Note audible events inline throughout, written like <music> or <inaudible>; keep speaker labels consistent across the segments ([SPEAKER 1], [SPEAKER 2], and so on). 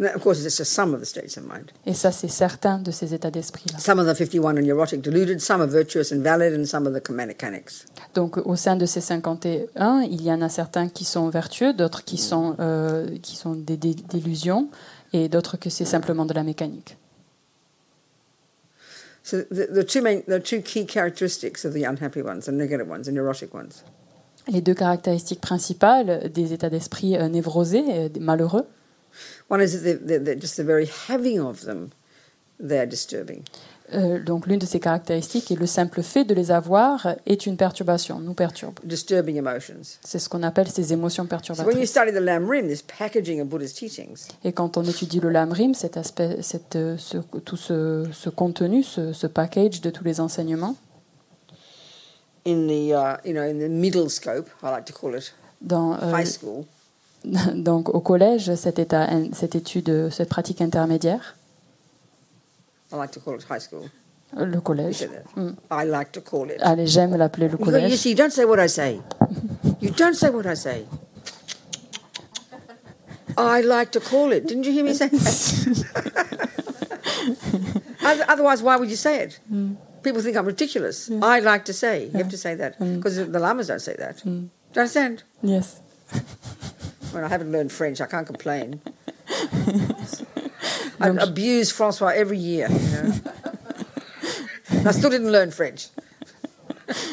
[SPEAKER 1] And that, of course, it's just some of the states of mind.
[SPEAKER 2] Et ça, c'est certain de ces états d'esprit-là.
[SPEAKER 1] Some of the 51 are neurotic, deluded, some are virtuous and valid, and some are the mechanics.
[SPEAKER 2] Donc, au sein de ces 51, il y en a certains qui sont vertueux, d'autres qui sont, euh, qui sont des dé- délusions, et d'autres que c'est simplement de la mécanique.
[SPEAKER 1] So the, the, two main, the two key characteristics of the unhappy ones, the negative ones, the neurotic ones.
[SPEAKER 2] Les deux caractéristiques principales des états d'esprit euh, névrosés, euh, des malheureux,
[SPEAKER 1] One is that they- they they're just the very having of them, they're disturbing.
[SPEAKER 2] euh, donc l'une de ces caractéristiques est le simple fait de les avoir est une perturbation, nous perturbe.
[SPEAKER 1] Disturbing emotions.
[SPEAKER 2] C'est ce qu'on appelle ces émotions
[SPEAKER 1] So when you
[SPEAKER 2] perturbatrices.
[SPEAKER 1] study the Lam Rim, this packaging of Buddha's teachings,
[SPEAKER 2] Et quand on étudie le lamrim, cet aspect, cette, euh, ce- tout ce, ce contenu, ce, ce package de tous les enseignements,
[SPEAKER 1] in the uh, you know in the middle scope, I like to call it
[SPEAKER 2] dans, euh,
[SPEAKER 1] high school.
[SPEAKER 2] <laughs> donc au collège, cet état, cette étude, cette pratique intermédiaire,
[SPEAKER 1] I like to call it high school.
[SPEAKER 2] euh, le
[SPEAKER 1] You
[SPEAKER 2] collège.
[SPEAKER 1] said that.
[SPEAKER 2] Mm.
[SPEAKER 1] I like to call it.
[SPEAKER 2] Allez, j'aime l'appeler le
[SPEAKER 1] You, got- you
[SPEAKER 2] collège.
[SPEAKER 1] see, you don't say what I say. You don't say what I say. I like to call it. Didn't you hear me say that? Oth- Otherwise, why would you say it? People think I'm ridiculous. I like to say. You have to say that because the lamas don't say that. Do you understand?
[SPEAKER 2] Yes.
[SPEAKER 1] Well, I haven't learned French. I can't complain. I abuse Francois every year. You know? I still didn't learn French.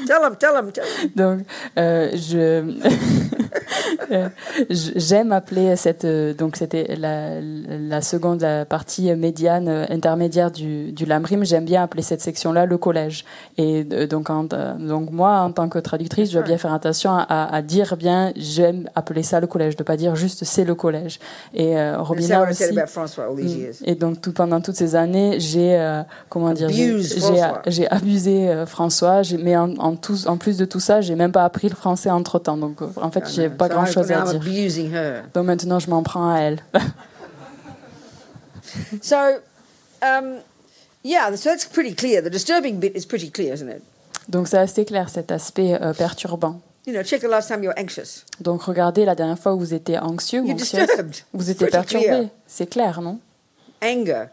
[SPEAKER 1] tell him, tell him, tell him.
[SPEAKER 2] Donc, euh, je <laughs> euh, je- j'aime appeler cette euh, donc c'était la, la seconde euh, partie médiane euh, intermédiaire du, du lamrim. J'aime bien appeler cette section là le collège. Et euh, donc en- euh, donc moi en tant que traductrice, je dois bien faire attention à, à- à dire bien j'aime appeler ça le collège, de pas dire juste c'est le collège. Et euh,
[SPEAKER 1] That's how
[SPEAKER 2] Robina
[SPEAKER 1] I said
[SPEAKER 2] aussi.
[SPEAKER 1] about Francois all these years.
[SPEAKER 2] Mm. Et donc tout, pendant toutes ces années, j'ai euh, comment dire, j'ai-
[SPEAKER 1] Abuse
[SPEAKER 2] j'ai
[SPEAKER 1] François.
[SPEAKER 2] j'ai abusé euh, François. j'ai- Mais en, en, tous- en plus de tout ça, j'ai même pas appris le français entre temps. Donc euh, en fait, j'ai pas
[SPEAKER 1] So
[SPEAKER 2] grand
[SPEAKER 1] I-
[SPEAKER 2] chose à
[SPEAKER 1] now I'm
[SPEAKER 2] dire.
[SPEAKER 1] abusing her.
[SPEAKER 2] Donc maintenant, je m'en prends à elle. <laughs>
[SPEAKER 1] So, um, yeah, so that's pretty clear. The disturbing bit is pretty clear, isn't it?
[SPEAKER 2] donc c'est assez clair cet aspect euh, perturbant.
[SPEAKER 1] You know, check the last time you were anxious.
[SPEAKER 2] Donc regardez la dernière fois où vous étiez anxieux, ou
[SPEAKER 1] You're
[SPEAKER 2] anxieuse,
[SPEAKER 1] disturbed. It's
[SPEAKER 2] vous étiez
[SPEAKER 1] pretty clear.
[SPEAKER 2] perturbé. C'est clair, non
[SPEAKER 1] Anger,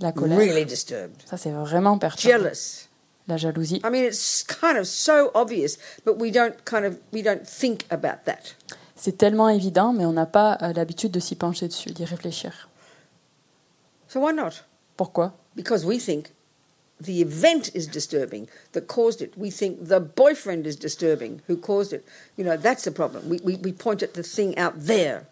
[SPEAKER 2] La colère,
[SPEAKER 1] really disturbed.
[SPEAKER 2] ça c'est vraiment perturbant.
[SPEAKER 1] Jealous.
[SPEAKER 2] La jalousie.
[SPEAKER 1] I mean, it's kind of so obvious, but we don't kind of we don't think about that.
[SPEAKER 2] C'est tellement évident, mais on n'a pas euh, l'habitude de s'y pencher dessus, d'y réfléchir.
[SPEAKER 1] So why not?
[SPEAKER 2] Pourquoi
[SPEAKER 1] Because we think the event is disturbing that caused it. We think the boyfriend is disturbing who caused it. You know, that's the problem. We, we, we point at the thing out there.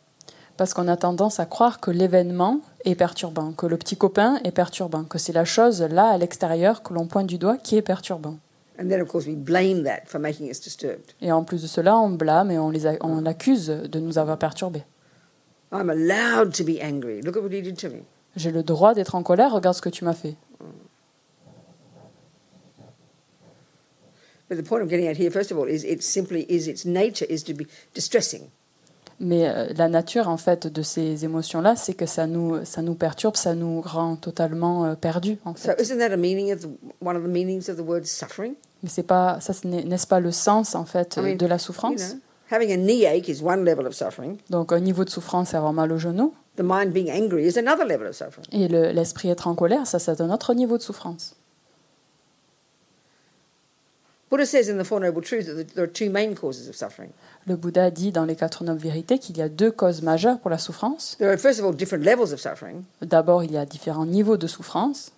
[SPEAKER 2] Parce qu'on a tendance à croire que l'événement est perturbant, que le petit copain est perturbant, que c'est la chose là à l'extérieur que l'on pointe du doigt qui est perturbant.
[SPEAKER 1] And then, of course, we blame that for making us disturbed.
[SPEAKER 2] Et en plus de cela, on blâme et on, les a- on accuse de nous avoir perturbés.
[SPEAKER 1] I'm allowed to be angry. Look at what he did to me.
[SPEAKER 2] J'ai le droit d'être en colère, regarde ce que tu m'as fait.
[SPEAKER 1] But the point I'm getting at here, first of all, is it simply is its nature is to be distressing.
[SPEAKER 2] Mais euh, la nature, en fait, de ces émotions-là, c'est que ça nous, ça nous perturbe, ça nous rend totalement euh, perdus, en
[SPEAKER 1] So,
[SPEAKER 2] fait.
[SPEAKER 1] isn't that a meaning of the, one of the meanings of the word suffering?
[SPEAKER 2] Mais c'est pas, ça, ce n'est- n'est-ce pas le sens, en fait,
[SPEAKER 1] I mean,
[SPEAKER 2] de la
[SPEAKER 1] You
[SPEAKER 2] souffrance
[SPEAKER 1] know, having a knee ache is one level of suffering.
[SPEAKER 2] Donc, un niveau de souffrance, c'est avoir mal au genou.
[SPEAKER 1] The mind being angry is another level of suffering.
[SPEAKER 2] Et le- l'esprit être en colère, ça, c'est un autre niveau de souffrance.
[SPEAKER 1] Buddha says in the Four Noble Truths that there are two main causes of suffering.
[SPEAKER 2] Le Bouddha dit dans les Quatre Nobles Vérités qu'il y a deux causes majeures pour la souffrance.
[SPEAKER 1] There are, first of all, different levels of suffering.
[SPEAKER 2] D'abord, il y a différents niveaux de souffrance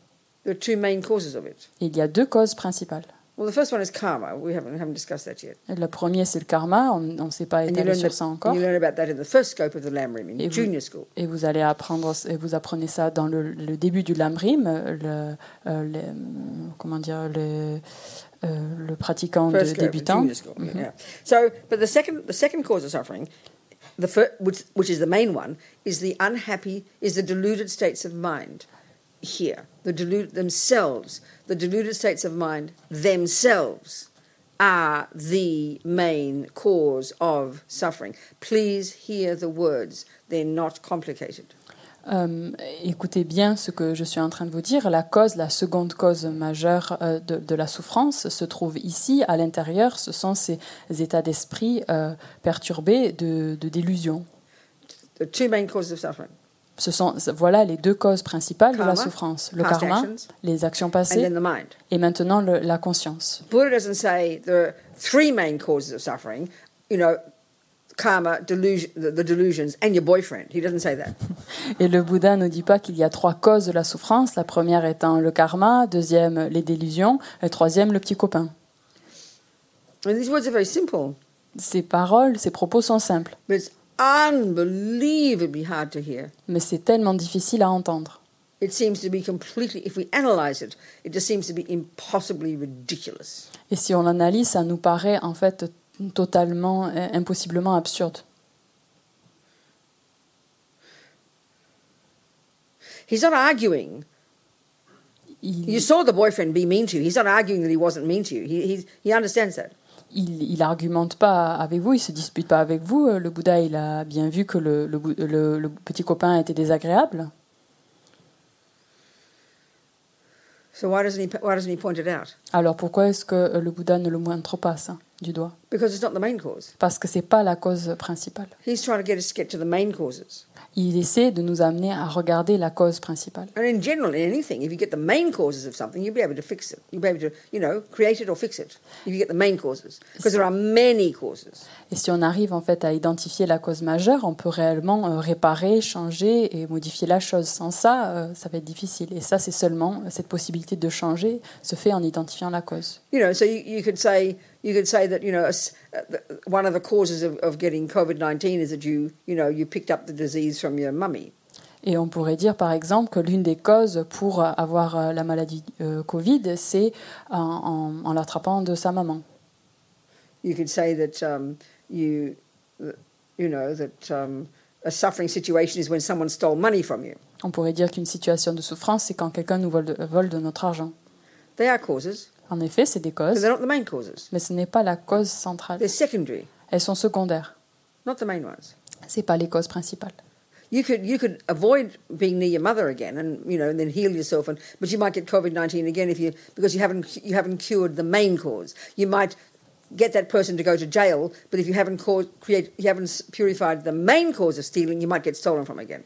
[SPEAKER 1] There are two main causes of it.
[SPEAKER 2] et il y a deux causes principales.
[SPEAKER 1] Well, the first one is karma. We haven't, haven't discussed that yet.
[SPEAKER 2] Le premier, c'est le karma, on ne s'est pas
[SPEAKER 1] And you,
[SPEAKER 2] étalé
[SPEAKER 1] learn
[SPEAKER 2] sur
[SPEAKER 1] that,
[SPEAKER 2] ça
[SPEAKER 1] and
[SPEAKER 2] encore.
[SPEAKER 1] you learn about that in the first scope of the Lam Rim in
[SPEAKER 2] Et vous-
[SPEAKER 1] junior school.
[SPEAKER 2] Et vous allez apprendre, et vous apprenez ça dans le, le début du Lamrim, le, euh, le- comment dire, le, euh, le pratiquant de
[SPEAKER 1] First scope,
[SPEAKER 2] débutant.
[SPEAKER 1] junior school. Yeah. So, but the second, the second cause of suffering, the fir- which, which is the main one, is the unhappy, is the deluded states of mind. Here, the deluded themselves, the deluded states of mind themselves, are the main cause of suffering. Please hear the words; they're not complicated.
[SPEAKER 2] Euh, écoutez bien ce que je suis en train de vous dire. La cause, la seconde cause majeure euh, de, de la souffrance se trouve ici, à l'intérieur. Ce sont ces états d'esprit euh, perturbés de, de délusion.
[SPEAKER 1] The two main causes of suffering.
[SPEAKER 2] Ce sont voilà les deux causes principales
[SPEAKER 1] Karma,
[SPEAKER 2] de la souffrance le
[SPEAKER 1] past
[SPEAKER 2] karma,
[SPEAKER 1] actions.
[SPEAKER 2] les actions
[SPEAKER 1] and
[SPEAKER 2] passées,
[SPEAKER 1] then the mind.
[SPEAKER 2] et maintenant le- la conscience.
[SPEAKER 1] Buddha doesn't say there are three main causes of suffering, you know, karma, delusion, the, the delusions, and your boyfriend. He doesn't say that.
[SPEAKER 2] Et le Bouddha ne dit pas qu'il y a trois causes de la souffrance la première étant le karma, deuxième les délusions, et troisième le petit copain.
[SPEAKER 1] And these words are very simple,
[SPEAKER 2] Ces paroles, ces propos sont simples,
[SPEAKER 1] but it's unbelievably hard to hear.
[SPEAKER 2] mais c'est tellement difficile à entendre.
[SPEAKER 1] It seems to be completely, if we analyze it, it just seems to be impossibly ridiculous.
[SPEAKER 2] Et si on l'analyse, ça nous paraît en fait totalement, euh, impossiblement absurde.
[SPEAKER 1] He's not arguing.
[SPEAKER 2] Il,
[SPEAKER 1] You saw the boyfriend be mean to you. He's not arguing that he wasn't mean to you. He, he, he understands that.
[SPEAKER 2] il, il argumente pas avec vous, il se dispute pas avec vous. Euh, Le Bouddha, il a bien vu que le, le, bou- le- le petit copain était désagréable.
[SPEAKER 1] So why doesn't he, why doesn't he point it out?
[SPEAKER 2] Alors pourquoi est-ce que euh, le Bouddha ne le montre pas ça du doigt
[SPEAKER 1] Because it's not the main cause.
[SPEAKER 2] Parce que c'est pas la cause principale.
[SPEAKER 1] He's trying to get us to get to the main causes.
[SPEAKER 2] Il essaie de nous amener à regarder la cause principale.
[SPEAKER 1] And in general, in anything, if you get the main causes of something, you'll be able to fix it. You'll be able to, you know, create it or fix it if you get the main causes. Because there are many causes.
[SPEAKER 2] Et si on arrive en fait à identifier la cause majeure, on peut réellement euh, réparer, changer et modifier la chose. Sans ça, euh, ça va être difficile. Et ça, c'est seulement euh, cette possibilité de changer se fait en identifiant la cause.
[SPEAKER 1] You know, so you, you could say you could say that you know a s- uh, the- one of the causes of, of getting COVID nineteen is that you you know you picked up the disease from your mummy.
[SPEAKER 2] Et on pourrait dire par exemple que l'une des causes pour euh, avoir euh, la maladie euh, Covid, c'est en, en- en l'attrapant de sa maman.
[SPEAKER 1] You could say that um, you th- you know that um, a suffering situation is when someone stole money from you.
[SPEAKER 2] On pourrait dire qu'une situation de souffrance, c'est quand quelqu'un nous vole de, vole de notre argent.
[SPEAKER 1] They are causes,
[SPEAKER 2] En effet, c'est des
[SPEAKER 1] but
[SPEAKER 2] causes,
[SPEAKER 1] they're not the main causes.
[SPEAKER 2] mais ce n'est pas la cause centrale.
[SPEAKER 1] They're secondary,
[SPEAKER 2] Elles sont secondaires.
[SPEAKER 1] not the main ones.
[SPEAKER 2] C'est pas les causes principales.
[SPEAKER 1] You could you could avoid being near your mother again, and you know, and then heal yourself. And but you might get COVID nineteen again if you because you haven't you haven't cured the main cause. You might get that person to go to jail, but if you haven't caused, create you haven't s- purified the main cause of stealing, you might get stolen from again.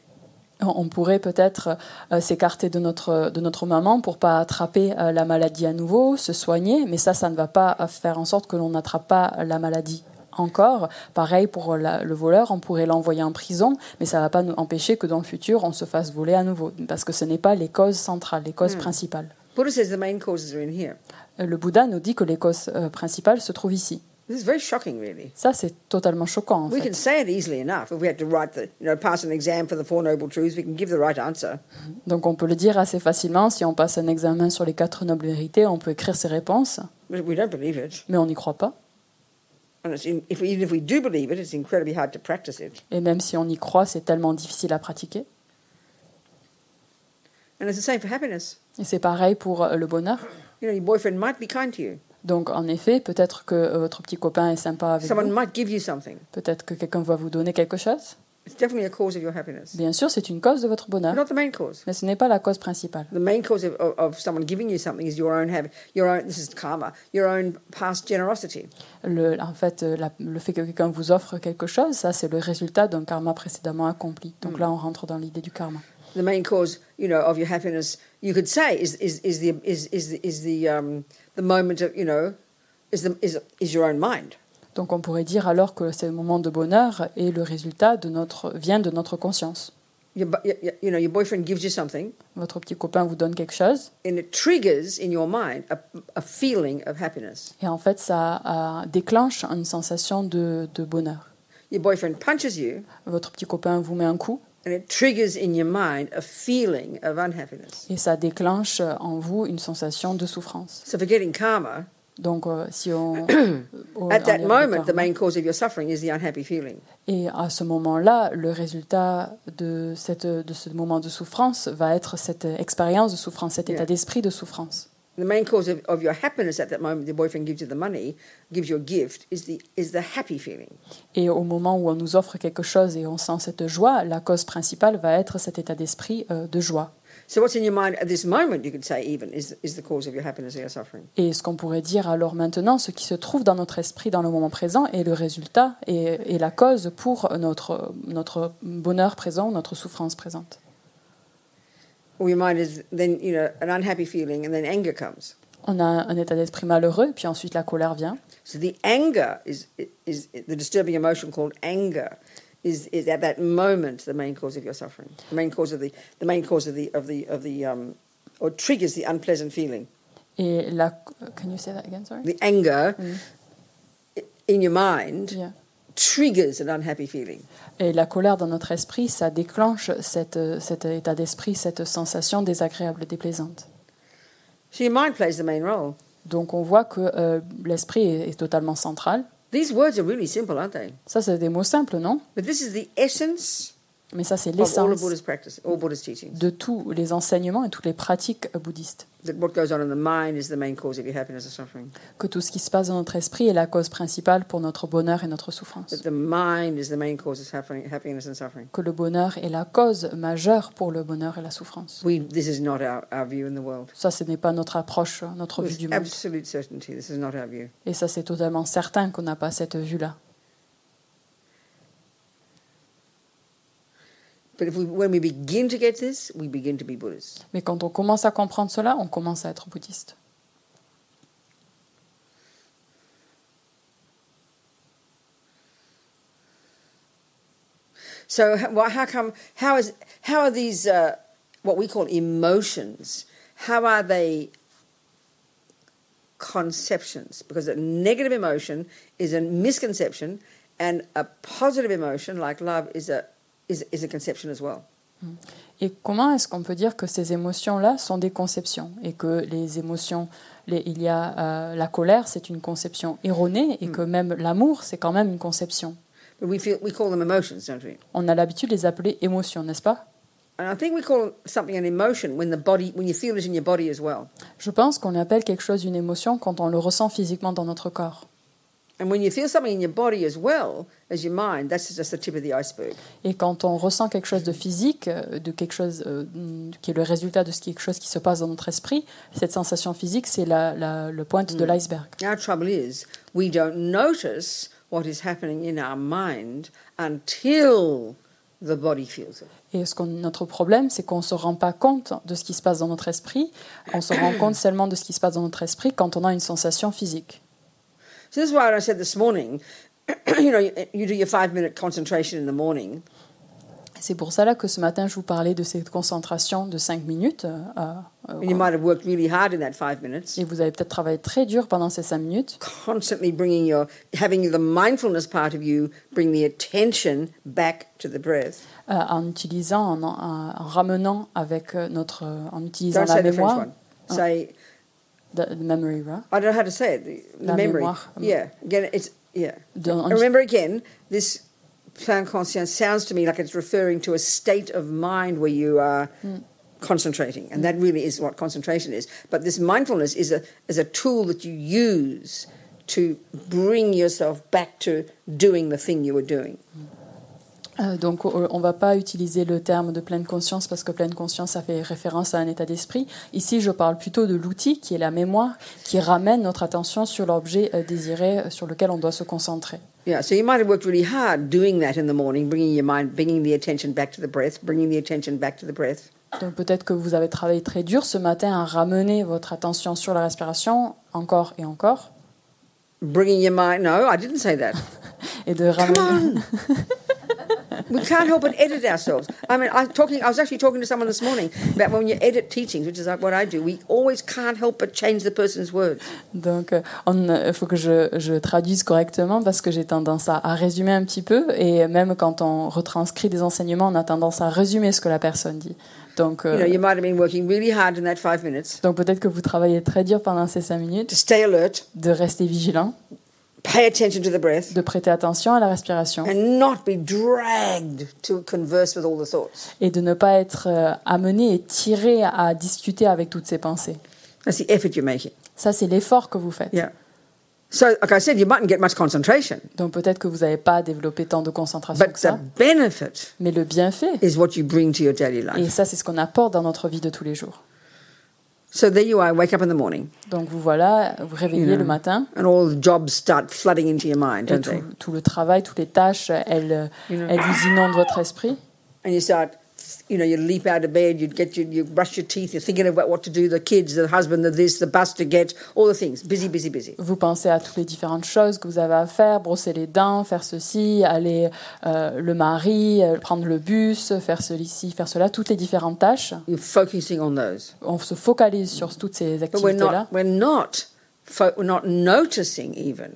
[SPEAKER 2] On- On pourrait peut-être euh, s'écarter de notre, de notre maman pour pas attraper euh, la maladie à nouveau, se soigner, mais ça, ça ne va pas euh, faire en sorte que l'on n'attrape pas la maladie encore. Pareil pour la- le voleur, on pourrait l'envoyer en prison, mais ça ne va pas nous empêcher que dans le futur, on se fasse voler à nouveau, parce que ce n'est pas les causes centrales, les causes principales.
[SPEAKER 1] Buddha says the main causes are in here.
[SPEAKER 2] Euh, Le Bouddha nous dit que les causes euh, principales se trouvent ici.
[SPEAKER 1] This is very shocking, really.
[SPEAKER 2] Ça, c'est totalement choquant, en
[SPEAKER 1] We
[SPEAKER 2] fait.
[SPEAKER 1] can say it easily enough if we had to write the you know pass an exam for the four noble truths. We can give the right answer.
[SPEAKER 2] Donc on peut le dire assez facilement, si on passe un examen sur les quatre nobles vérités, on peut écrire ses réponses,
[SPEAKER 1] but We don't believe it,
[SPEAKER 2] mais on n'y croit pas.
[SPEAKER 1] and it's in, if we, even if we do believe it, it's incredibly hard to practice it.
[SPEAKER 2] Et même si on y croit, c'est tellement difficile à pratiquer.
[SPEAKER 1] And it's the same for happiness.
[SPEAKER 2] Et c'est pareil pour euh, le bonheur.
[SPEAKER 1] You know, your boyfriend might be kind to you.
[SPEAKER 2] Donc en effet, peut-être que euh, votre petit copain est sympa avec
[SPEAKER 1] Someone
[SPEAKER 2] vous,
[SPEAKER 1] might give you something.
[SPEAKER 2] peut-être que quelqu'un va vous donner quelque chose.
[SPEAKER 1] It's definitely a cause of your happiness.
[SPEAKER 2] Bien sûr, c'est une cause de votre
[SPEAKER 1] But
[SPEAKER 2] bonheur,
[SPEAKER 1] not the main cause.
[SPEAKER 2] mais ce n'est pas la cause principale.
[SPEAKER 1] The main cause of, of, of someone giving you something is your own habit, your own, this is karma, your own past generosity.
[SPEAKER 2] Le, en fait, euh, la- le fait que quelqu'un vous offre quelque chose, ça c'est le résultat d'un karma précédemment accompli. Donc là, on rentre dans l'idée du karma.
[SPEAKER 1] The main cause, you know, of your happiness, you could say, is, is, is the, is, is the, is the, um, the moment of, you know, is, the, is, is your own mind.
[SPEAKER 2] Donc on pourrait dire alors que ce moment de bonheur est le résultat de notre, vient de notre conscience.
[SPEAKER 1] Your, bu- y- y- you know, your boyfriend gives you something
[SPEAKER 2] Votre petit copain vous donne quelque chose
[SPEAKER 1] and it triggers in your mind a, a feeling of happiness.
[SPEAKER 2] et en fait ça euh, déclenche une sensation de, de bonheur.
[SPEAKER 1] Your boyfriend punches you
[SPEAKER 2] Votre petit copain vous met un coup
[SPEAKER 1] and it triggers in your mind a feeling of unhappiness.
[SPEAKER 2] et ça déclenche euh, en vous une sensation de souffrance.
[SPEAKER 1] So, forgetting karma,
[SPEAKER 2] Donc euh, si
[SPEAKER 1] <coughs>
[SPEAKER 2] on... au-
[SPEAKER 1] at that
[SPEAKER 2] en lien avec le
[SPEAKER 1] moment, the
[SPEAKER 2] karma.
[SPEAKER 1] main cause of your suffering is the unhappy feeling.
[SPEAKER 2] Et à ce moment-là, le résultat de, cette, de ce moment de souffrance va être cette expérience de souffrance, cet
[SPEAKER 1] Yeah.
[SPEAKER 2] état d'esprit de souffrance.
[SPEAKER 1] The main cause of, of your happiness at that moment, the boyfriend gives you the money, gives you a gift, is the, is the happy feeling.
[SPEAKER 2] Et au moment où on nous offre quelque chose et on sent cette joie, la cause principale va être cet état d'esprit euh, de joie.
[SPEAKER 1] So what's in your mind at this moment, you could say even, is, is the cause of your happiness or your suffering.
[SPEAKER 2] Et ce qu'on pourrait dire alors maintenant, ce qui se trouve dans notre esprit dans le moment présent est le résultat et, et la cause pour notre, notre bonheur présent, notre souffrance présente.
[SPEAKER 1] Or your mind is then, you know, an unhappy feeling and then anger comes.
[SPEAKER 2] On a un état d'esprit malheureux, puis ensuite la colère vient.
[SPEAKER 1] So the anger is, is, is the disturbing emotion called anger. Is, is at that moment the main cause of your suffering, the main cause of the, the main cause of the of the of the um, or triggers the unpleasant feeling,
[SPEAKER 2] Et la... Can you say that again, sorry?
[SPEAKER 1] the anger i- in your mind
[SPEAKER 2] Yeah.
[SPEAKER 1] triggers an unhappy feeling.
[SPEAKER 2] Et la colère dans notre esprit, ça déclenche cette, euh, cet état d'esprit, cette sensation désagréable, déplaisante.
[SPEAKER 1] So your mind plays the main role.
[SPEAKER 2] Donc on voit que euh, l'esprit est, est totalement central.
[SPEAKER 1] These words are really simple, aren't they?
[SPEAKER 2] Ça, c'est des mots simples, non
[SPEAKER 1] But this is the essence
[SPEAKER 2] Mais ça, c'est
[SPEAKER 1] of all of
[SPEAKER 2] l'essence
[SPEAKER 1] Buddha's practice, all Buddha's teachings.
[SPEAKER 2] de tous les enseignements et toutes les pratiques bouddhistes.
[SPEAKER 1] That what goes on in the mind is the main cause of your happiness or suffering.
[SPEAKER 2] Que tout ce qui se passe dans notre esprit est la cause principale pour notre bonheur et notre
[SPEAKER 1] That
[SPEAKER 2] souffrance.
[SPEAKER 1] the mind is the main cause of suffering, happiness and suffering.
[SPEAKER 2] Que le bonheur est la cause majeure pour le bonheur et la souffrance.
[SPEAKER 1] We, this is not our, our view in the world.
[SPEAKER 2] Ça, ce n'est pas notre approche, notre vue
[SPEAKER 1] With
[SPEAKER 2] du monde.
[SPEAKER 1] absolute certainty, this is not our view.
[SPEAKER 2] Et ça, c'est totalement certain qu'on n'a pas cette vue-là.
[SPEAKER 1] But if we, when we begin to get this, we begin to be Buddhists.
[SPEAKER 2] Mais quand on commence à comprendre cela, on commence à être bouddhiste.
[SPEAKER 1] So h- why, how come? How is? How are these? Uh, what we call emotions. How are they? Conceptions, because a negative emotion is a misconception, and a positive emotion like love is a is, is a conception as well.
[SPEAKER 2] Et comment est-ce qu'on peut dire que ces émotions-là sont des conceptions et que les émotions, les- il y a euh, la colère, c'est une conception erronée et que même l'amour, c'est quand même une conception.
[SPEAKER 1] But we feel we call them emotions, don't we?
[SPEAKER 2] On a l'habitude de les appeler émotions, n'est-ce pas
[SPEAKER 1] And I think we call something an emotion when the body when you feel it in your body as well,
[SPEAKER 2] Je pense qu'on appelle quelque chose une émotion quand on le ressent physiquement dans notre corps.
[SPEAKER 1] and when you feel something in your body as well as your mind, that's just the tip of the iceberg.
[SPEAKER 2] Et quand on ressent quelque chose de physique, euh, de quelque chose euh, mm, qui est le résultat de ce- quelque chose qui se passe dans notre esprit, cette sensation physique, c'est la, la- le pointe de l'iceberg.
[SPEAKER 1] Our trouble is we don't notice what is happening in our mind until the body feels it.
[SPEAKER 2] Et ce qu'on- notre problème, c'est qu'on ne se rend pas compte de ce qui se passe dans notre esprit. On se rend compte seulement de ce qui se passe dans notre esprit quand on a une sensation physique.
[SPEAKER 1] So this is why I said this morning, <clears throat> you know, you, you do your five minute concentration in the morning,
[SPEAKER 2] C'est pour cela que ce matin, je vous parlais de cette concentration de 5 minutes. euh, euh,
[SPEAKER 1] and you might have worked really hard in that five minutes,
[SPEAKER 2] et vous avez peut-être travaillé très dur pendant ces 5 minutes.
[SPEAKER 1] constantly bringing your having the mindfulness part of you bring the attention back to the breath.
[SPEAKER 2] Euh, en utilisant, en, en- en ramenant avec euh, notre, euh, en utilisant
[SPEAKER 1] Don't say
[SPEAKER 2] la
[SPEAKER 1] the French
[SPEAKER 2] mémoire,
[SPEAKER 1] one. Say
[SPEAKER 2] the, the memory, right?
[SPEAKER 1] I don't know how to say it. The, the
[SPEAKER 2] La
[SPEAKER 1] memory.
[SPEAKER 2] mémoire.
[SPEAKER 1] Yeah. Again, it's yeah.
[SPEAKER 2] Dans-
[SPEAKER 1] And remember again, this plan conscience sounds to me like it's referring to a state of mind where you are
[SPEAKER 2] Hmm.
[SPEAKER 1] concentrating, and that really is what concentration is. But this mindfulness is a is a tool that you use to bring yourself back to doing the thing you were doing.
[SPEAKER 2] Euh, donc euh, on ne va pas utiliser le terme de pleine conscience parce que pleine conscience ça fait référence à un état d'esprit. Ici je parle plutôt de l'outil qui est la mémoire qui ramène notre attention sur l'objet euh, désiré euh, sur lequel on doit se concentrer.
[SPEAKER 1] Yeah, so you might have worked really hard doing that in the morning, bringing your mind, bringing the attention back to the breath, bringing the attention back to the breath.
[SPEAKER 2] Donc peut-être que vous avez travaillé très dur ce matin à ramener votre attention sur la respiration encore et encore
[SPEAKER 1] Bringing your mind, no, I didn't say that.
[SPEAKER 2] et de
[SPEAKER 1] Come
[SPEAKER 2] ramener.
[SPEAKER 1] on. we can't help but edit ourselves. I mean, I talking. I was actually talking to someone this morning about when you edit teachings, which is like what I do. We always can't help but change the person's words.
[SPEAKER 2] Donc, il faut que je, je traduise correctement parce que j'ai tendance à, à résumer un petit peu et même quand on retranscrit des enseignements, on a tendance à résumer ce que la personne dit. Donc, euh,
[SPEAKER 1] You know, you might have been working really hard in that five minutes
[SPEAKER 2] donc peut-être que vous travaillez très dur pendant ces cinq minutes,
[SPEAKER 1] to stay alert,
[SPEAKER 2] de rester vigilant,
[SPEAKER 1] pay attention to the breath,
[SPEAKER 2] de prêter attention à la respiration
[SPEAKER 1] and not be dragged to converse with all the thoughts.
[SPEAKER 2] et de ne pas être euh, amené et tiré à discuter avec toutes ces pensées.
[SPEAKER 1] That's the effort you're making.
[SPEAKER 2] Ça, c'est l'effort que vous faites.
[SPEAKER 1] Yeah. So, like I said, you mightn't get much concentration,
[SPEAKER 2] Donc peut-être que vous n'avez pas développé tant de concentration
[SPEAKER 1] but
[SPEAKER 2] que ça,
[SPEAKER 1] the benefit
[SPEAKER 2] mais le bienfait,
[SPEAKER 1] is what you bring to your daily life.
[SPEAKER 2] et ça c'est ce qu'on apporte dans notre vie de tous les jours.
[SPEAKER 1] So there you are, wake up in the morning,
[SPEAKER 2] Donc vous voilà, vous réveillez le matin,
[SPEAKER 1] and all the jobs start flooding into your mind,
[SPEAKER 2] et
[SPEAKER 1] don't
[SPEAKER 2] tout,
[SPEAKER 1] they?
[SPEAKER 2] tout le travail, toutes les tâches, elles, elles vous inondent votre esprit.
[SPEAKER 1] And you start, you know, you leap out of bed, you get your, you brush your teeth, you're thinking about what to do, the kids, the husband, the this, the bus to get, all the things, busy, busy, busy.
[SPEAKER 2] Vous pensez à toutes les différentes choses que vous avez à faire, brosser les dents, faire ceci, aller euh, le mari, euh, prendre le bus, faire ceci, faire cela, toutes les différentes tâches.
[SPEAKER 1] You're focusing on those,
[SPEAKER 2] On se focalise sur toutes ces
[SPEAKER 1] but we're
[SPEAKER 2] activités-là,
[SPEAKER 1] not, we're not, fo- we're not noticing even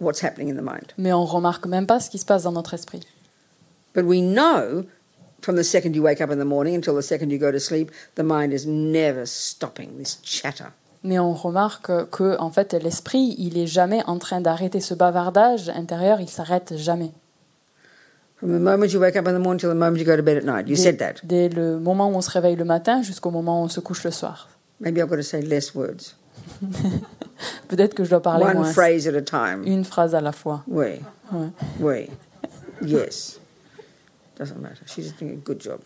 [SPEAKER 1] what's happening in the mind.
[SPEAKER 2] mais on remarque même pas ce qui se passe dans notre esprit.
[SPEAKER 1] But we know from the second you wake up in the morning until the second you go to sleep, the mind is never stopping this chatter.
[SPEAKER 2] Mais on remarque que, en fait, l'esprit, il est jamais en train d'arrêter ce bavardage intérieur, il s'arrête jamais.
[SPEAKER 1] From the moment you wake up in the morning till the moment you go to bed at night. You said
[SPEAKER 2] Dès,
[SPEAKER 1] that.
[SPEAKER 2] dès le moment où on se réveille le matin jusqu'au moment où on se couche le soir.
[SPEAKER 1] Maybe I've got to say less words.
[SPEAKER 2] Peut-être que je dois parler
[SPEAKER 1] One
[SPEAKER 2] moins.
[SPEAKER 1] phrase at a time.
[SPEAKER 2] Une phrase à la fois.
[SPEAKER 1] We.
[SPEAKER 2] Ouais.
[SPEAKER 1] We. Yes. Doesn't matter. She's doing a good job.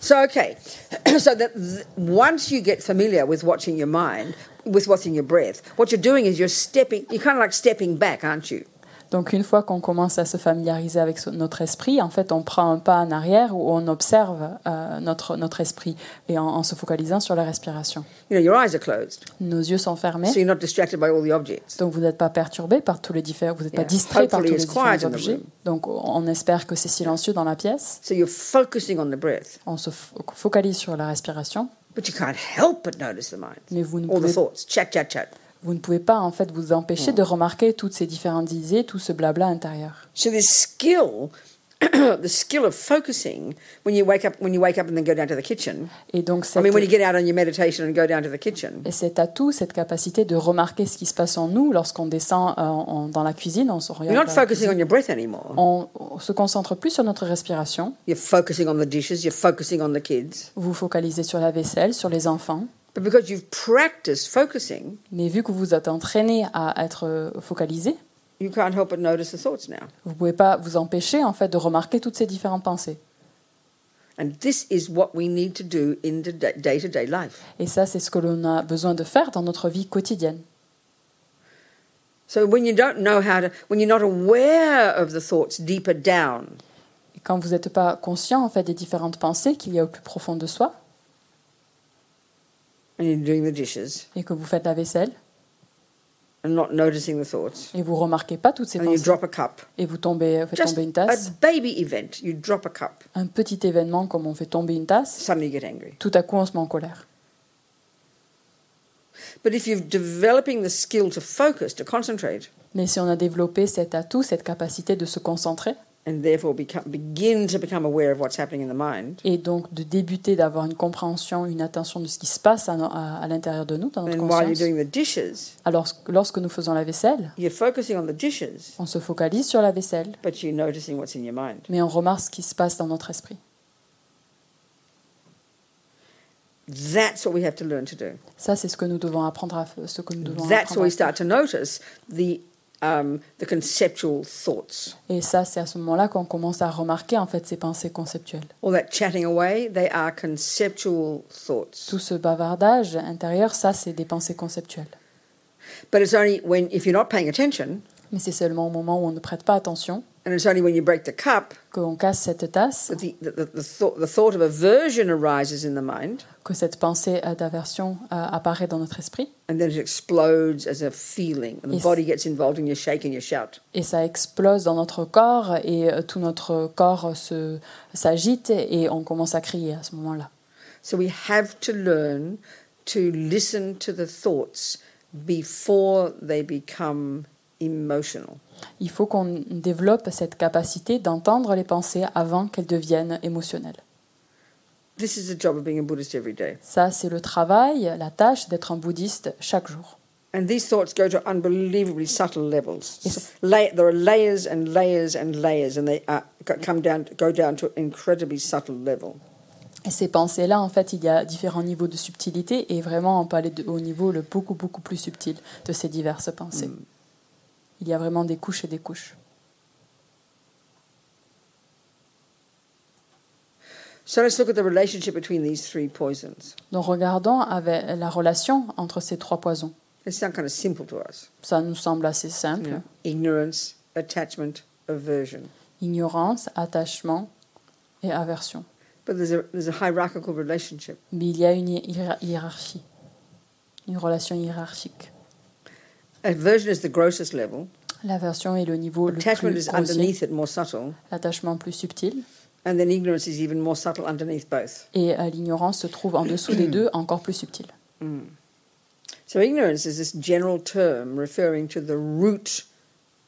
[SPEAKER 1] So, okay. <clears throat> so, that th- once you get familiar with watching your mind, with what's in your breath, what you're doing is you're stepping, you're kind of like stepping back, aren't you?
[SPEAKER 2] Donc une fois qu'on commence à se familiariser avec so- notre esprit, en fait, on prend un pas en arrière où on observe euh, notre, notre esprit et en, en se focalisant sur la respiration.
[SPEAKER 1] You know, your eyes are closed,
[SPEAKER 2] Nos yeux sont fermés,
[SPEAKER 1] so you're not distracted by all the objects.
[SPEAKER 2] donc vous n'êtes pas perturbé par tous les différents, vous n'êtes
[SPEAKER 1] Yeah.
[SPEAKER 2] pas distrait par tous
[SPEAKER 1] Hopefully
[SPEAKER 2] les
[SPEAKER 1] it's quiet
[SPEAKER 2] différents
[SPEAKER 1] in the
[SPEAKER 2] objets.
[SPEAKER 1] room.
[SPEAKER 2] Donc on espère que c'est silencieux dans la pièce.
[SPEAKER 1] So, you're focusing on the breath,
[SPEAKER 2] On se fo- focalise sur la respiration,
[SPEAKER 1] but you can't help but notice the mind.
[SPEAKER 2] mais vous ne
[SPEAKER 1] All the
[SPEAKER 2] pouvez,
[SPEAKER 1] thoughts, chat, chat, chat.
[SPEAKER 2] vous ne pouvez pas en fait vous empêcher de remarquer toutes ces différentes idées, tout ce blabla intérieur.
[SPEAKER 1] So this skill, <clears throat> the skill of focusing when you wake up when you wake up and then go down to the kitchen.
[SPEAKER 2] Et donc
[SPEAKER 1] I
[SPEAKER 2] cette,
[SPEAKER 1] mean, when you get out on your meditation and go down to the kitchen,
[SPEAKER 2] Et cet atout, cette capacité de remarquer ce qui se passe en nous lorsqu'on descend euh, en- dans la cuisine, on se
[SPEAKER 1] you're
[SPEAKER 2] regarde.
[SPEAKER 1] not
[SPEAKER 2] dans la
[SPEAKER 1] focusing on your breath anymore.
[SPEAKER 2] cuisine. On- on se concentre plus sur notre respiration.
[SPEAKER 1] You're focusing on the dishes. You're focusing on the kids.
[SPEAKER 2] Vous vous focalisez sur la vaisselle, sur les enfants.
[SPEAKER 1] But because you've practiced focusing,
[SPEAKER 2] Mais vu que vous êtes entraîné à être euh, focalisé,
[SPEAKER 1] you can't help but notice the thoughts now.
[SPEAKER 2] vous pouvez pas vous empêcher en fait de remarquer toutes ces différentes pensées.
[SPEAKER 1] And this is what we need to do in the da- day-to-day life.
[SPEAKER 2] Et ça, c'est ce que l'on a besoin de faire dans notre vie quotidienne.
[SPEAKER 1] So when you don't know how to, when you're not aware of the thoughts deeper down,
[SPEAKER 2] Et quand vous n'êtes pas conscient en fait des différentes pensées qu'il y a au plus profond de soi
[SPEAKER 1] and you're doing the dishes
[SPEAKER 2] et que vous faites la vaisselle
[SPEAKER 1] and not noticing the thoughts,
[SPEAKER 2] et vous remarquez pas toutes ces
[SPEAKER 1] and you
[SPEAKER 2] pensées
[SPEAKER 1] drop a cup.
[SPEAKER 2] et vous tombez, faites
[SPEAKER 1] Just
[SPEAKER 2] tomber une tasse.
[SPEAKER 1] a baby event. You drop a cup,
[SPEAKER 2] un petit événement comme on fait tomber une tasse,
[SPEAKER 1] suddenly you get angry.
[SPEAKER 2] tout à coup on se met en colère.
[SPEAKER 1] But if you're developing the skill to focus, to concentrate,
[SPEAKER 2] Mais si on a développé cet atout, cette capacité de se concentrer,
[SPEAKER 1] and therefore become, begin to become aware of what's happening in the mind,
[SPEAKER 2] et donc de débuter d'avoir une compréhension, une attention de ce qui se passe à, no- à- à l'intérieur de nous, dans notre
[SPEAKER 1] then while you're
[SPEAKER 2] conscience,
[SPEAKER 1] doing the dishes,
[SPEAKER 2] alors que- lorsque nous faisons la vaisselle,
[SPEAKER 1] you're focusing on the dishes,
[SPEAKER 2] on se focalise sur la vaisselle,
[SPEAKER 1] but you're noticing what's in your mind.
[SPEAKER 2] mais on remarque ce qui se passe dans notre esprit.
[SPEAKER 1] That's what we have to learn to do.
[SPEAKER 2] Ça, c'est ce que nous devons apprendre à f- ce que nous devons
[SPEAKER 1] That's where
[SPEAKER 2] apprendre à
[SPEAKER 1] we
[SPEAKER 2] faire.
[SPEAKER 1] start to notice the um, the conceptual thoughts.
[SPEAKER 2] Et ça, c'est à ce moment-là qu'on commence à remarquer en fait ces pensées conceptuelles.
[SPEAKER 1] All that chatting away, they are conceptual thoughts.
[SPEAKER 2] Tout ce bavardage intérieur, ça, c'est des pensées conceptuelles.
[SPEAKER 1] But it's only when if you're not paying attention,
[SPEAKER 2] Mais c'est seulement au moment où on ne prête pas attention
[SPEAKER 1] and it's only when you break the cup
[SPEAKER 2] qu'on casse cette tasse,
[SPEAKER 1] that the, the, the, the, thought, the thought of aversion arises in the mind
[SPEAKER 2] que cette pensée euh, d'aversion euh, apparaît dans notre esprit,
[SPEAKER 1] and then it explodes as a feeling and the
[SPEAKER 2] Yes.
[SPEAKER 1] body gets involved and you shake and you shout
[SPEAKER 2] et ça explose dans notre corps, et euh, tout notre corps se s'agite, et on commence à crier à ce moment-là.
[SPEAKER 1] so we have to learn to listen to the thoughts before they become emotional
[SPEAKER 2] Il faut qu'on développe cette capacité d'entendre les pensées avant qu'elles deviennent émotionnelles.
[SPEAKER 1] this is the job of being a buddhist every day
[SPEAKER 2] Ça, c'est le travail, la tâche d'être un bouddhiste chaque jour.
[SPEAKER 1] and these thoughts go to unbelievably subtle levels
[SPEAKER 2] Yes.
[SPEAKER 1] S- la- there are layers and layers and layers and they are, c- come down go down to an incredibly subtle level
[SPEAKER 2] Et ces pensées-là, en fait, il y a différents niveaux de
[SPEAKER 1] Mm.
[SPEAKER 2] subtilité, et vraiment, on peut aller de- au niveau le beaucoup, beaucoup plus subtil de ces diverses pensées. il y a vraiment des couches et des couches.
[SPEAKER 1] So let's look at the relationship between these three poisons.
[SPEAKER 2] Donc regardons avec la relation entre ces trois poisons.
[SPEAKER 1] They sound kind of simple to us
[SPEAKER 2] Ça nous semble assez simple.
[SPEAKER 1] ignorance, attachment, aversion.
[SPEAKER 2] Ignorance, attachement et aversion.
[SPEAKER 1] But there's a, there's a hierarchical relationship.
[SPEAKER 2] Mais il y a une hiéra- hiérarchie, une relation hiérarchique.
[SPEAKER 1] Aversion is the grossest level,
[SPEAKER 2] L'aversion est le niveau le
[SPEAKER 1] attachment
[SPEAKER 2] plus
[SPEAKER 1] is
[SPEAKER 2] grossier,
[SPEAKER 1] underneath it, more subtle,
[SPEAKER 2] l'attachement plus subtil,
[SPEAKER 1] and then ignorance is even more subtle underneath both.
[SPEAKER 2] et euh, l'ignorance se trouve en
[SPEAKER 1] <clears throat>
[SPEAKER 2] dessous des deux, encore plus subtil.
[SPEAKER 1] So ignorance is this general term referring to the root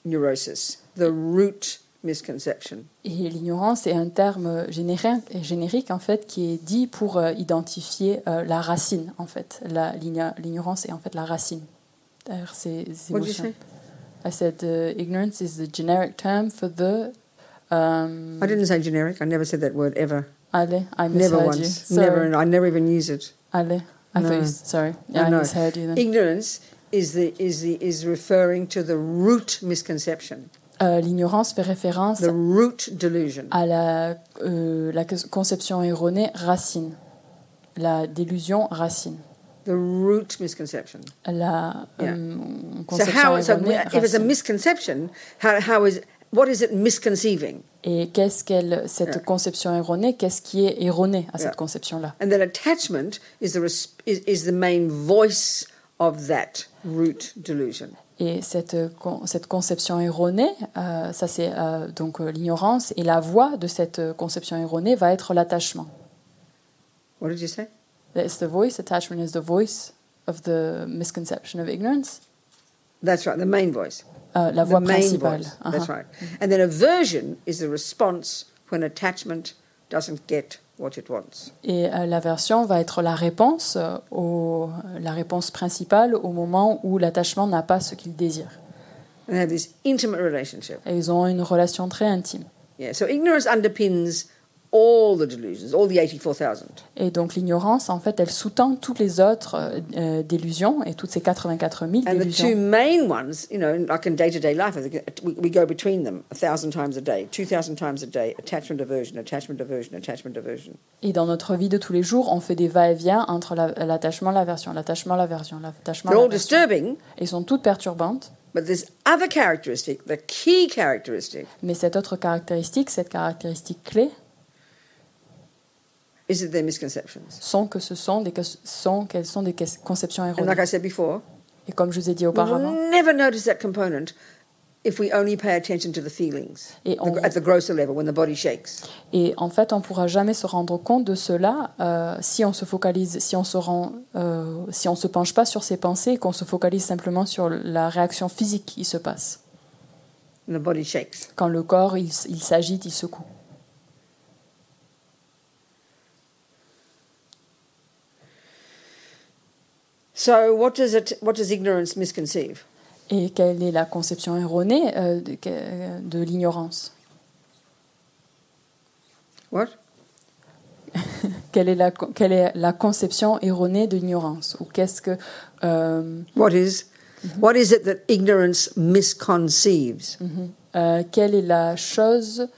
[SPEAKER 1] neurosis, the root misconception.
[SPEAKER 2] Et l'ignorance est un terme générique, générique en fait qui est dit pour euh, identifier euh, la racine en fait. La- l'igno- L'ignorance est en fait la racine. Derrière ces ces
[SPEAKER 1] What did you say?
[SPEAKER 2] émotions. I said uh, ignorance is the generic term for the. Um,
[SPEAKER 1] I didn't say generic. I never said that word ever.
[SPEAKER 2] allez, I misheard
[SPEAKER 1] Never
[SPEAKER 2] you.
[SPEAKER 1] once.
[SPEAKER 2] Sorry.
[SPEAKER 1] Never. and I never even use it.
[SPEAKER 2] Allez, I
[SPEAKER 1] No.
[SPEAKER 2] thought you, sorry, yeah, I
[SPEAKER 1] no.
[SPEAKER 2] misheard you then.
[SPEAKER 1] Ignorance is the is the is referring to the root misconception,
[SPEAKER 2] Euh, L'ignorance fait référence
[SPEAKER 1] the root delusion.
[SPEAKER 2] à la, euh, la cons- conception erronée racine, la délusion racine,
[SPEAKER 1] The root misconception.
[SPEAKER 2] la
[SPEAKER 1] Yeah.
[SPEAKER 2] euh,
[SPEAKER 1] So
[SPEAKER 2] conception
[SPEAKER 1] how? So
[SPEAKER 2] erronée
[SPEAKER 1] if it's a
[SPEAKER 2] racine.
[SPEAKER 1] misconception, how, how is what is it misconceiving?
[SPEAKER 2] Et qu'est-ce qu'elle, cette
[SPEAKER 1] Yeah.
[SPEAKER 2] conception erronée, qu'est-ce qui est erroné à
[SPEAKER 1] Yeah.
[SPEAKER 2] cette conception-là
[SPEAKER 1] And then attachment is the res- is, is the main voice of that root delusion.
[SPEAKER 2] Et cette, euh, con- cette conception erronée, euh, ça c'est euh, donc euh, l'ignorance, et la voix de cette euh, conception erronée va être l'attachement.
[SPEAKER 1] What did you say?
[SPEAKER 2] It's the voice, attachment is the voice of the misconception of ignorance.
[SPEAKER 1] That's right. The main voice.
[SPEAKER 2] Euh, la
[SPEAKER 1] the
[SPEAKER 2] voix
[SPEAKER 1] main
[SPEAKER 2] principale.
[SPEAKER 1] voice.
[SPEAKER 2] Uh-huh.
[SPEAKER 1] That's right. And then aversion is the response when attachment doesn't get what it wants.
[SPEAKER 2] Et euh, l'aversion va être la réponse, euh, au, la réponse principale au moment où l'attachement n'a pas ce qu'il désire.
[SPEAKER 1] And they have this intimate relationship.
[SPEAKER 2] Et ils ont une relation très intime.
[SPEAKER 1] Yeah. So ignorance underpins all the delusions, all the 84,000.
[SPEAKER 2] Et donc l'ignorance, en fait, elle sous-tend toutes les autres euh, euh, délusions et toutes ces 84 000
[SPEAKER 1] And the two
[SPEAKER 2] délusions.
[SPEAKER 1] main ones, you know, like in day to day life, I think we, we go between them a thousand times a day, 2,000 times a day attachment, aversion, attachment, aversion, attachment, aversion.
[SPEAKER 2] Et dans notre vie de tous les jours, on fait des va-et-vient entre la- l'attachement, l'aversion, l'attachement, l'aversion, l'attachement,
[SPEAKER 1] They're all
[SPEAKER 2] l'aversion.
[SPEAKER 1] disturbing,
[SPEAKER 2] Et sont toutes perturbantes.
[SPEAKER 1] but there's other characteristic, the key characteristic,
[SPEAKER 2] Mais cette autre caractéristique, cette caractéristique clé,
[SPEAKER 1] is that they're misconceptions.
[SPEAKER 2] sont que ce sont des sont qu'elles sont des que- conceptions
[SPEAKER 1] And like I
[SPEAKER 2] erronées.
[SPEAKER 1] said before,
[SPEAKER 2] Et comme je vous ai dit
[SPEAKER 1] We'll
[SPEAKER 2] auparavant,
[SPEAKER 1] never notice that component if we only pay attention to the feelings
[SPEAKER 2] Et
[SPEAKER 1] the-
[SPEAKER 2] on-
[SPEAKER 1] at the grosser level when the body shakes.
[SPEAKER 2] Et en fait, on pourra jamais se rendre compte de cela euh, si on se focalise, si on se rend, euh, si on se penche pas sur ses pensées et qu'on se focalise simplement sur la réaction physique qui se passe.
[SPEAKER 1] And the body shakes.
[SPEAKER 2] Quand le corps, il, s- il s'agite, il secoue.
[SPEAKER 1] So what does it? What does ignorance misconceive?
[SPEAKER 2] Et quelle est la conception erronée euh, de, que- euh, de l'ignorance
[SPEAKER 1] What?
[SPEAKER 2] quelle est, la, co- quelle est la conception erronée de l'ignorance Ou qu'est-ce que euh,
[SPEAKER 1] What is- what is it that ignorance misconceives?
[SPEAKER 2] euh, quelle est la chose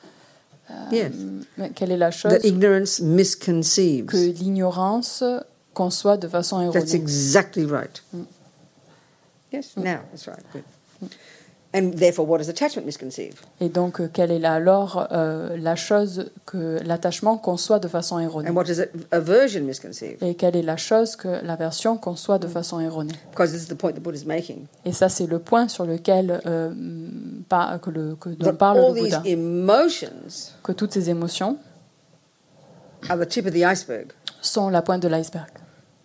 [SPEAKER 1] Yes.
[SPEAKER 2] mais Quelle est la chose
[SPEAKER 1] That ignorance misconceives.
[SPEAKER 2] que l'ignorance conçoit de façon
[SPEAKER 1] That's
[SPEAKER 2] erronée
[SPEAKER 1] exactly right. Yes. Now that's right. Good. And therefore, what does attachment misconceive?
[SPEAKER 2] Et donc, euh, quelle est là, alors euh, la chose que l'attachement conçoit de façon erronée
[SPEAKER 1] And what does it, aversion misconceive?
[SPEAKER 2] Et quelle est la chose que l'aversion conçoit
[SPEAKER 1] Mm.
[SPEAKER 2] de façon erronée
[SPEAKER 1] Because this is the point the Buddha's making.
[SPEAKER 2] Et ça, c'est le point sur lequel euh, mm, par- que le, que, dont
[SPEAKER 1] That
[SPEAKER 2] parle
[SPEAKER 1] all
[SPEAKER 2] le
[SPEAKER 1] these
[SPEAKER 2] Bouddha.
[SPEAKER 1] emotions
[SPEAKER 2] Que toutes ces émotions
[SPEAKER 1] are the tip of the iceberg,
[SPEAKER 2] sont la pointe de l'iceberg.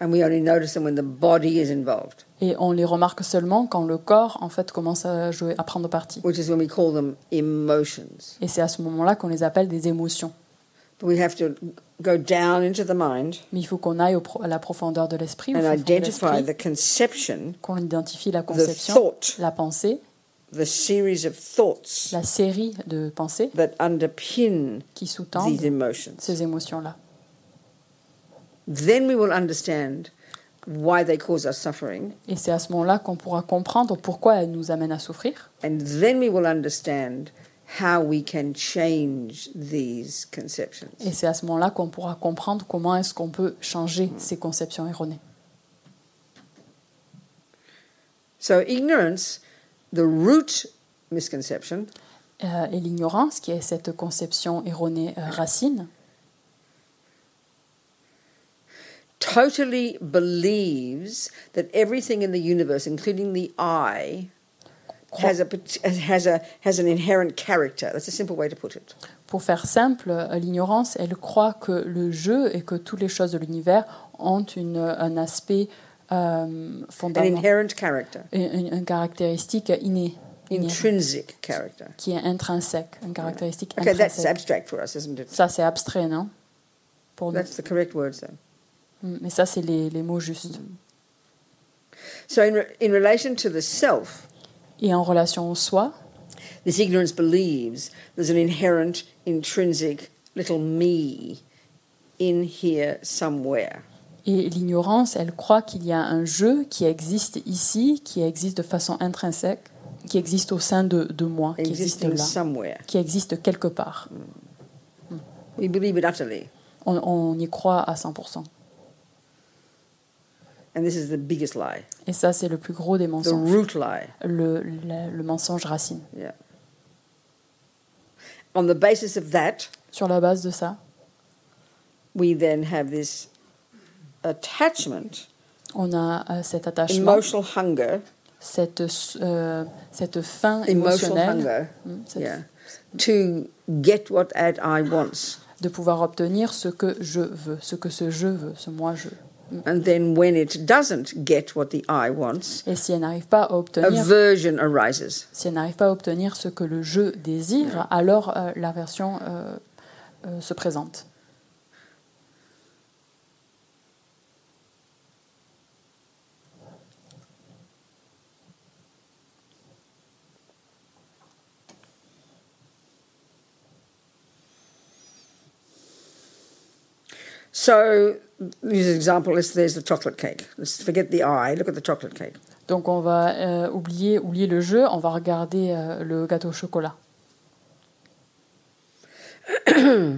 [SPEAKER 1] and we only notice them when the body is involved,
[SPEAKER 2] Et on les remarque seulement quand le corps, en fait, commence à, jouer, à prendre parti.
[SPEAKER 1] which is when we call them emotions.
[SPEAKER 2] Et c'est à ce moment-là qu'on les appelle des émotions.
[SPEAKER 1] But we have to go down into the mind
[SPEAKER 2] Mais il faut qu'on aille au pro- à la profondeur de l'esprit, au
[SPEAKER 1] and
[SPEAKER 2] fond fond de
[SPEAKER 1] identify
[SPEAKER 2] l'esprit,
[SPEAKER 1] the conception,
[SPEAKER 2] qu'on identifie la
[SPEAKER 1] the
[SPEAKER 2] conception,
[SPEAKER 1] thought,
[SPEAKER 2] la pensée,
[SPEAKER 1] the series of thoughts
[SPEAKER 2] la série de pensées
[SPEAKER 1] that underpin
[SPEAKER 2] qui sous-tendent
[SPEAKER 1] these emotions.
[SPEAKER 2] ces émotions-là.
[SPEAKER 1] Then we will understand why they cause us suffering,
[SPEAKER 2] Et c'est à ce moment-là qu'on pourra comprendre pourquoi elle nous amène à souffrir.
[SPEAKER 1] and then we will understand how we can change these conceptions.
[SPEAKER 2] Et c'est à ce moment-là qu'on pourra comprendre comment est-ce qu'on peut changer ces conceptions erronées.
[SPEAKER 1] So, ignorance, the root misconception,
[SPEAKER 2] Euh, et l'ignorance, qui est cette conception erronée euh, racine,
[SPEAKER 1] totally believes that everything in the universe, including the I,
[SPEAKER 2] croit-
[SPEAKER 1] has a pat- has a has an inherent character. That's a simple way to put it.
[SPEAKER 2] pour faire simple, euh, l'ignorance, elle croit que le jeu et que toutes les choses de l'univers ont une, euh, un aspect euh,
[SPEAKER 1] An
[SPEAKER 2] fondamental,
[SPEAKER 1] inherent character,
[SPEAKER 2] une, une- une caractéristique innée, innée,
[SPEAKER 1] intrinsic character.
[SPEAKER 2] qui est intrinsèque, une caractéristique
[SPEAKER 1] Okay, that's
[SPEAKER 2] intrinsèque.
[SPEAKER 1] abstract for us, isn't it?
[SPEAKER 2] Ça, c'est abstrait, non Pour nous.
[SPEAKER 1] That's the correct words, though.
[SPEAKER 2] Mm, Mais ça, c'est les, les mots justes.
[SPEAKER 1] Mm. So, in re- in relation to the self,
[SPEAKER 2] Et en relation au soi,
[SPEAKER 1] this ignorance believes there's an inherent, intrinsic little me in here somewhere.
[SPEAKER 2] et l'ignorance, elle croit qu'il y a un jeu qui existe ici, qui existe de façon intrinsèque, qui existe au sein de, de moi, qui existe
[SPEAKER 1] existing
[SPEAKER 2] là,
[SPEAKER 1] somewhere.
[SPEAKER 2] qui existe quelque part.
[SPEAKER 1] We believe it utterly.
[SPEAKER 2] On, on y croit à 100%.
[SPEAKER 1] And this is the biggest lie,
[SPEAKER 2] Et ça, c'est le plus gros des
[SPEAKER 1] the
[SPEAKER 2] mensonges,
[SPEAKER 1] root lie.
[SPEAKER 2] le, le- le mensonge racine.
[SPEAKER 1] Yeah. On the basis of that,
[SPEAKER 2] Sur la base de ça,
[SPEAKER 1] we then have this attachment,
[SPEAKER 2] on a euh, cet attachement,
[SPEAKER 1] emotional hunger,
[SPEAKER 2] cette, euh, cette faim
[SPEAKER 1] emotional
[SPEAKER 2] émotionnelle,
[SPEAKER 1] hunger,
[SPEAKER 2] hmm, cette-
[SPEAKER 1] yeah, to get what that I wants.
[SPEAKER 2] de pouvoir obtenir ce que je veux, ce que ce je veux, ce moi je.
[SPEAKER 1] And then when it doesn't get what the I wants,
[SPEAKER 2] Et si elle n'arrive pas à obtenir,
[SPEAKER 1] aversion arises.
[SPEAKER 2] si elle n'arrive pas à obtenir ce que le je désire, alors euh, l'aversion euh, euh, se présente.
[SPEAKER 1] So, use an example. Let's, there's the chocolate cake. Let's forget the I. Look at the chocolate cake.
[SPEAKER 2] Donc on va euh, oublier, oublier le jeu, on va regarder euh, le gâteau au chocolat.
[SPEAKER 1] And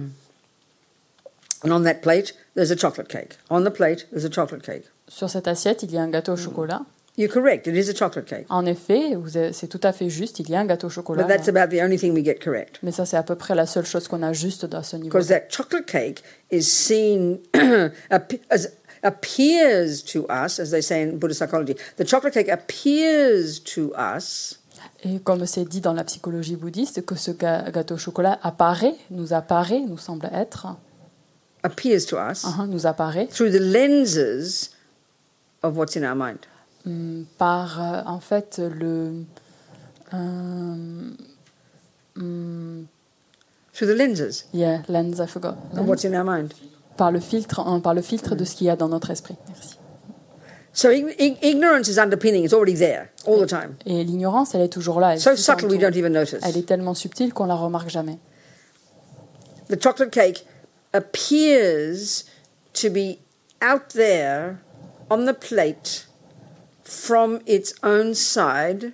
[SPEAKER 1] on that plate, there's a chocolate cake. On the plate, there's a chocolate cake.
[SPEAKER 2] Sur cette assiette, il y a un gâteau au chocolat.
[SPEAKER 1] You're correct. It is a chocolate cake.
[SPEAKER 2] En effet, vous avez- c'est tout à fait juste, il y a un gâteau au chocolat.
[SPEAKER 1] But that's
[SPEAKER 2] là.
[SPEAKER 1] about the only thing we get correct.
[SPEAKER 2] Mais ça, c'est à peu près la seule chose qu'on a juste à ce niveau.
[SPEAKER 1] Because that chocolate cake is seen, <clears throat> ap- as, appears to us, as they say in Buddhist psychology, the chocolate cake appears to us
[SPEAKER 2] Et comme c'est dit dans la psychologie bouddhiste, que ce ga- gâteau au chocolat apparaît, nous apparaît, nous semble être,
[SPEAKER 1] appears to us
[SPEAKER 2] hein, nous apparaît
[SPEAKER 1] through the lenses of what's in our mind.
[SPEAKER 2] hum, par euh, en fait le euh, hum,
[SPEAKER 1] Through the lenses
[SPEAKER 2] yeah, lens I forgot.
[SPEAKER 1] of what's in our mind.
[SPEAKER 2] Par le filtre, hein, par le filtre de ce qu'il y a dans notre esprit. Merci.
[SPEAKER 1] So ign- ign- ignorance is underpinning. It's already there all the time.
[SPEAKER 2] Et l'ignorance, elle est toujours là. Elle,
[SPEAKER 1] So
[SPEAKER 2] est
[SPEAKER 1] subtle we
[SPEAKER 2] tout en
[SPEAKER 1] don't even notice.
[SPEAKER 2] tout. Elle est tellement subtile qu'on la remarque jamais.
[SPEAKER 1] The chocolate cake appears to be out there on the plate from its own side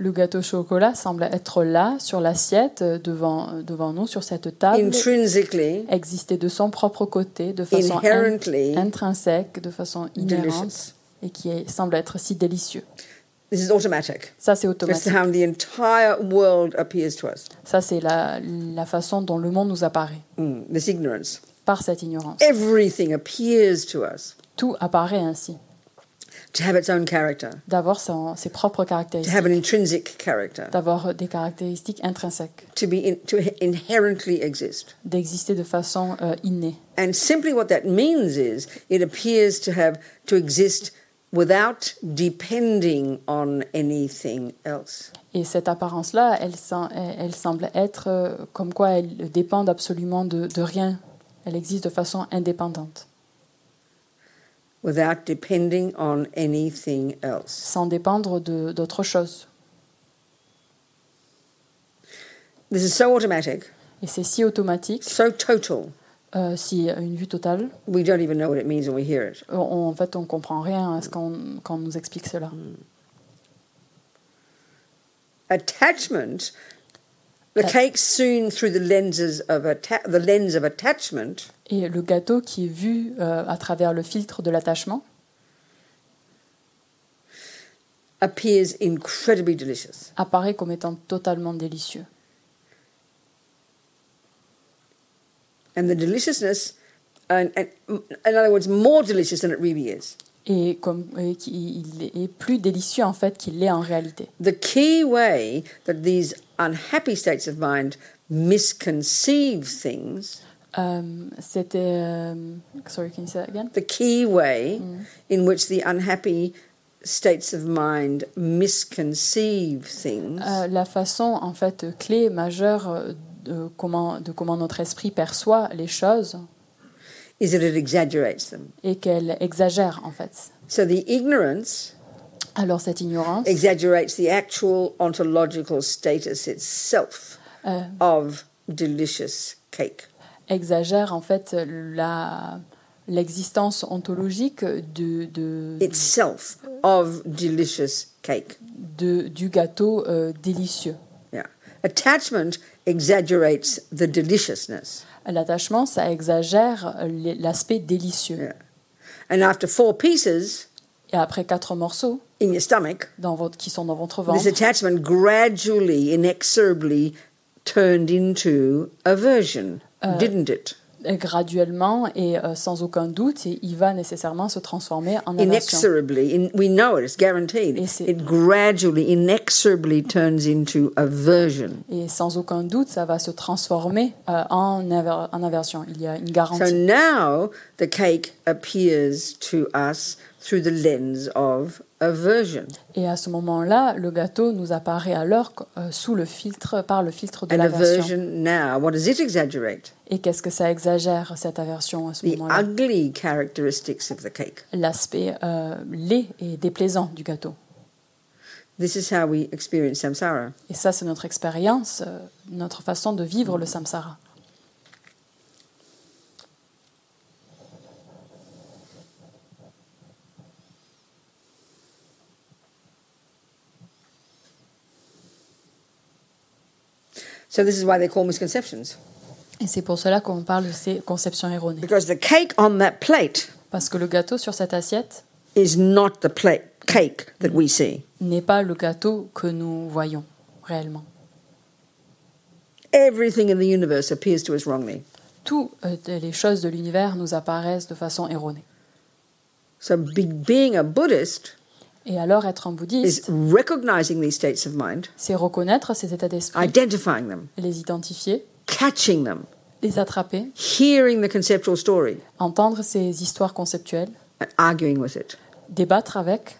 [SPEAKER 2] Le gâteau au chocolat semble être là sur l'assiette euh, devant euh, devant nous sur cette table.
[SPEAKER 1] intrinsically
[SPEAKER 2] exister de son propre côté, de façon in-
[SPEAKER 1] Inherently
[SPEAKER 2] intrinsèque, de façon
[SPEAKER 1] delicious.
[SPEAKER 2] inhérente, et qui est- semble être si délicieux.
[SPEAKER 1] This is automatic.
[SPEAKER 2] Ça, c'est
[SPEAKER 1] That's
[SPEAKER 2] automatique.
[SPEAKER 1] how the entire world appears to us.
[SPEAKER 2] Ça, c'est la, la façon dont le monde nous apparaît,
[SPEAKER 1] Mm, this ignorance.
[SPEAKER 2] par cette ignorance.
[SPEAKER 1] Everything appears to us
[SPEAKER 2] Tout apparaît ainsi,
[SPEAKER 1] to have its own character,
[SPEAKER 2] d'avoir son- ses propres
[SPEAKER 1] to
[SPEAKER 2] caractéristiques,
[SPEAKER 1] have an intrinsic character,
[SPEAKER 2] d'avoir des caractéristiques intrinsèques,
[SPEAKER 1] to be in, to inherently exist.
[SPEAKER 2] d'exister de façon euh, innée.
[SPEAKER 1] And simply what that means is it appears to have to exist without depending on anything else.
[SPEAKER 2] Et cette apparence-là, elle, sem- elle- elle semble être euh, comme quoi elle dépend absolument de- de rien. Elle existe de façon indépendante.
[SPEAKER 1] Without depending on anything else.
[SPEAKER 2] sans dépendre de- d'autre chose.
[SPEAKER 1] This is so automatic,
[SPEAKER 2] Et c'est si automatique,
[SPEAKER 1] so total,
[SPEAKER 2] Euh, si une vue totale,
[SPEAKER 1] We don't even know what it means when we hear it.
[SPEAKER 2] on- on- en fait, on comprend rien à ce qu'on qu'on nous explique cela.
[SPEAKER 1] Attachment. The cake soon through the lenses of atta- the lens of attachment
[SPEAKER 2] Et le gâteau qui est vu euh, à travers le filtre de l'attachement
[SPEAKER 1] appears incredibly delicious.
[SPEAKER 2] apparaît comme étant totalement délicieux.
[SPEAKER 1] And the deliciousness, and, and in other words, more delicious than it really is.
[SPEAKER 2] Et comme et qui- il est plus délicieux en fait qu'il l'est en réalité.
[SPEAKER 1] The key way that these unhappy states of mind misconceive things,
[SPEAKER 2] Euh, C'était. euh, sorry, can you say that again?
[SPEAKER 1] the key way in which the unhappy states of mind misconceive things
[SPEAKER 2] Euh, la façon en fait euh, clé majeure euh, de comment, de comment notre esprit perçoit les choses
[SPEAKER 1] is that it exaggerates them.
[SPEAKER 2] et qu'elle exagère en fait.
[SPEAKER 1] So the ignorance
[SPEAKER 2] Alors cette ignorance,
[SPEAKER 1] exaggerates the actual ontological status itself
[SPEAKER 2] euh,
[SPEAKER 1] of delicious cake.
[SPEAKER 2] exagère en fait la l'existence ontologique de, de,
[SPEAKER 1] Itself of delicious cake.
[SPEAKER 2] de- du gâteau euh, délicieux.
[SPEAKER 1] Yeah. Attachment exaggerates the deliciousness.
[SPEAKER 2] L'attachement, ça exagère les- l'aspect délicieux.
[SPEAKER 1] Yeah. And after four pieces
[SPEAKER 2] Et après quatre morceaux
[SPEAKER 1] in your stomach,
[SPEAKER 2] dans votre, qui sont dans votre
[SPEAKER 1] this
[SPEAKER 2] ventre,
[SPEAKER 1] attachment gradually, inexorably turned into aversion, didn't it?
[SPEAKER 2] euh, graduellement et euh, sans aucun doute, et il va nécessairement se transformer en aversion.
[SPEAKER 1] Inexorably, in, we know it, it's guaranteed.
[SPEAKER 2] Yes, it-
[SPEAKER 1] It gradually, inexorably turns into aversion.
[SPEAKER 2] Et sans aucun doute, ça va se transformer euh, en, aver- en aversion. Il y a une
[SPEAKER 1] So
[SPEAKER 2] garantie.
[SPEAKER 1] now the cake appears to us through the lens of aversion.
[SPEAKER 2] Et à ce moment-là, le gâteau nous apparaît alors euh, sous le filtre, par le filtre de
[SPEAKER 1] And
[SPEAKER 2] l'aversion.
[SPEAKER 1] aversion now, what does it exaggerate?
[SPEAKER 2] Et qu'est-ce que ça exagère, cette aversion, à ce
[SPEAKER 1] The
[SPEAKER 2] moment-là
[SPEAKER 1] ugly characteristics of the cake.
[SPEAKER 2] L'aspect euh, laid et déplaisant du gâteau.
[SPEAKER 1] This is how we experience samsara.
[SPEAKER 2] Et ça, c'est notre expérience, euh, notre façon de vivre le samsara.
[SPEAKER 1] So this is why they call misconceptions.
[SPEAKER 2] Et c'est pour cela qu'on parle de ces conceptions erronées.
[SPEAKER 1] Because the cake on that plate
[SPEAKER 2] Parce que le gâteau sur cette assiette
[SPEAKER 1] is not the plate cake that we see.
[SPEAKER 2] n'est pas le gâteau que nous voyons réellement.
[SPEAKER 1] Everything in the universe appears to us wrongly.
[SPEAKER 2] Toutes euh, les choses de l'univers nous apparaissent de façon erronée.
[SPEAKER 1] So be- being a Buddhist
[SPEAKER 2] Et alors, être un
[SPEAKER 1] is
[SPEAKER 2] bouddhiste,
[SPEAKER 1] recognizing these states of mind,
[SPEAKER 2] c'est reconnaître ces états d'esprit,
[SPEAKER 1] identifying them,
[SPEAKER 2] les identifier,
[SPEAKER 1] catching them,
[SPEAKER 2] les attraper,
[SPEAKER 1] hearing the conceptual story,
[SPEAKER 2] entendre ces histoires conceptuelles,
[SPEAKER 1] and arguing with it
[SPEAKER 2] débattre avec,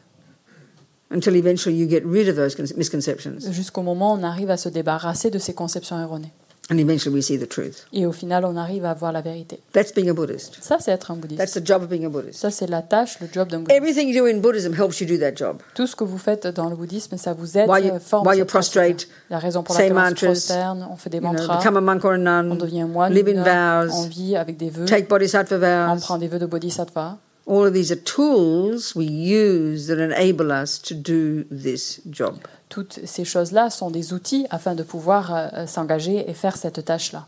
[SPEAKER 1] until eventually you get rid of those con- misconceptions.
[SPEAKER 2] jusqu'au moment où on arrive à se débarrasser de ces conceptions erronées.
[SPEAKER 1] And eventually we see the truth.
[SPEAKER 2] Et au final, on arrive à voir la vérité.
[SPEAKER 1] That's being a Buddhist.
[SPEAKER 2] Ça, c'est être un bouddhiste.
[SPEAKER 1] That's the job of being a Buddhist.
[SPEAKER 2] Ça, c'est la tâche, le job d'un bouddhiste.
[SPEAKER 1] Everything you do in Buddhism helps you do that job.
[SPEAKER 2] Tout ce que vous faites dans le bouddhisme, ça vous aide,
[SPEAKER 1] While you-
[SPEAKER 2] euh, forme
[SPEAKER 1] while you
[SPEAKER 2] cette pratique-là.
[SPEAKER 1] prostrate,
[SPEAKER 2] La raison pour
[SPEAKER 1] say
[SPEAKER 2] laquelle on se
[SPEAKER 1] mantras,
[SPEAKER 2] prosterne, on fait des
[SPEAKER 1] You know,
[SPEAKER 2] mantras,
[SPEAKER 1] become a monk or a nun,
[SPEAKER 2] on devient moine,
[SPEAKER 1] live in
[SPEAKER 2] nonne, on
[SPEAKER 1] vows,
[SPEAKER 2] vit avec des vœux,
[SPEAKER 1] Mm. take bodhisattva
[SPEAKER 2] on
[SPEAKER 1] vows.
[SPEAKER 2] prend des vœux de bodhisattva.
[SPEAKER 1] All of these are tools we use that enable us to do this job.
[SPEAKER 2] Toutes ces choses-là sont des outils afin de pouvoir euh, euh, s'engager et faire cette tâche-là.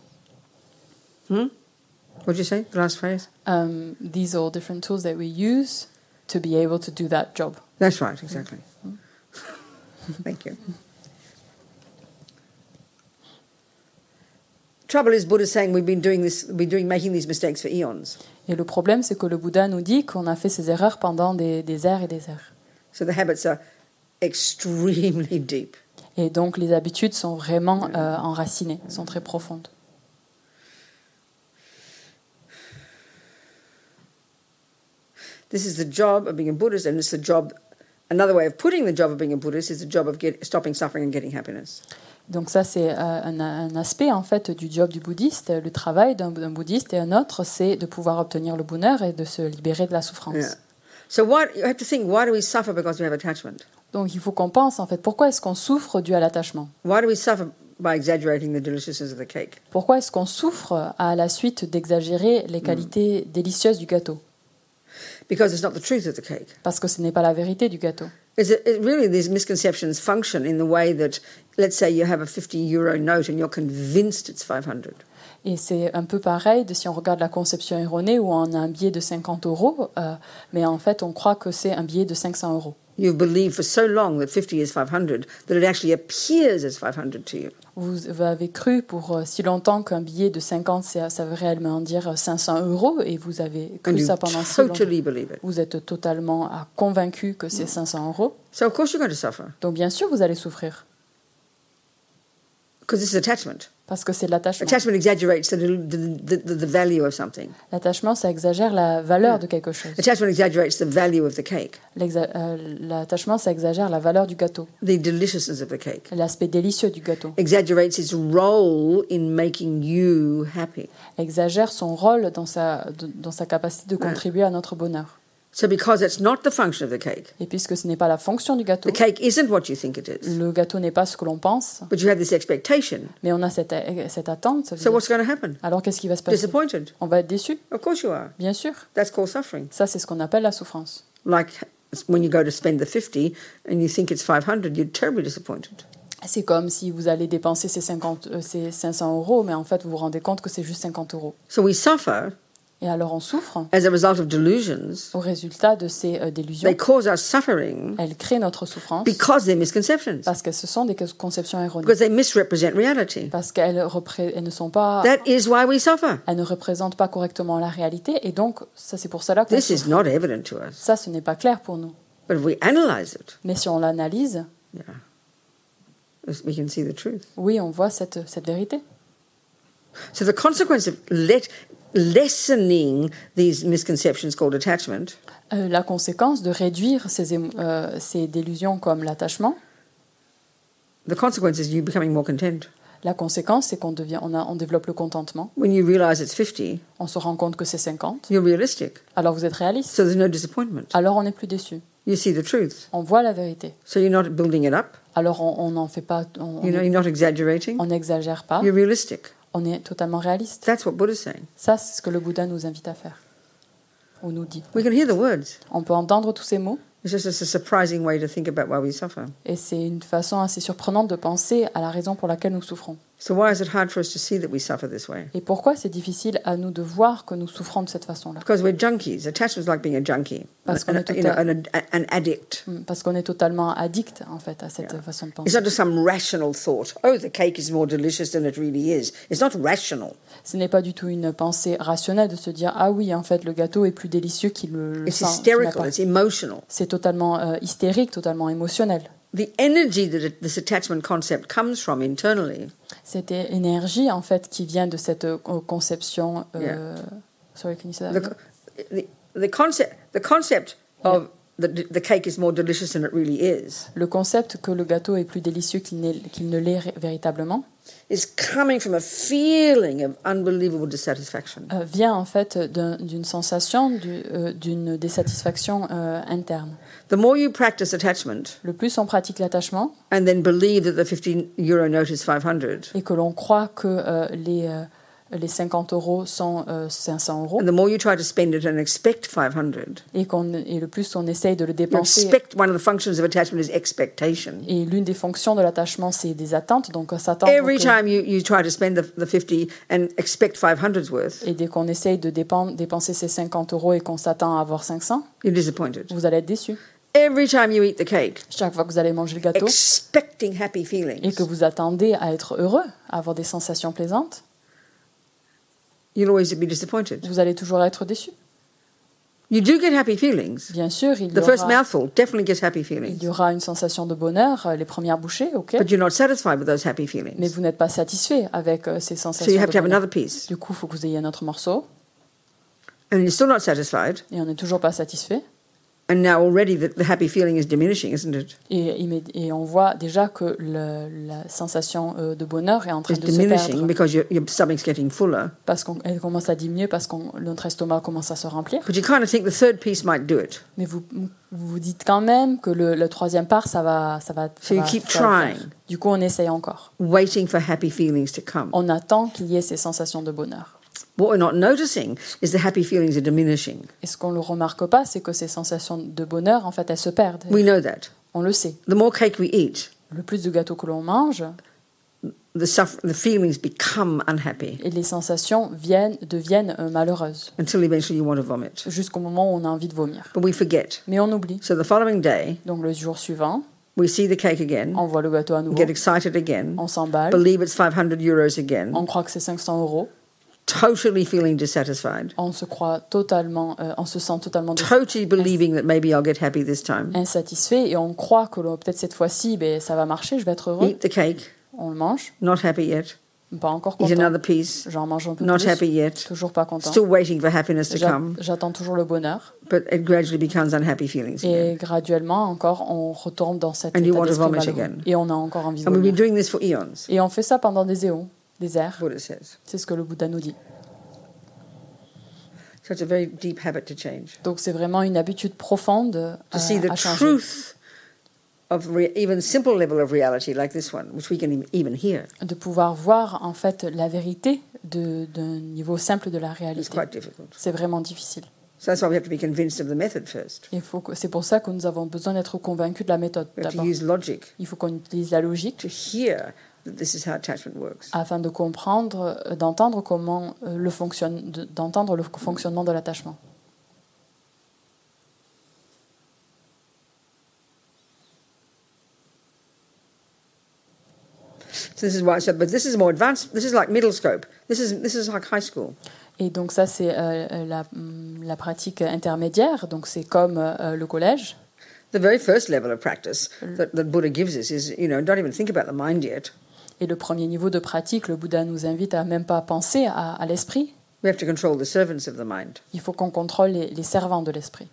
[SPEAKER 1] What did you say? The last phrase?
[SPEAKER 2] Um, these are all different tools that we use to be able to do that job.
[SPEAKER 1] That's right, exactly. <laughs> Thank you. Trouble is, Buddha's saying we've been doing this, we've been doing making these mistakes for eons.
[SPEAKER 2] Et le problème, c'est que le Bouddha nous dit qu'on a fait ces erreurs pendant des, des ères et des ères.
[SPEAKER 1] So the habits are extremely <laughs> deep.
[SPEAKER 2] Et donc, les habitudes sont vraiment euh, enracinées, sont très profondes.
[SPEAKER 1] This is the job of being a Buddhist, and it's the job. Another way of putting the job of being a Buddhist is the job of get, stopping suffering and getting happiness.
[SPEAKER 2] Donc ça, c'est euh, un, un aspect en fait du job du bouddhiste, le travail d'un d'un bouddhiste, et un autre, c'est de pouvoir obtenir le bonheur et de se libérer de la souffrance.
[SPEAKER 1] Yeah. So what you have to think? Why do we suffer because we have attachment?
[SPEAKER 2] Donc il faut qu'on pense en fait, pourquoi est-ce qu'on souffre dû à l'attachement
[SPEAKER 1] Why do we suffer by exaggerating the deliciousness of the cake.
[SPEAKER 2] Pourquoi est-ce qu'on souffre à la suite d'exagérer les qualités délicieuses du gâteau
[SPEAKER 1] because it's not the truth of the cake.
[SPEAKER 2] Parce que ce n'est pas la vérité du gâteau.
[SPEAKER 1] Is it, it really these misconceptions function in the way that, let's say, you have a 50 euro note and you're convinced it's 500.
[SPEAKER 2] Et c'est un peu pareil de si on regarde la conception erronée où on a un billet de 50 euros, euh, mais en fait on croit que c'est un billet de 500 euros.
[SPEAKER 1] You've believed for so long that 50 is 500 that it actually appears as 500 to you.
[SPEAKER 2] Vous vous avez cru pour euh, si longtemps qu'un billet de 50, c'est- ça veut réellement dire euh, 500 euros, et vous avez
[SPEAKER 1] And
[SPEAKER 2] cru
[SPEAKER 1] you
[SPEAKER 2] ça pendant si longtemps.
[SPEAKER 1] totally believe it.
[SPEAKER 2] Vous êtes totalement euh, convaincu que c'est 500 euros.
[SPEAKER 1] So, of course, you're going to suffer
[SPEAKER 2] Donc bien sûr, vous allez souffrir,
[SPEAKER 1] because this is attachment.
[SPEAKER 2] parce que c'est de l'attachement.
[SPEAKER 1] Attachment exaggerates the, the, the, the, the value of something,
[SPEAKER 2] L'attachement, ça exagère la valeur de quelque chose.
[SPEAKER 1] attachment exaggerates the value of the cake,
[SPEAKER 2] L'exa- euh, L'attachement, ça exagère la valeur du gâteau,
[SPEAKER 1] the deliciousness of the cake,
[SPEAKER 2] l'aspect délicieux du gâteau,
[SPEAKER 1] exaggerates its role in making you happy.
[SPEAKER 2] exagère son rôle dans sa, de- dans sa capacité de contribuer à notre bonheur.
[SPEAKER 1] So, because it's not the function of the cake,
[SPEAKER 2] Et puisque ce n'est pas la fonction du gâteau,
[SPEAKER 1] the cake isn't what you think it is.
[SPEAKER 2] le gâteau n'est pas ce que l'on pense,
[SPEAKER 1] But you have this expectation.
[SPEAKER 2] mais on a cette, cette attente.
[SPEAKER 1] So what's going to happen?
[SPEAKER 2] Alors qu'est-ce qui va se passer
[SPEAKER 1] Disappointed.
[SPEAKER 2] On va être déçu,
[SPEAKER 1] Of course you are.
[SPEAKER 2] bien sûr.
[SPEAKER 1] That's called suffering.
[SPEAKER 2] Ça, c'est ce qu'on appelle la souffrance.
[SPEAKER 1] Like when you go to spend the 50 and you think it's 500, you're terribly disappointed.
[SPEAKER 2] C'est comme si vous allez dépenser ces, 50, euh, ces 500 euros, mais en fait, vous vous rendez compte que c'est juste 50 euros.
[SPEAKER 1] So we suffer
[SPEAKER 2] Et alors, on souffre
[SPEAKER 1] as a result of delusions.
[SPEAKER 2] au résultat de ces euh,
[SPEAKER 1] They
[SPEAKER 2] délusions.
[SPEAKER 1] cause us suffering
[SPEAKER 2] Elles créent notre souffrance
[SPEAKER 1] because they're misconceptions,
[SPEAKER 2] parce que ce sont des conceptions erronées,
[SPEAKER 1] because they misrepresent reality.
[SPEAKER 2] parce qu'elles repré- elles ne sont pas,
[SPEAKER 1] That is why we suffer.
[SPEAKER 2] elles ne représentent pas correctement la réalité, et donc ça c'est pour cela que
[SPEAKER 1] This is not evident to us.
[SPEAKER 2] ça ce n'est pas clair pour nous.
[SPEAKER 1] But if we analyze it,
[SPEAKER 2] Mais si on l'analyse,
[SPEAKER 1] yeah, we can see the truth.
[SPEAKER 2] oui, on voit cette, cette vérité.
[SPEAKER 1] So the consequence of let, lessening these misconceptions called attachment
[SPEAKER 2] Euh, la conséquence de réduire ces, émo- euh, ces délusions comme l'attachement,
[SPEAKER 1] The consequence is you becoming more content.
[SPEAKER 2] la conséquence c'est qu'on devient, on, a- on développe le contentement,
[SPEAKER 1] When you realize it's 50,
[SPEAKER 2] on se rend compte que c'est 50,
[SPEAKER 1] you're realistic.
[SPEAKER 2] alors vous êtes réaliste,
[SPEAKER 1] So there's no disappointment.
[SPEAKER 2] alors on n'est plus déçu,
[SPEAKER 1] You see the truth.
[SPEAKER 2] on voit la vérité,
[SPEAKER 1] So you're not building it up.
[SPEAKER 2] alors on on n'en fait pas, on-
[SPEAKER 1] You know, you're not exaggerating.
[SPEAKER 2] on n'exagère pas,
[SPEAKER 1] You're realistic.
[SPEAKER 2] on est totalement réaliste.
[SPEAKER 1] That's what Buddha's saying.
[SPEAKER 2] Ça, c'est ce que le Bouddha nous invite à faire. On nous dit.
[SPEAKER 1] We can hear the words.
[SPEAKER 2] On peut entendre tous ces mots,
[SPEAKER 1] It's just it's a surprising way to think about why we suffer.
[SPEAKER 2] et c'est une façon assez surprenante de penser à la raison pour laquelle nous souffrons.
[SPEAKER 1] So why is it hard for us to see that we suffer this way?
[SPEAKER 2] Et pourquoi c'est difficile à nous de voir que nous souffrons de cette façon-là
[SPEAKER 1] Because we're junkies. Attachment's like being a junkie,
[SPEAKER 2] Parce qu'on
[SPEAKER 1] an,
[SPEAKER 2] est
[SPEAKER 1] you know,
[SPEAKER 2] total-
[SPEAKER 1] an, an addict.
[SPEAKER 2] Hmm, Parce qu'on est totalement addict, en fait, à cette façon de
[SPEAKER 1] It's
[SPEAKER 2] penser.
[SPEAKER 1] not just some rational thought. Oh, the cake is more delicious than it really is. It's not rational.
[SPEAKER 2] Ce n'est pas du tout une pensée rationnelle de se dire Ah oui, en fait, le gâteau est plus délicieux qu'il le le
[SPEAKER 1] It's
[SPEAKER 2] sent- qu'il
[SPEAKER 1] hysterical.
[SPEAKER 2] apparaît.
[SPEAKER 1] It's emotional.
[SPEAKER 2] C'est totalement euh, hystérique, totalement émotionnel.
[SPEAKER 1] the energy that it- this attachment concept comes from internally
[SPEAKER 2] Cette é- énergie, en fait, qui vient de cette euh, conception. euh, Sorry, can you say that
[SPEAKER 1] the,
[SPEAKER 2] again?
[SPEAKER 1] co- the, the concept the concept of that the cake is more delicious than it really is
[SPEAKER 2] Le concept que le gâteau est plus délicieux qu'il, n'est- qu'il ne l'est ré- véritablement
[SPEAKER 1] is coming from a feeling of unbelievable dissatisfaction
[SPEAKER 2] euh, vient en fait d'un- d'une sensation, du- euh, d'une désatisfaction euh, interne.
[SPEAKER 1] the more you practice attachment
[SPEAKER 2] Le plus on pratique l'attachement
[SPEAKER 1] and then believe that the 15 euro note is 500
[SPEAKER 2] et que l'on croit que euh, les, euh, les 50 euros sont euh, 500 euros
[SPEAKER 1] and the more you try to spend it and expect 500
[SPEAKER 2] et, qu'on, et le plus on essaye de le
[SPEAKER 1] you
[SPEAKER 2] dépenser.
[SPEAKER 1] expect one of the functions of attachment is expectation
[SPEAKER 2] Et l'une des fonctions de l'attachement, c'est des attentes, donc euh, s'attendre.
[SPEAKER 1] every
[SPEAKER 2] que-
[SPEAKER 1] time you, you try to spend the, the 50 and expect 500's worth
[SPEAKER 2] et dès qu'on essaye de dépen- dépenser ces 50 euros et qu'on s'attend à avoir 500,
[SPEAKER 1] you're disappointed
[SPEAKER 2] vous allez être déçu.
[SPEAKER 1] every time you eat the cake
[SPEAKER 2] Chaque fois que vous allez manger le gâteau,
[SPEAKER 1] expecting happy
[SPEAKER 2] et
[SPEAKER 1] feelings,
[SPEAKER 2] que vous attendez à être heureux, à avoir des sensations plaisantes,
[SPEAKER 1] you'll always be disappointed.
[SPEAKER 2] vous allez toujours être déçu.
[SPEAKER 1] You do get happy feelings.
[SPEAKER 2] Bien sûr, il y,
[SPEAKER 1] The first
[SPEAKER 2] aura,
[SPEAKER 1] mouthful definitely gets happy
[SPEAKER 2] il
[SPEAKER 1] feelings,
[SPEAKER 2] y aura une sensation de bonheur, euh, les premières bouchées, ok,
[SPEAKER 1] but you're not satisfied with those happy
[SPEAKER 2] mais
[SPEAKER 1] feelings.
[SPEAKER 2] vous n'êtes pas satisfait avec euh, ces
[SPEAKER 1] So
[SPEAKER 2] sensations.
[SPEAKER 1] you have
[SPEAKER 2] de
[SPEAKER 1] to have
[SPEAKER 2] bonheur.
[SPEAKER 1] another piece,
[SPEAKER 2] Du coup, il faut que vous ayez un autre morceau,
[SPEAKER 1] and you're still not satisfied,
[SPEAKER 2] et on n'est toujours pas satisfait,
[SPEAKER 1] And now already the, the happy feeling is diminishing, isn't it?
[SPEAKER 2] Et, immédi- et on voit déjà que le- la sensation euh, de bonheur est en train
[SPEAKER 1] It's
[SPEAKER 2] de se
[SPEAKER 1] diminishing
[SPEAKER 2] perdre
[SPEAKER 1] because your, your stomach's getting fuller.
[SPEAKER 2] parce qu'elle commence à diminuer parce que notre estomac commence à se remplir.
[SPEAKER 1] But you kind of think the third piece might do it.
[SPEAKER 2] Mais vous vous vous dites quand même que le, le troisième part, ça va, ça va. ça
[SPEAKER 1] So you
[SPEAKER 2] va-
[SPEAKER 1] keep
[SPEAKER 2] ça va le faire.
[SPEAKER 1] trying.
[SPEAKER 2] Du coup, on essaye encore.
[SPEAKER 1] Waiting for happy feelings to come.
[SPEAKER 2] On attend qu'il y ait ces sensations de bonheur.
[SPEAKER 1] What we're not noticing is the happy feelings are diminishing.
[SPEAKER 2] Et ce qu'on ne remarque pas, c'est que ces sensations de bonheur, en fait, elles se perdent.
[SPEAKER 1] We know that.
[SPEAKER 2] On le sait.
[SPEAKER 1] The more cake we eat,
[SPEAKER 2] Le plus de gâteaux que l'on mange,
[SPEAKER 1] the, suffer- the feelings become unhappy
[SPEAKER 2] et les sensations viennent, deviennent euh, malheureuses
[SPEAKER 1] until eventually you want to vomit.
[SPEAKER 2] jusqu'au moment où on a envie de vomir.
[SPEAKER 1] But we forget.
[SPEAKER 2] Mais on oublie.
[SPEAKER 1] So the following day,
[SPEAKER 2] Donc le jour suivant,
[SPEAKER 1] we see the cake again,
[SPEAKER 2] on voit le gâteau à
[SPEAKER 1] we
[SPEAKER 2] nouveau,
[SPEAKER 1] get excited again,
[SPEAKER 2] on s'emballe,
[SPEAKER 1] believe it's 500 euros again,
[SPEAKER 2] on croit que c'est 500 euros,
[SPEAKER 1] totally feeling dissatisfied,
[SPEAKER 2] on se croit totalement, euh, on se sent totalement dés-
[SPEAKER 1] totally believing that maybe I'll get happy this time.
[SPEAKER 2] insatisfait et on croit que l'on- peut-être cette fois-ci, ben, ça va marcher, je vais être heureux.
[SPEAKER 1] Eat the cake,
[SPEAKER 2] On le mange,
[SPEAKER 1] not happy yet.
[SPEAKER 2] pas encore
[SPEAKER 1] Eat
[SPEAKER 2] content.
[SPEAKER 1] another piece,
[SPEAKER 2] J'en mange un peu
[SPEAKER 1] not happy
[SPEAKER 2] plus,
[SPEAKER 1] yet.
[SPEAKER 2] toujours pas content.
[SPEAKER 1] Still waiting for happiness to
[SPEAKER 2] J'a-
[SPEAKER 1] come,
[SPEAKER 2] J'attends toujours le bonheur
[SPEAKER 1] but it gradually becomes unhappy feelings. again.
[SPEAKER 2] et graduellement encore on retourne dans cette
[SPEAKER 1] And you
[SPEAKER 2] état
[SPEAKER 1] want to
[SPEAKER 2] d'esprit
[SPEAKER 1] vomit
[SPEAKER 2] malheureux.
[SPEAKER 1] again.
[SPEAKER 2] et on a encore envie de
[SPEAKER 1] And we've been
[SPEAKER 2] vomir.
[SPEAKER 1] doing this for eons,
[SPEAKER 2] Et on fait ça pendant des éons, des airs.
[SPEAKER 1] Buddha says.
[SPEAKER 2] C'est ce que le Bouddha nous dit.
[SPEAKER 1] So it's a very deep habit to change.
[SPEAKER 2] Donc c'est vraiment une habitude profonde euh,
[SPEAKER 1] To see the
[SPEAKER 2] à changer.
[SPEAKER 1] truth of re- even simple level of reality like this one, which we can e- even hear,
[SPEAKER 2] De pouvoir voir en fait la vérité de- d'un niveau simple de la
[SPEAKER 1] is
[SPEAKER 2] réalité.
[SPEAKER 1] quite difficult.
[SPEAKER 2] C'est vraiment difficile.
[SPEAKER 1] So that's why we have to be convinced of the method first.
[SPEAKER 2] Il faut que- C'est pour ça que nous avons besoin d'être convaincus de la méthode
[SPEAKER 1] We have to
[SPEAKER 2] d'abord.
[SPEAKER 1] use logic
[SPEAKER 2] Il faut qu'on utilise la logique
[SPEAKER 1] to hear that this is how attachment works.
[SPEAKER 2] afin de comprendre, euh, d'entendre comment euh, le fonctionne, de- d'entendre le fonctionnement de l'attachement.
[SPEAKER 1] So this is why. So, but this is more advanced. This is like middle scope. This is this is like high school.
[SPEAKER 2] Et donc ça c'est euh, la, hum, la pratique intermédiaire. Donc c'est comme euh, le collège.
[SPEAKER 1] The very first level of practice that, that Buddha gives us is you know don't even think about the mind yet.
[SPEAKER 2] Et le premier niveau de pratique, le Bouddha nous invite à même pas penser à, à l'esprit.
[SPEAKER 1] We have to control the servants of the mind,
[SPEAKER 2] Il faut qu'on contrôle les, les servants de l'esprit,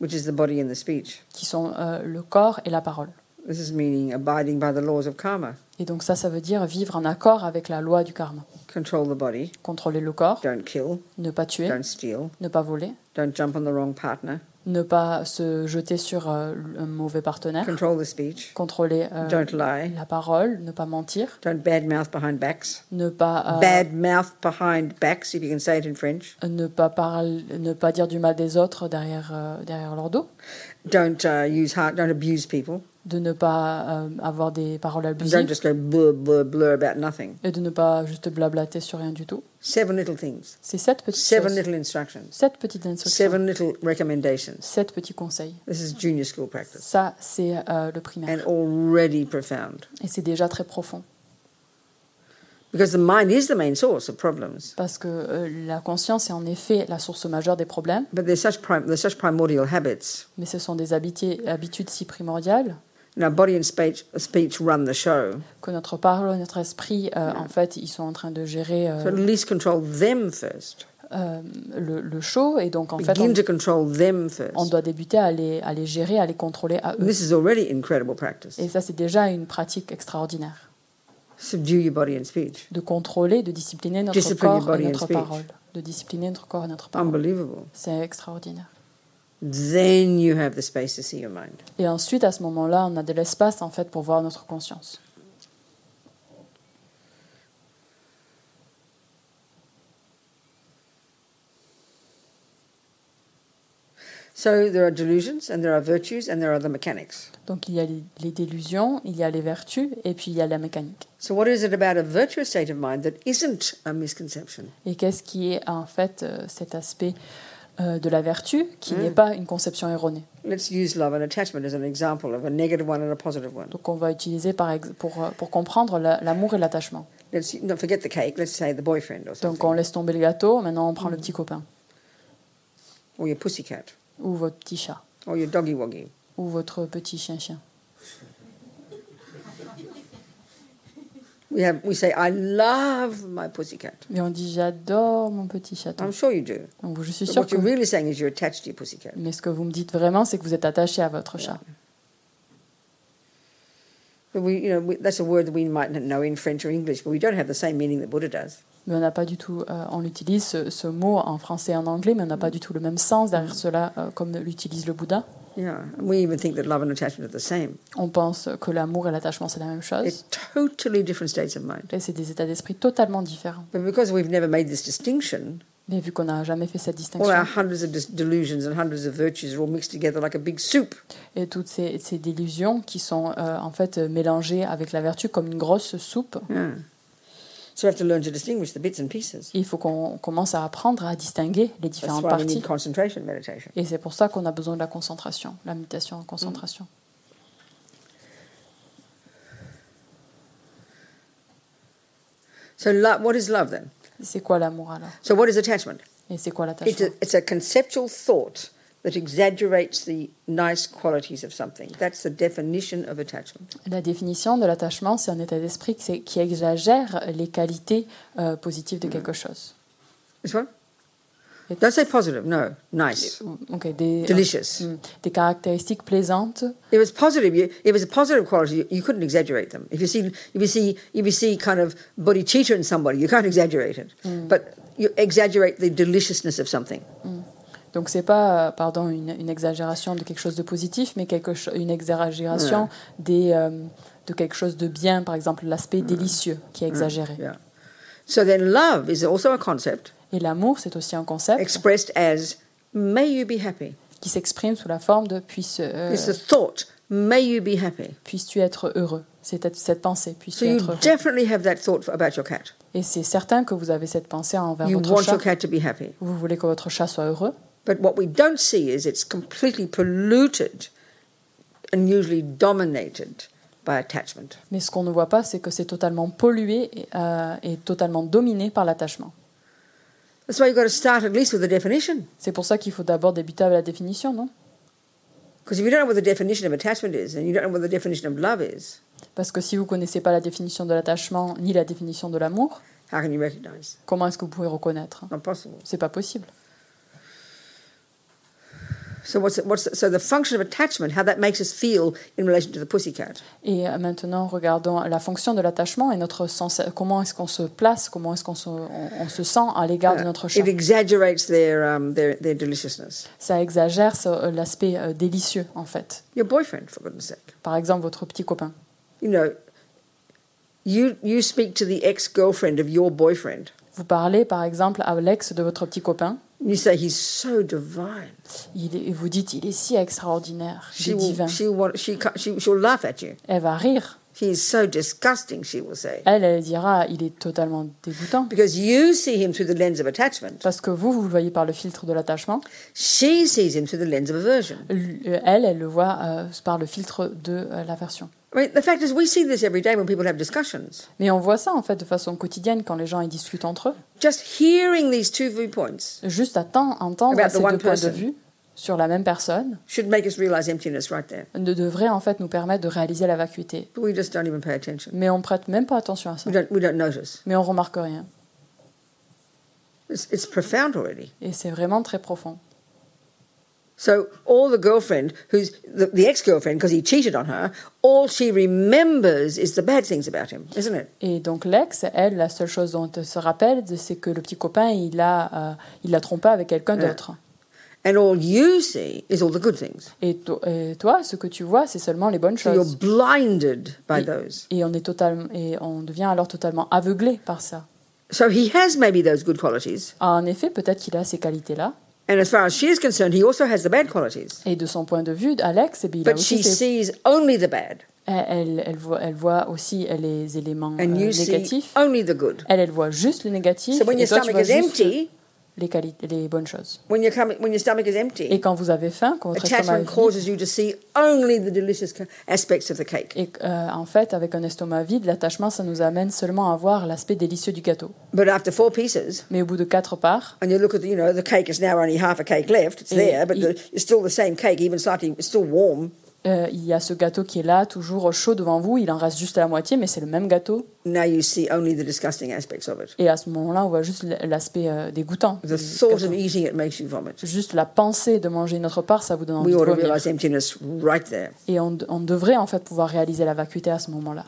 [SPEAKER 1] which is the body and the speech.
[SPEAKER 2] qui sont euh, le corps et la parole.
[SPEAKER 1] This is meaning abiding by the laws of karma.
[SPEAKER 2] Et donc ça, ça veut dire vivre en accord avec la loi du karma.
[SPEAKER 1] Control the body.
[SPEAKER 2] Contrôler le corps,
[SPEAKER 1] Don't kill.
[SPEAKER 2] ne pas tuer,
[SPEAKER 1] Don't steal.
[SPEAKER 2] ne pas voler,
[SPEAKER 1] Don't jump on the wrong partner.
[SPEAKER 2] ne pas se jeter sur euh, un mauvais partenaire,
[SPEAKER 1] Control the speech.
[SPEAKER 2] contrôler euh,
[SPEAKER 1] Don't lie.
[SPEAKER 2] la parole, ne pas mentir,
[SPEAKER 1] Don't bad mouth behind backs.
[SPEAKER 2] ne pas, euh,
[SPEAKER 1] Bad mouth behind backs, if you can say it in French.
[SPEAKER 2] ne, pas parler- ne pas dire du mal des autres derrière, euh, derrière leur dos,
[SPEAKER 1] Don't uh, use har Don't abuse people.
[SPEAKER 2] de ne pas euh, avoir des paroles
[SPEAKER 1] And Don't
[SPEAKER 2] abusives.
[SPEAKER 1] just go blur blur blur about nothing.
[SPEAKER 2] et de ne pas juste blablater sur rien du tout.
[SPEAKER 1] Seven little things.
[SPEAKER 2] C'est sept petites
[SPEAKER 1] Seven
[SPEAKER 2] choses,
[SPEAKER 1] little instructions.
[SPEAKER 2] sept petites instructions,
[SPEAKER 1] Seven little recommendations.
[SPEAKER 2] sept petits conseils.
[SPEAKER 1] This is junior school practice,
[SPEAKER 2] Ça, c'est euh, le
[SPEAKER 1] and
[SPEAKER 2] primaire.
[SPEAKER 1] already profound
[SPEAKER 2] Et c'est déjà très profond.
[SPEAKER 1] because the mind is the main source of problems.
[SPEAKER 2] Parce que euh, la conscience est en effet la source majeure des problèmes,
[SPEAKER 1] But they're such prim- they're such primordial habits.
[SPEAKER 2] mais ce sont des habiti- habitudes si primordiales
[SPEAKER 1] Now, body and speech speech run the show.
[SPEAKER 2] que notre parole, notre esprit, euh, en fait, ils sont en train de gérer euh,
[SPEAKER 1] So at least control them first.
[SPEAKER 2] euh, le, le show. Et donc, en fait, on,
[SPEAKER 1] Begin to control them
[SPEAKER 2] on
[SPEAKER 1] first.
[SPEAKER 2] doit débuter à les, à les gérer, à les contrôler à eux.
[SPEAKER 1] This is already incredible practice.
[SPEAKER 2] Et ça, c'est déjà une pratique extraordinaire.
[SPEAKER 1] Subdue your body and speech.
[SPEAKER 2] de contrôler, de discipliner notre
[SPEAKER 1] Discipline your
[SPEAKER 2] corps
[SPEAKER 1] body
[SPEAKER 2] et
[SPEAKER 1] and
[SPEAKER 2] notre
[SPEAKER 1] speech.
[SPEAKER 2] parole. De discipliner notre corps et
[SPEAKER 1] Ah
[SPEAKER 2] notre parole.
[SPEAKER 1] Unbelievable.
[SPEAKER 2] C'est extraordinaire.
[SPEAKER 1] Then you have the space to see your mind.
[SPEAKER 2] Et ensuite, à ce moment-là, on a de l'espace en fait pour voir notre conscience.
[SPEAKER 1] So there are delusions and there are virtues and there are the mechanics.
[SPEAKER 2] Donc il y a les les délusions, il y a les vertus et puis il y a la mécanique.
[SPEAKER 1] So what is it about a virtuous state of mind that isn't a misconception?
[SPEAKER 2] Et qu'est-ce qui est en fait euh, cet aspect euh, de la vertu qui n'est pas une conception erronée
[SPEAKER 1] Let's use love and attachment as an example of a negative one and a positive one.
[SPEAKER 2] Donc on va utiliser par ex- pour, euh, pour comprendre la- l'amour et l'attachement.
[SPEAKER 1] Let's not forget the cake. Let's say the boyfriend or
[SPEAKER 2] Donc
[SPEAKER 1] something,
[SPEAKER 2] on laisse tomber le gâteau, maintenant on prend le petit copain
[SPEAKER 1] or your pussycat,
[SPEAKER 2] ou votre petit chat
[SPEAKER 1] or your doggy woggy.
[SPEAKER 2] ou votre petit chien-chien.
[SPEAKER 1] We have we say I love my pussycat.
[SPEAKER 2] Mais on dit j'adore mon petit chaton.
[SPEAKER 1] I'm sure you do.
[SPEAKER 2] Hein. Donc je suis
[SPEAKER 1] But
[SPEAKER 2] sûre
[SPEAKER 1] what
[SPEAKER 2] que.
[SPEAKER 1] you're really saying is you're attached to your pussycat.
[SPEAKER 2] Mais ce que vous me dites vraiment, c'est que vous êtes attaché à votre chat.
[SPEAKER 1] But we, you know, we, that's a word that we might not know in French or English, but we don't have the same meaning that Buddha does.
[SPEAKER 2] Mais on n'a pas du tout. euh, on utilise ce, ce mot en français et en anglais, mais on n'a pas du tout le même sens derrière cela, euh, comme l'utilise le Bouddha.
[SPEAKER 1] Yeah, and we even think that love and attachment are the same.
[SPEAKER 2] On pense que l'amour et l'attachement c'est la même
[SPEAKER 1] They're
[SPEAKER 2] chose.
[SPEAKER 1] totally different states of mind.
[SPEAKER 2] Et c'est des états d'esprit totalement différents.
[SPEAKER 1] But because we've never made this distinction,
[SPEAKER 2] Mais vu qu'on n'a jamais fait cette
[SPEAKER 1] all
[SPEAKER 2] distinction
[SPEAKER 1] our hundreds of dis- delusions and hundreds of virtues are all mixed together like a big soup.
[SPEAKER 2] et toutes ces, ces délusions qui sont euh, en fait euh, mélangées avec la vertu comme une grosse soupe,
[SPEAKER 1] Yeah. So we have to learn to distinguish the bits and pieces.
[SPEAKER 2] il faut qu'on commence à apprendre à distinguer les
[SPEAKER 1] That's
[SPEAKER 2] différentes
[SPEAKER 1] why we
[SPEAKER 2] parties.
[SPEAKER 1] need concentration meditation.
[SPEAKER 2] Et c'est pour ça qu'on a besoin de la concentration, la méditation en concentration.
[SPEAKER 1] So, lo- what is love then?
[SPEAKER 2] C'est quoi l'amour alors
[SPEAKER 1] So, what is attachment?
[SPEAKER 2] Et c'est quoi
[SPEAKER 1] It's
[SPEAKER 2] l'attachement
[SPEAKER 1] a, it's a conceptual thought that exaggerates the nice qualities of something. That's the definition of attachment.
[SPEAKER 2] La définition de l'attachement, c'est un état d'esprit qui, c'est- qui exagère les qualités euh, positives de quelque chose.
[SPEAKER 1] This one?
[SPEAKER 2] It's-
[SPEAKER 1] Don't say positive, no, nice.
[SPEAKER 2] Ok, des,
[SPEAKER 1] Delicious.
[SPEAKER 2] Mm. des caractéristiques plaisantes.
[SPEAKER 1] If it's positive, you, if it's a positive quality, you, you couldn't exaggerate them. If you see, if you see, if you see kind of bodhicitta in somebody, you can't exaggerate it. But you exaggerate the deliciousness of something.
[SPEAKER 2] Donc c'est pas, euh, pardon, une, une exagération de quelque chose de positif, mais quelque cho- une exagération des, euh, de quelque chose de bien, par exemple l'aspect délicieux qui est exagéré.
[SPEAKER 1] Yeah. So then, love is also a concept
[SPEAKER 2] Et l'amour, c'est aussi un concept
[SPEAKER 1] expressed as "May you be happy."
[SPEAKER 2] qui s'exprime sous la forme de puisse, euh,
[SPEAKER 1] It's the thought, may you be happy.
[SPEAKER 2] puisses-tu être heureux. C'est cette- cette pensée,
[SPEAKER 1] So
[SPEAKER 2] puisses-tu
[SPEAKER 1] you
[SPEAKER 2] être heureux.
[SPEAKER 1] definitely have that thought for, about your cat.
[SPEAKER 2] Et c'est certain que vous avez cette pensée envers
[SPEAKER 1] You
[SPEAKER 2] votre
[SPEAKER 1] want
[SPEAKER 2] chat.
[SPEAKER 1] your cat to be happy.
[SPEAKER 2] Vous voulez que votre chat soit heureux.
[SPEAKER 1] But what we don't see is it's completely polluted and usually dominated by attachment.
[SPEAKER 2] Mais ce qu'on ne voit pas, c'est que c'est totalement pollué et, euh, et totalement dominé par l'attachement.
[SPEAKER 1] That's why you've got to start at least with the definition.
[SPEAKER 2] C'est pour ça qu'il faut d'abord débuter avec la définition, non
[SPEAKER 1] Because if you don't know what the definition of attachment is and you don't know what the definition of love is,
[SPEAKER 2] Parce que si vous ne connaissez pas la définition de l'attachement ni la définition de l'amour,
[SPEAKER 1] how can you recognize?
[SPEAKER 2] comment est-ce que vous pouvez reconnaître
[SPEAKER 1] Not possible.
[SPEAKER 2] C'est pas possible.
[SPEAKER 1] So what's what's so the function of attachment, how that makes us feel in relation to the pussycat.
[SPEAKER 2] Et euh, maintenant, regardons la fonction de l'attachement et notre sens. Comment est-ce qu'on se place Comment est-ce qu'on se, on- on se sent à l'égard de notre chat
[SPEAKER 1] uh, It exaggerates their um, their, their deliciousness.
[SPEAKER 2] Ça exagère ce- euh, l'aspect euh, délicieux, en fait.
[SPEAKER 1] Your boyfriend, for goodness sake.
[SPEAKER 2] Par exemple, votre petit copain.
[SPEAKER 1] you know, you you speak to the ex girlfriend of your boyfriend.
[SPEAKER 2] Vous parlez, par exemple, à l'ex de votre petit copain.
[SPEAKER 1] And you say he's so divine.
[SPEAKER 2] Il est- et vous dites, il est si extraordinaire, il
[SPEAKER 1] She
[SPEAKER 2] est
[SPEAKER 1] will,
[SPEAKER 2] divin.
[SPEAKER 1] she want, she ca- she she'll laugh at you.
[SPEAKER 2] Elle va rire.
[SPEAKER 1] He is so disgusting. She will say
[SPEAKER 2] Elle, elle dira, il est totalement dégoûtant.
[SPEAKER 1] because you see him through the lens of attachment.
[SPEAKER 2] Parce que vous, vous le voyez par le filtre de l'attachement.
[SPEAKER 1] She sees him through the lens of aversion.
[SPEAKER 2] Lui- euh, Elle, elle le voit euh, par le filtre de euh, l'aversion.
[SPEAKER 1] I mean, the fact is, we see this every day when people have discussions.
[SPEAKER 2] Mais on voit ça, en fait, de façon quotidienne quand les gens y discutent entre eux.
[SPEAKER 1] Just hearing these two viewpoints
[SPEAKER 2] Juste à temps- entendre
[SPEAKER 1] About the
[SPEAKER 2] ces
[SPEAKER 1] one
[SPEAKER 2] deux points de
[SPEAKER 1] person.
[SPEAKER 2] vue sur la même personne
[SPEAKER 1] should make us realize emptiness right there.
[SPEAKER 2] ne devrait, en fait, nous permettre de réaliser la vacuité.
[SPEAKER 1] But we just don't even pay attention.
[SPEAKER 2] Mais on prête même pas attention à ça.
[SPEAKER 1] We don't we don't notice.
[SPEAKER 2] Mais on remarque rien.
[SPEAKER 1] It's, it's profound already.
[SPEAKER 2] Et c'est vraiment très profond.
[SPEAKER 1] So all the girlfriend, who's the, the ex-girlfriend, because he cheated on her, all she remembers is the bad things about him, isn't it?
[SPEAKER 2] Et donc l'ex, elle, la seule chose dont elle se rappelle, c'est que le petit copain, il a, euh, il l'a trompé avec quelqu'un
[SPEAKER 1] Ouais.
[SPEAKER 2] d'autre.
[SPEAKER 1] And all you see is all the good things.
[SPEAKER 2] Et, to- et toi, ce que tu vois, c'est seulement les bonnes
[SPEAKER 1] So you're
[SPEAKER 2] choses.
[SPEAKER 1] blinded by
[SPEAKER 2] Et,
[SPEAKER 1] those.
[SPEAKER 2] et on est totalement, et on devient alors totalement aveuglé par ça.
[SPEAKER 1] So he has maybe those good qualities,
[SPEAKER 2] Ah, en effet, peut-être qu'il a ces qualités-là.
[SPEAKER 1] and as far as she is concerned, he also has the bad qualities.
[SPEAKER 2] Et de son point de vue, Alex, eh bien, il a
[SPEAKER 1] But
[SPEAKER 2] aussi
[SPEAKER 1] she
[SPEAKER 2] ses-
[SPEAKER 1] sees only the bad,
[SPEAKER 2] elle, elle voit, elle voit aussi les éléments
[SPEAKER 1] and
[SPEAKER 2] euh,
[SPEAKER 1] you see
[SPEAKER 2] négatifs.
[SPEAKER 1] only the good.
[SPEAKER 2] Elle, elle voit juste le négatif.
[SPEAKER 1] So when
[SPEAKER 2] et
[SPEAKER 1] your
[SPEAKER 2] toi, tu
[SPEAKER 1] stomach
[SPEAKER 2] vois
[SPEAKER 1] is
[SPEAKER 2] juste
[SPEAKER 1] empty,
[SPEAKER 2] les, qualités, les bonnes choses.
[SPEAKER 1] when your coming, when your stomach is
[SPEAKER 2] Et
[SPEAKER 1] empty,
[SPEAKER 2] quand vous avez faim, quand votre estomac est
[SPEAKER 1] attachment
[SPEAKER 2] vide,
[SPEAKER 1] causes you to see only the delicious ca- aspects of the cake.
[SPEAKER 2] Et euh, en fait, avec un estomac vide, l'attachement, ça nous amène seulement à voir l'aspect délicieux du gâteau.
[SPEAKER 1] But after four pieces,
[SPEAKER 2] Mais au bout de quatre parts,
[SPEAKER 1] and you look at the, you know the cake is now only half a cake left. It's
[SPEAKER 2] Yeah,
[SPEAKER 1] there, but
[SPEAKER 2] you-
[SPEAKER 1] the, it's still the same cake, even slightly. It's still warm.
[SPEAKER 2] euh, il y a ce gâteau qui est là, toujours chaud devant vous. Il en reste juste à la moitié, mais c'est le même gâteau.
[SPEAKER 1] Now you see only the disgusting aspects of it.
[SPEAKER 2] Et à ce moment-là, on voit juste l'aspect euh, dégoûtant.
[SPEAKER 1] The
[SPEAKER 2] du
[SPEAKER 1] thought of
[SPEAKER 2] gâteau.
[SPEAKER 1] eating it makes you vomit.
[SPEAKER 2] Juste la pensée de manger une autre part, ça vous donne
[SPEAKER 1] We
[SPEAKER 2] envie de
[SPEAKER 1] ought to
[SPEAKER 2] vomir.
[SPEAKER 1] realize emptiness right there.
[SPEAKER 2] Et on, on devrait en fait pouvoir réaliser la vacuité à ce moment-là.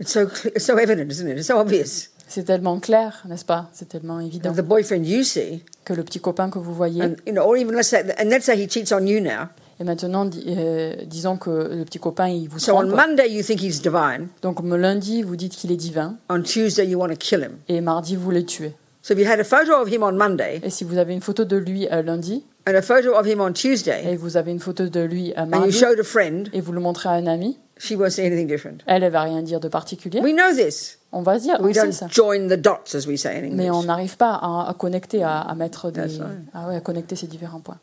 [SPEAKER 1] It's so clear, it's so evident, isn't it? It's so obvious.
[SPEAKER 2] C'est tellement clair, n'est-ce pas C'est tellement évident
[SPEAKER 1] The boyfriend you see,
[SPEAKER 2] que le petit copain que vous voyez,
[SPEAKER 1] and you know, or even let's say, and let's say he cheats on you now.
[SPEAKER 2] et maintenant, di- euh, disons que le petit copain, il vous
[SPEAKER 1] So on
[SPEAKER 2] trompe.
[SPEAKER 1] Monday you think he's divine.
[SPEAKER 2] Donc me- lundi, vous dites qu'il est divin,
[SPEAKER 1] On Tuesday you want to kill him.
[SPEAKER 2] et mardi, vous le tuez.
[SPEAKER 1] So if you had a photo of him on Monday
[SPEAKER 2] Et si vous avez une photo de lui euh, lundi,
[SPEAKER 1] and a photo of him on Tuesday,
[SPEAKER 2] et vous avez une photo de lui euh,
[SPEAKER 1] and you
[SPEAKER 2] mardi,
[SPEAKER 1] showed a friend,
[SPEAKER 2] et vous le montrez à un ami,
[SPEAKER 1] she won't say anything different.
[SPEAKER 2] elle, elle va rien dire de particulier.
[SPEAKER 1] We know this.
[SPEAKER 2] On va se dire,
[SPEAKER 1] We
[SPEAKER 2] on sait
[SPEAKER 1] don't
[SPEAKER 2] ça.
[SPEAKER 1] join the dots, as we say in
[SPEAKER 2] Mais on
[SPEAKER 1] English.
[SPEAKER 2] n'arrive pas à, à connecter, à, à mettre
[SPEAKER 1] That's
[SPEAKER 2] des,
[SPEAKER 1] right.
[SPEAKER 2] ah ouais, à connecter ces différents points.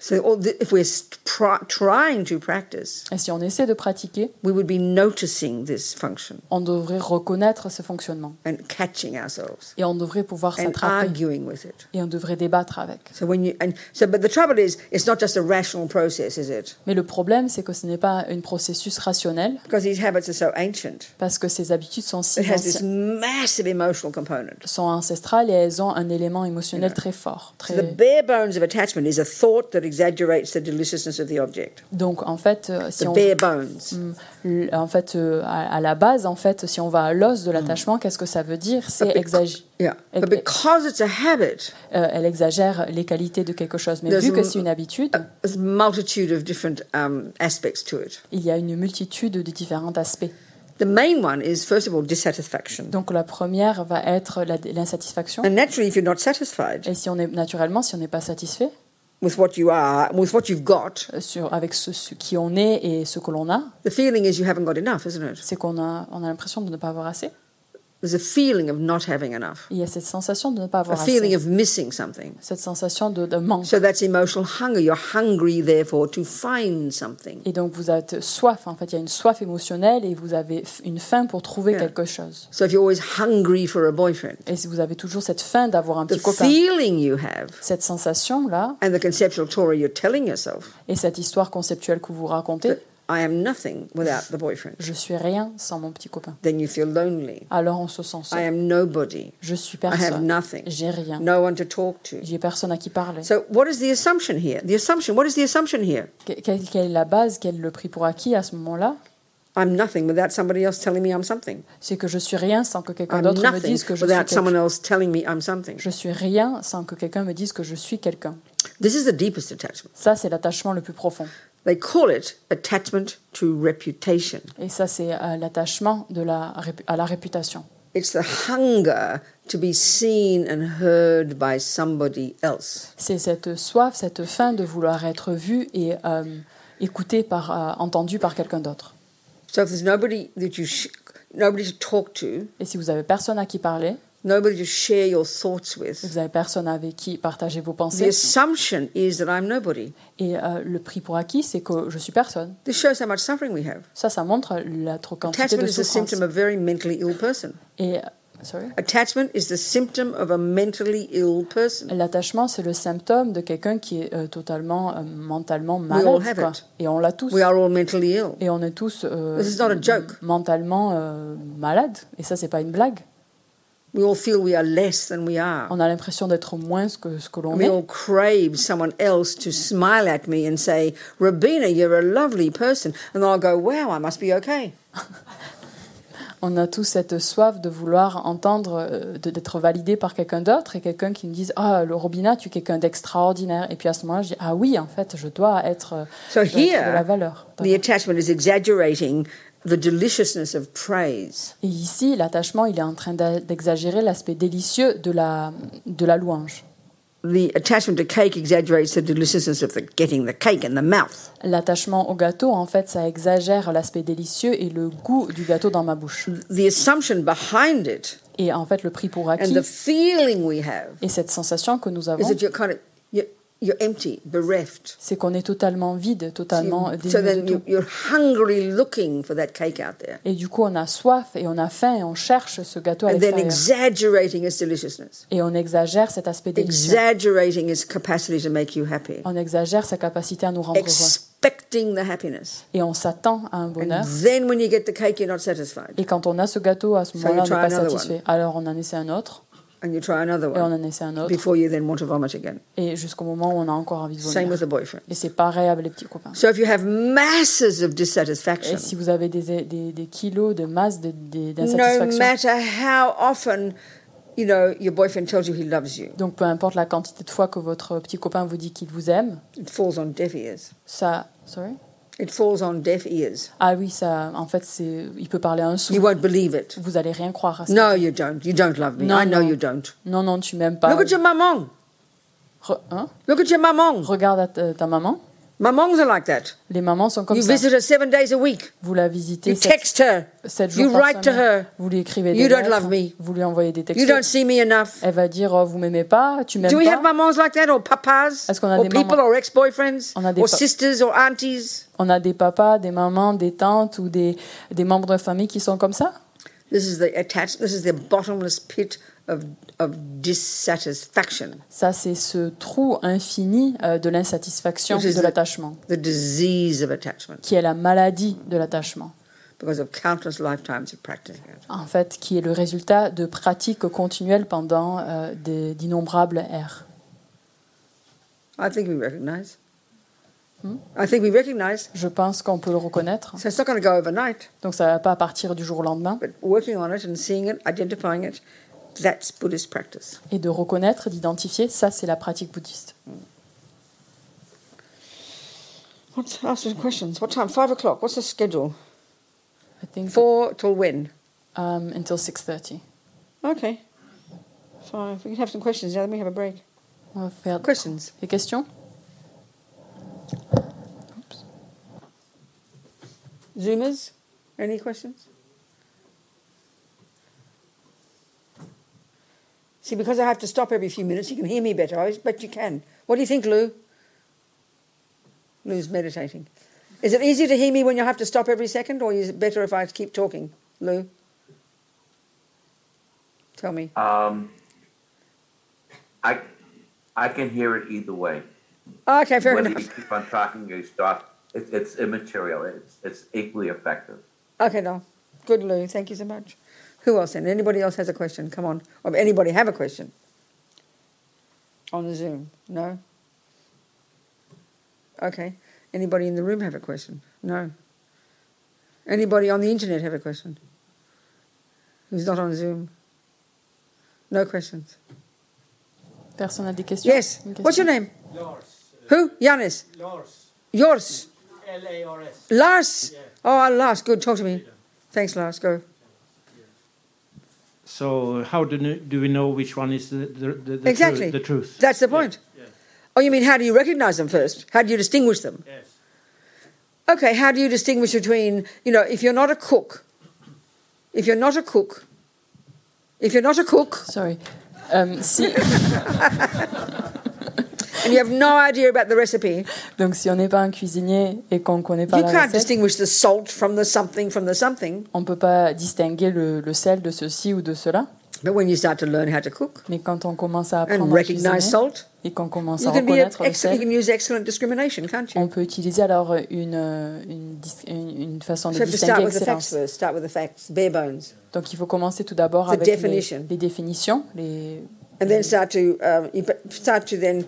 [SPEAKER 1] So all the, if we're st- try, trying to practice,
[SPEAKER 2] Et si on essaie de pratiquer,
[SPEAKER 1] we would be noticing this function
[SPEAKER 2] on devrait reconnaître ce fonctionnement
[SPEAKER 1] and catching ourselves
[SPEAKER 2] et on devrait pouvoir
[SPEAKER 1] and
[SPEAKER 2] s'attraper
[SPEAKER 1] arguing with it.
[SPEAKER 2] et on devrait débattre avec.
[SPEAKER 1] So when you and so, but the trouble is, it's not just a rational process, is it?
[SPEAKER 2] Mais le problème, c'est que ce n'est pas un processus rationnel
[SPEAKER 1] Because these habits are so ancient.
[SPEAKER 2] parce que ces habitudes sont, si
[SPEAKER 1] <laughs> It has this
[SPEAKER 2] anci-
[SPEAKER 1] massive emotional component.
[SPEAKER 2] sont ancestrales et elles ont un élement émotionnel très fort.
[SPEAKER 1] So the bare
[SPEAKER 2] Très...
[SPEAKER 1] bones of attachment is a thought that exaggerates the deliciousness of the object.
[SPEAKER 2] Donc en fait, euh, si
[SPEAKER 1] The
[SPEAKER 2] on...
[SPEAKER 1] bare bones.
[SPEAKER 2] Mm, l- en fait, euh, à à la base, en fait, si on va à l'os
[SPEAKER 1] Hmm.
[SPEAKER 2] de l'attachement, qu'est-ce que ça veut dire C'est
[SPEAKER 1] bec-
[SPEAKER 2] exagérer.
[SPEAKER 1] Yeah.
[SPEAKER 2] Ec-
[SPEAKER 1] But because it's a habit,
[SPEAKER 2] Euh, elle exagère les qualités de quelque chose. Mais
[SPEAKER 1] There's
[SPEAKER 2] vu que
[SPEAKER 1] m-
[SPEAKER 2] c'est une habitude,
[SPEAKER 1] there's a multitude of different um, aspects to it.
[SPEAKER 2] il y a une multitude de différents aspects.
[SPEAKER 1] The main one is, first of all, dissatisfaction.
[SPEAKER 2] Donc la première va être la- l'insatisfaction.
[SPEAKER 1] And naturally, if you're not satisfied
[SPEAKER 2] Et si on est naturellement, si on n'est pas satisfait
[SPEAKER 1] with what you are, with what you've got,
[SPEAKER 2] euh, sur, avec ce, ce qui on est et ce que l'on a,
[SPEAKER 1] the feeling is you haven't got enough, isn't it?
[SPEAKER 2] c'est qu'on a, on a l'impression de ne pas avoir assez.
[SPEAKER 1] There's a feeling of not having enough,
[SPEAKER 2] Il y a cette sensation de ne pas
[SPEAKER 1] a
[SPEAKER 2] avoir
[SPEAKER 1] feeling
[SPEAKER 2] assez.
[SPEAKER 1] of missing something.
[SPEAKER 2] Cette sensation de, de manque.
[SPEAKER 1] So that's emotional hunger. You're hungry, therefore, to find something.
[SPEAKER 2] Et donc vous êtes soif, en fait, il y a une soif émotionnelle et vous avez f- une faim pour trouver
[SPEAKER 1] Yeah.
[SPEAKER 2] quelque chose.
[SPEAKER 1] So if you're always hungry for a boyfriend,
[SPEAKER 2] Et si vous avez toujours cette faim d'avoir un
[SPEAKER 1] the
[SPEAKER 2] petit copain,
[SPEAKER 1] feeling you have
[SPEAKER 2] cette sensation-là
[SPEAKER 1] and the conceptual Torah you're telling yourself
[SPEAKER 2] et cette histoire conceptuelle que vous racontez,
[SPEAKER 1] that I am nothing without the boyfriend,
[SPEAKER 2] je suis rien sans mon petit copain.
[SPEAKER 1] then you feel lonely.
[SPEAKER 2] Alors on se sent
[SPEAKER 1] I
[SPEAKER 2] seul.
[SPEAKER 1] am nobody.
[SPEAKER 2] Je suis
[SPEAKER 1] I have
[SPEAKER 2] personne.
[SPEAKER 1] nothing.
[SPEAKER 2] J'ai rien.
[SPEAKER 1] No one to talk to.
[SPEAKER 2] J'ai personne à qui parler.
[SPEAKER 1] So what is the assumption here? The assumption, what is the assumption here?
[SPEAKER 2] Que- Quelle, quelle est la base Quel le prix pour acquis à ce moment-là
[SPEAKER 1] I'm nothing without somebody else telling me I'm something.
[SPEAKER 2] C'est que je suis rien sans que quelqu'un
[SPEAKER 1] I'm
[SPEAKER 2] d'autre me
[SPEAKER 1] Ah, nothing
[SPEAKER 2] dise que je suis
[SPEAKER 1] without someone
[SPEAKER 2] quelqu'un.
[SPEAKER 1] else telling me I'm something.
[SPEAKER 2] Je suis rien sans que quelqu'un me dise que je suis quelqu'un.
[SPEAKER 1] This is the deepest attachment.
[SPEAKER 2] Ça, c'est l'attachement le plus profond.
[SPEAKER 1] They call it attachment to reputation.
[SPEAKER 2] Et ça, c'est euh, l'attachement de la répu- à la réputation.
[SPEAKER 1] It's the hunger to be seen and heard by somebody else.
[SPEAKER 2] C'est cette soif, cette faim de vouloir être vu et euh, écouté par, euh, entendu par quelqu'un d'autre.
[SPEAKER 1] So if there's nobody that you sh- nobody to talk to,
[SPEAKER 2] Et si vous avez personne à qui parler,
[SPEAKER 1] nobody to share your thoughts
[SPEAKER 2] si
[SPEAKER 1] with,
[SPEAKER 2] vous avez personne avec qui partager vos
[SPEAKER 1] the
[SPEAKER 2] pensées,
[SPEAKER 1] assumption is that I'm nobody.
[SPEAKER 2] et euh, le prix pour acquis, c'est que je suis personne.
[SPEAKER 1] This shows how much suffering we have.
[SPEAKER 2] Ça, ça montre la trop quantité
[SPEAKER 1] Attachment
[SPEAKER 2] de
[SPEAKER 1] is a
[SPEAKER 2] souffrance.
[SPEAKER 1] symptom of a very mentally ill person.
[SPEAKER 2] Et euh, sorry.
[SPEAKER 1] Attachment is the symptom of a mentally ill person.
[SPEAKER 2] L'attachement, c'est le symptôme de quelqu'un qui est euh, totalement euh, mentalement
[SPEAKER 1] all have
[SPEAKER 2] malade. quoi.
[SPEAKER 1] it.
[SPEAKER 2] Et on l'a tous.
[SPEAKER 1] We are all mentally ill.
[SPEAKER 2] Et on est tous euh,
[SPEAKER 1] This is not a joke.
[SPEAKER 2] mentalement euh, malades. Et ça, c'est pas une blague.
[SPEAKER 1] We all feel we are less than we are.
[SPEAKER 2] On a l'impression d'être moins ce que, ce que l'on
[SPEAKER 1] We
[SPEAKER 2] est.
[SPEAKER 1] all crave someone else to smile at me and say, Rabina, you're a lovely person. And I'll go, wow, I must be okay.
[SPEAKER 2] On a tous cette soif de vouloir entendre, euh, de- d'être validé par quelqu'un d'autre et quelqu'un qui nous dise Ah, le Robina, tu es quelqu'un d'extraordinaire. Et puis à ce moment-là, je dis Ah oui, en fait, je dois être, euh,
[SPEAKER 1] So
[SPEAKER 2] je dois être de la
[SPEAKER 1] here,
[SPEAKER 2] valeur.
[SPEAKER 1] The attachment is exaggerating the deliciousness of praise.
[SPEAKER 2] Et ici, l'attachement, il est en train d'a- d'exagérer l'aspect délicieux de la, de la louange.
[SPEAKER 1] The attachment to cake exaggerates the deliciousness of the, getting the cake in the mouth.
[SPEAKER 2] L'attachement au gâteau, en fait, ça exagère l'aspect délicieux et le goût du gâteau dans ma bouche.
[SPEAKER 1] The assumption behind it
[SPEAKER 2] Et en fait, le prix pour
[SPEAKER 1] and
[SPEAKER 2] acquis
[SPEAKER 1] the feeling we have
[SPEAKER 2] et cette sensation que nous avons,
[SPEAKER 1] is that you're kind of, you, you're empty, bereft.
[SPEAKER 2] c'est qu'on est totalement vide, totalement dénué
[SPEAKER 1] So
[SPEAKER 2] de
[SPEAKER 1] then
[SPEAKER 2] tout.
[SPEAKER 1] you, you're hungrily looking for that cake out there,
[SPEAKER 2] Et du coup, on a soif et on a faim et on cherche ce gâteau à
[SPEAKER 1] and then
[SPEAKER 2] l'extérieur.
[SPEAKER 1] exaggerating its deliciousness,
[SPEAKER 2] Et on exagère cet aspect délicieux.
[SPEAKER 1] exaggerating its capacity to make you happy,
[SPEAKER 2] On exagère sa capacité à nous rendre heureux.
[SPEAKER 1] expecting the happiness.
[SPEAKER 2] Et on s'attend à un bonheur.
[SPEAKER 1] Then when you get the cake, you're not satisfied,
[SPEAKER 2] Et quand on a ce gâteau, à
[SPEAKER 1] So
[SPEAKER 2] ce moment-là, on
[SPEAKER 1] you
[SPEAKER 2] n'est
[SPEAKER 1] try
[SPEAKER 2] pas
[SPEAKER 1] another
[SPEAKER 2] satisfait. Alors on en essaie un autre,
[SPEAKER 1] and you try another
[SPEAKER 2] et on
[SPEAKER 1] one
[SPEAKER 2] en essaie un autre,
[SPEAKER 1] before you then want to vomit again.
[SPEAKER 2] et jusqu'au moment où on a encore envie de
[SPEAKER 1] Same with
[SPEAKER 2] vomir.
[SPEAKER 1] the boyfriend.
[SPEAKER 2] Et c'est pareil avec les petits copains.
[SPEAKER 1] So if you have masses of
[SPEAKER 2] Et
[SPEAKER 1] dissatisfaction,
[SPEAKER 2] si vous avez des, des, des kilos de masse de- des-
[SPEAKER 1] no
[SPEAKER 2] d'insatisfaction,
[SPEAKER 1] matter how often, you know, your boyfriend tells you he loves you,
[SPEAKER 2] donc peu importe la quantité de fois que votre petit copain vous dit qu'il vous aime,
[SPEAKER 1] it falls on deaf ears.
[SPEAKER 2] ça, sorry.
[SPEAKER 1] It falls on deaf ears.
[SPEAKER 2] Ah oui, ça, en fait, c'est, il peut parler un
[SPEAKER 1] You
[SPEAKER 2] sou.
[SPEAKER 1] won't believe it.
[SPEAKER 2] Vous allez rien croire à ça.
[SPEAKER 1] No, you don't. You don't love me.
[SPEAKER 2] No,
[SPEAKER 1] I know
[SPEAKER 2] no.
[SPEAKER 1] you don't.
[SPEAKER 2] Non, non, tu m'aimes pas.
[SPEAKER 1] Look at your mamong.
[SPEAKER 2] Re- hein
[SPEAKER 1] Look at your mamong.
[SPEAKER 2] Regarde à ta, ta maman.
[SPEAKER 1] Mamongs are like that.
[SPEAKER 2] Les mamans sont comme
[SPEAKER 1] you
[SPEAKER 2] ça.
[SPEAKER 1] visit her seven days a week.
[SPEAKER 2] Vous la
[SPEAKER 1] You
[SPEAKER 2] visitez sept,
[SPEAKER 1] text her.
[SPEAKER 2] sept jours
[SPEAKER 1] You
[SPEAKER 2] par
[SPEAKER 1] write to
[SPEAKER 2] semaine.
[SPEAKER 1] her.
[SPEAKER 2] Vous lui écrivez
[SPEAKER 1] You
[SPEAKER 2] des
[SPEAKER 1] don't
[SPEAKER 2] lettres.
[SPEAKER 1] love me.
[SPEAKER 2] Vous lui envoyez des
[SPEAKER 1] You don't
[SPEAKER 2] textos.
[SPEAKER 1] see me enough.
[SPEAKER 2] Elle va dire oh, vous m'aimez pas, tu m'aimes
[SPEAKER 1] Do we have
[SPEAKER 2] pas.
[SPEAKER 1] mamons like that, or papas,
[SPEAKER 2] Est-ce qu'on a
[SPEAKER 1] or
[SPEAKER 2] des
[SPEAKER 1] people,
[SPEAKER 2] mamans-
[SPEAKER 1] or ex-boyfriends,
[SPEAKER 2] On a des
[SPEAKER 1] or
[SPEAKER 2] pa-
[SPEAKER 1] sisters, or aunties?
[SPEAKER 2] On a des papas, des mamans, des tantes ou des, des membres de famille qui sont comme ça.
[SPEAKER 1] This is the attached. This is the bottomless pit of of dissatisfaction,
[SPEAKER 2] Ça, c'est ce trou infini euh, de l'insatisfaction,
[SPEAKER 1] Which is
[SPEAKER 2] de
[SPEAKER 1] the-
[SPEAKER 2] l'attachement,
[SPEAKER 1] the disease of attachment,
[SPEAKER 2] qui est la maladie de l'attachement,
[SPEAKER 1] because of countless lifetimes of practicing it.
[SPEAKER 2] en fait, qui est le résultat de pratiques continuelles pendant euh, des- d'innombrables ères.
[SPEAKER 1] I think we recognize. I think we recognize.
[SPEAKER 2] Je pense qu'on peut le reconnaître.
[SPEAKER 1] So it's not going to go overnight,
[SPEAKER 2] Donc, ça ne va pas partir du jour au lendemain.
[SPEAKER 1] but working on it and seeing it, identifying it, that's Buddhist practice.
[SPEAKER 2] Et de reconnaître, d'identifier, ça, c'est la pratique bouddhiste.
[SPEAKER 1] Let's ask some questions. What time? Five o'clock. What's the schedule?
[SPEAKER 2] I think
[SPEAKER 1] Four till when?
[SPEAKER 2] um, until 6.30.
[SPEAKER 1] Okay. Five. We can have some questions now. Then we have a break.
[SPEAKER 2] On va faire
[SPEAKER 1] Questions.
[SPEAKER 2] des questions.
[SPEAKER 1] Zoomers, any questions? See, because I have to stop every few minutes, you can hear me better. I bet you can. What do you think, Lou? Lou's meditating. Is it easier to hear me when you have to stop every second, or is it better if I keep talking, Lou? Tell me.
[SPEAKER 3] Um, I, I can hear it either way.
[SPEAKER 1] Okay, fair
[SPEAKER 3] Whether
[SPEAKER 1] enough.
[SPEAKER 3] you keep on talking or you stop, it's it's immaterial. It's it's equally effective.
[SPEAKER 1] Okay, no. Good, Lou. Thank you so much. Who else then? Anybody else has a question? Come on. Or anybody have a question? On the Zoom? No? Okay. Anybody in the room have a question? No. Anybody on the internet have a question? Who's not on Zoom? No questions.
[SPEAKER 2] Personne n'a des questions
[SPEAKER 1] Yes.
[SPEAKER 2] Une
[SPEAKER 1] What's
[SPEAKER 2] question
[SPEAKER 1] your name?
[SPEAKER 4] Lars. uh,
[SPEAKER 1] Who? Yanis.
[SPEAKER 4] Lars.
[SPEAKER 1] Yours.
[SPEAKER 4] L-A-R-S.
[SPEAKER 1] Lars.
[SPEAKER 4] Yeah.
[SPEAKER 1] Oh, Lars. Good. Talk to me. Thanks, Lars. Go.
[SPEAKER 5] So how do you, do we know which one is the the, the, the
[SPEAKER 1] Exactly.
[SPEAKER 5] truth, the truth?
[SPEAKER 1] That's the point.
[SPEAKER 4] Yeah.
[SPEAKER 1] Oh, you mean how do you recognize them first? How do you distinguish them?
[SPEAKER 4] Yes.
[SPEAKER 1] Okay, how do you distinguish between, you know, if you're not a cook, if you're not a cook, if you're not a cook
[SPEAKER 2] Sorry. Euh, si,
[SPEAKER 1] and you have no idea about the recipe,
[SPEAKER 2] donc si on n'est pas un cuisinier et qu'on ne connaît pas
[SPEAKER 1] you
[SPEAKER 2] la
[SPEAKER 1] can't
[SPEAKER 2] recette,
[SPEAKER 1] distinguish the salt from the something from the something.
[SPEAKER 2] on ne peut pas distinguer le, le sel de ceci ou de cela.
[SPEAKER 1] But when you start to learn how to cook
[SPEAKER 2] Mais quand on commence à
[SPEAKER 1] and
[SPEAKER 2] apprendre à cuisiner
[SPEAKER 1] recognize salt,
[SPEAKER 2] et qu'on commence
[SPEAKER 1] you
[SPEAKER 2] à
[SPEAKER 1] can, be an
[SPEAKER 2] reconnaître le
[SPEAKER 1] ex- you
[SPEAKER 2] sel,
[SPEAKER 1] can use excellent discrimination, can't you?
[SPEAKER 2] on peut utiliser alors une, euh, une, dis- une- une façon
[SPEAKER 1] So you
[SPEAKER 2] de
[SPEAKER 1] have to start
[SPEAKER 2] distinguer
[SPEAKER 1] with the facts
[SPEAKER 2] excellence.
[SPEAKER 1] first, start with the facts, bare bones,
[SPEAKER 2] Donc il faut commencer tout d'abord
[SPEAKER 1] The
[SPEAKER 2] avec les-
[SPEAKER 1] definition.
[SPEAKER 2] les, définitions. Les...
[SPEAKER 1] and then start to um, you pe- start to then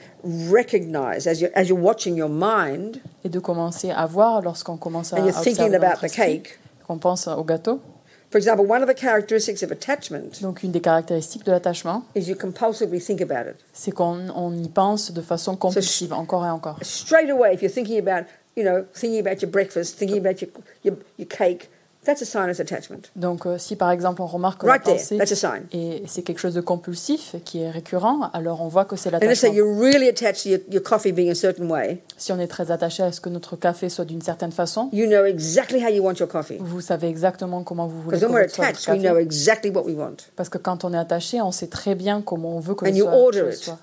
[SPEAKER 1] recognize as you as you're watching your mind
[SPEAKER 2] et de commencer à voir lorsqu'on commence à,
[SPEAKER 1] and you're
[SPEAKER 2] à
[SPEAKER 1] thinking
[SPEAKER 2] observer
[SPEAKER 1] about
[SPEAKER 2] notre
[SPEAKER 1] the
[SPEAKER 2] esprit,
[SPEAKER 1] cake.
[SPEAKER 2] qu'on pense au gâteau.
[SPEAKER 1] For example, one of the characteristics of attachment
[SPEAKER 2] Donc une des caractéristiques de l'attachement,
[SPEAKER 1] is you compulsively think about it.
[SPEAKER 2] c'est qu'on on y pense de façon compulsive, encore et encore.
[SPEAKER 1] Straight away, if you're thinking about, you know, thinking about your breakfast, thinking about your, your, your cake, that's a sign of attachment.
[SPEAKER 2] Donc euh, si par exemple on remarque que
[SPEAKER 1] Right
[SPEAKER 2] la
[SPEAKER 1] there,
[SPEAKER 2] pensée
[SPEAKER 1] that's a sign.
[SPEAKER 2] et c'est quelque chose de compulsif qui est récurrent, alors on voit que c'est
[SPEAKER 1] And let's say
[SPEAKER 2] l'attachement.
[SPEAKER 1] you're really attached to your, your coffee being a certain way,
[SPEAKER 2] Si on est très attaché à ce que notre café soit d'une certaine façon,
[SPEAKER 1] you know exactly how you want your coffee.
[SPEAKER 2] vous savez exactement comment vous voulez
[SPEAKER 1] Because
[SPEAKER 2] que
[SPEAKER 1] when we're
[SPEAKER 2] votre
[SPEAKER 1] attached, we
[SPEAKER 2] café.
[SPEAKER 1] know exactly what we want.
[SPEAKER 2] Parce que quand on est attaché, on sait très bien comment on veut que
[SPEAKER 1] And
[SPEAKER 2] le
[SPEAKER 1] you
[SPEAKER 2] soir-
[SPEAKER 1] order
[SPEAKER 2] le
[SPEAKER 1] it.
[SPEAKER 2] soir.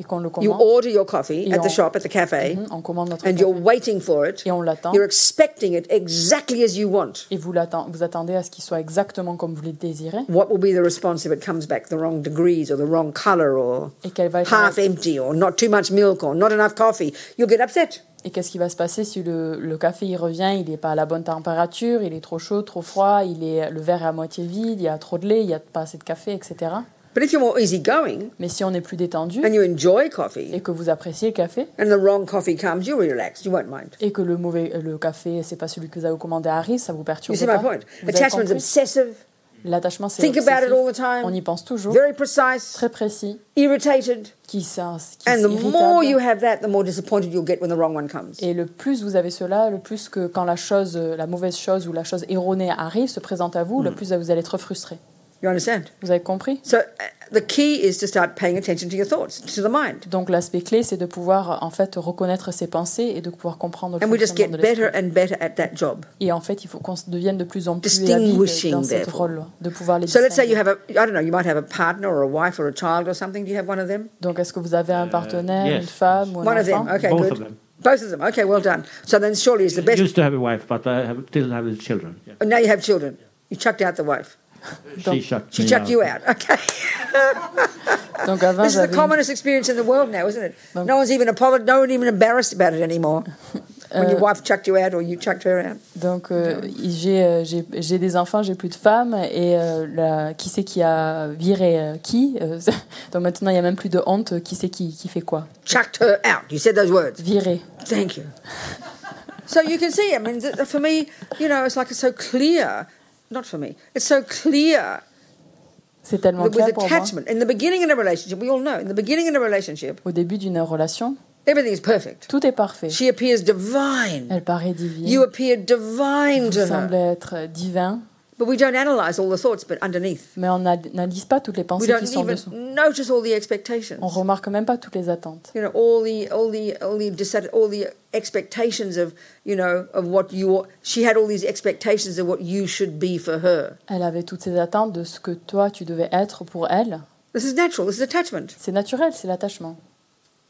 [SPEAKER 2] et qu'on le
[SPEAKER 1] You
[SPEAKER 2] commande.
[SPEAKER 1] order your coffee at the
[SPEAKER 2] on-
[SPEAKER 1] shop, at the cafe,
[SPEAKER 2] Mhm, on commande notre
[SPEAKER 1] and you're
[SPEAKER 2] café
[SPEAKER 1] waiting for it.
[SPEAKER 2] et on l'attend.
[SPEAKER 1] You're expecting it exactly as you want.
[SPEAKER 2] Et vous, l'attend- vous attendez à ce qu'il soit exactement comme vous le désirez.
[SPEAKER 1] What will be the response if it comes back the wrong degrees or the wrong color or
[SPEAKER 2] Et quelle va être la-
[SPEAKER 1] half empty or not too much milk or not enough coffee? You'll get upset.
[SPEAKER 2] Et qu'est-ce qui va se passer si le, le café il revient, il n'est pas à la bonne température, il est trop chaud, trop froid, il est, le verre est à moitié vide, il y a trop de lait, il n'y a pas assez de café, etc.
[SPEAKER 1] But if you're more easygoing
[SPEAKER 2] Mais si on est plus détendu
[SPEAKER 1] and you enjoy coffee
[SPEAKER 2] et que vous appréciez le café
[SPEAKER 1] and the wrong coffee comes, you're relaxed. You won't mind.
[SPEAKER 2] et que le mauvais le café c'est pas celui que vous avez commandé à Harry, ça vous
[SPEAKER 1] You
[SPEAKER 2] perturbe
[SPEAKER 1] see my
[SPEAKER 2] pas.
[SPEAKER 1] point?
[SPEAKER 2] Vous avez
[SPEAKER 1] Attachment's
[SPEAKER 2] compris
[SPEAKER 1] obsessive.
[SPEAKER 2] L'attachement c'est
[SPEAKER 1] Think about it all the
[SPEAKER 2] obsessif.
[SPEAKER 1] time.
[SPEAKER 2] On y pense toujours,
[SPEAKER 1] Very precise.
[SPEAKER 2] très précis,
[SPEAKER 1] Irritated.
[SPEAKER 2] qui s'inscrit.
[SPEAKER 1] And the more you have that, the more disappointed you'll get when the wrong one comes.
[SPEAKER 2] Et le plus vous avez cela, le plus que quand la chose, euh, la mauvaise chose ou la chose erronée arrive, se présente à vous,
[SPEAKER 1] Mm.
[SPEAKER 2] le plus vous allez être frustré.
[SPEAKER 1] You understand?
[SPEAKER 2] Vous avez compris
[SPEAKER 1] So uh, the key is to start paying attention to your thoughts, to the mind.
[SPEAKER 2] Donc l'aspect clé, c'est de pouvoir euh, en fait reconnaître ses pensées et de pouvoir comprendre le
[SPEAKER 1] And we just
[SPEAKER 2] fonctionnement
[SPEAKER 1] get
[SPEAKER 2] de
[SPEAKER 1] better
[SPEAKER 2] l'esprit.
[SPEAKER 1] and better at that job.
[SPEAKER 2] Et en fait, il faut qu'on se devienne de plus en plus habile dans
[SPEAKER 1] Distinguishing,
[SPEAKER 2] cette
[SPEAKER 1] therefore.
[SPEAKER 2] rôle, de pouvoir les
[SPEAKER 1] So let's say
[SPEAKER 2] distinguer.
[SPEAKER 1] you have a, I don't know, you might have a partner or a wife or a child or something. Do you have one of them?
[SPEAKER 2] Donc est-ce que vous avez un partenaire,
[SPEAKER 5] yes.
[SPEAKER 2] une femme ou un
[SPEAKER 1] One of
[SPEAKER 2] enfant
[SPEAKER 1] them. Okay,
[SPEAKER 5] Both
[SPEAKER 1] good.
[SPEAKER 5] of them.
[SPEAKER 1] Both of them. Okay, well done. So then surely it's the best.
[SPEAKER 5] Used to have a wife, but I have, still have the children. Yeah.
[SPEAKER 1] And now you have children. You chucked out the wife.
[SPEAKER 5] She chucked
[SPEAKER 1] She
[SPEAKER 5] me
[SPEAKER 1] chucked you out. <laughs> Okay.
[SPEAKER 2] Donc avant,
[SPEAKER 1] This is the
[SPEAKER 2] j'avais une-
[SPEAKER 1] commonest experience in the world now, isn't it? No one's even apologized. No one even embarrassed about it <laughs> anymore. When your wife chucked you out or you chucked her out.
[SPEAKER 2] donc euh, j'ai euh, j'ai- j'ai des enfants, j'ai plus de femmes et euh, la- qui c'est qui a viré euh, qui Euh, <laughs> Donc maintenant, il n'y a même plus de honte. euh, Qui c'est qui qui fait quoi
[SPEAKER 1] Chucked her out. You said those words.
[SPEAKER 2] Virer.
[SPEAKER 1] Thank <laughs> you. so you can see, I mean, th- for me, you know, it's like it's so clear. Not for me. It's so clear
[SPEAKER 2] C'est tellement
[SPEAKER 1] that
[SPEAKER 2] clair
[SPEAKER 1] with
[SPEAKER 2] pour moi.
[SPEAKER 1] attachment. In the beginning in a relationship, we all know, in the beginning in a relationship,
[SPEAKER 2] Au début d'une relation,
[SPEAKER 1] everything's perfect.
[SPEAKER 2] tout est parfait.
[SPEAKER 1] She appears divine.
[SPEAKER 2] Elle paraît divine.
[SPEAKER 1] You appear divine
[SPEAKER 2] Vous
[SPEAKER 1] to her.
[SPEAKER 2] semblez être euh, divin,
[SPEAKER 1] But we don't analyze all the thoughts, but underneath.
[SPEAKER 2] mais on n'analyse pas toutes les
[SPEAKER 1] We
[SPEAKER 2] pensées qui
[SPEAKER 1] don't
[SPEAKER 2] sont dessous.
[SPEAKER 1] even notice all the
[SPEAKER 2] On
[SPEAKER 1] expectations.
[SPEAKER 2] remarque même pas toutes les attentes.
[SPEAKER 1] You know, all the all the all the dissat- all the expectations of you know of what you she had all these expectations of what you should be for her.
[SPEAKER 2] Elle avait toutes ses attentes de ce que toi tu devais être pour elle.
[SPEAKER 1] This is natural. This is attachment.
[SPEAKER 2] C'est naturel, c'est l'attachement.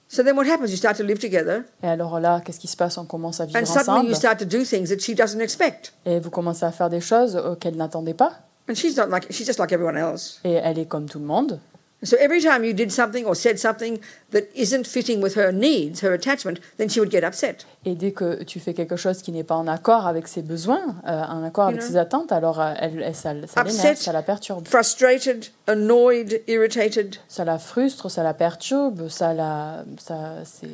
[SPEAKER 1] So then what happens? You start to live together,
[SPEAKER 2] Et alors là, qu'est-ce qui se passe On commence à vivre
[SPEAKER 1] and suddenly
[SPEAKER 2] ensemble
[SPEAKER 1] you start to do things that she doesn't expect.
[SPEAKER 2] et vous commencez à faire des choses qu'elle n'attendait pas.
[SPEAKER 1] And she's not like she's just like everyone else.
[SPEAKER 2] Et elle est comme tout le monde.
[SPEAKER 1] So every time you did something or said something that isn't fitting with her needs, her attachment, then she would get upset.
[SPEAKER 2] Et dès que tu fais quelque chose qui n'est pas en accord avec ses besoins, euh, en accord avec
[SPEAKER 1] Mhm.
[SPEAKER 2] ses attentes, alors euh, elle, elle- ça, ça l'énerve,
[SPEAKER 1] Upset.
[SPEAKER 2] ça la perturbe.
[SPEAKER 1] Frustrated, annoyed, irritated,
[SPEAKER 2] Ça la frustre, ça la perturbe, ça la... Ça, c'est,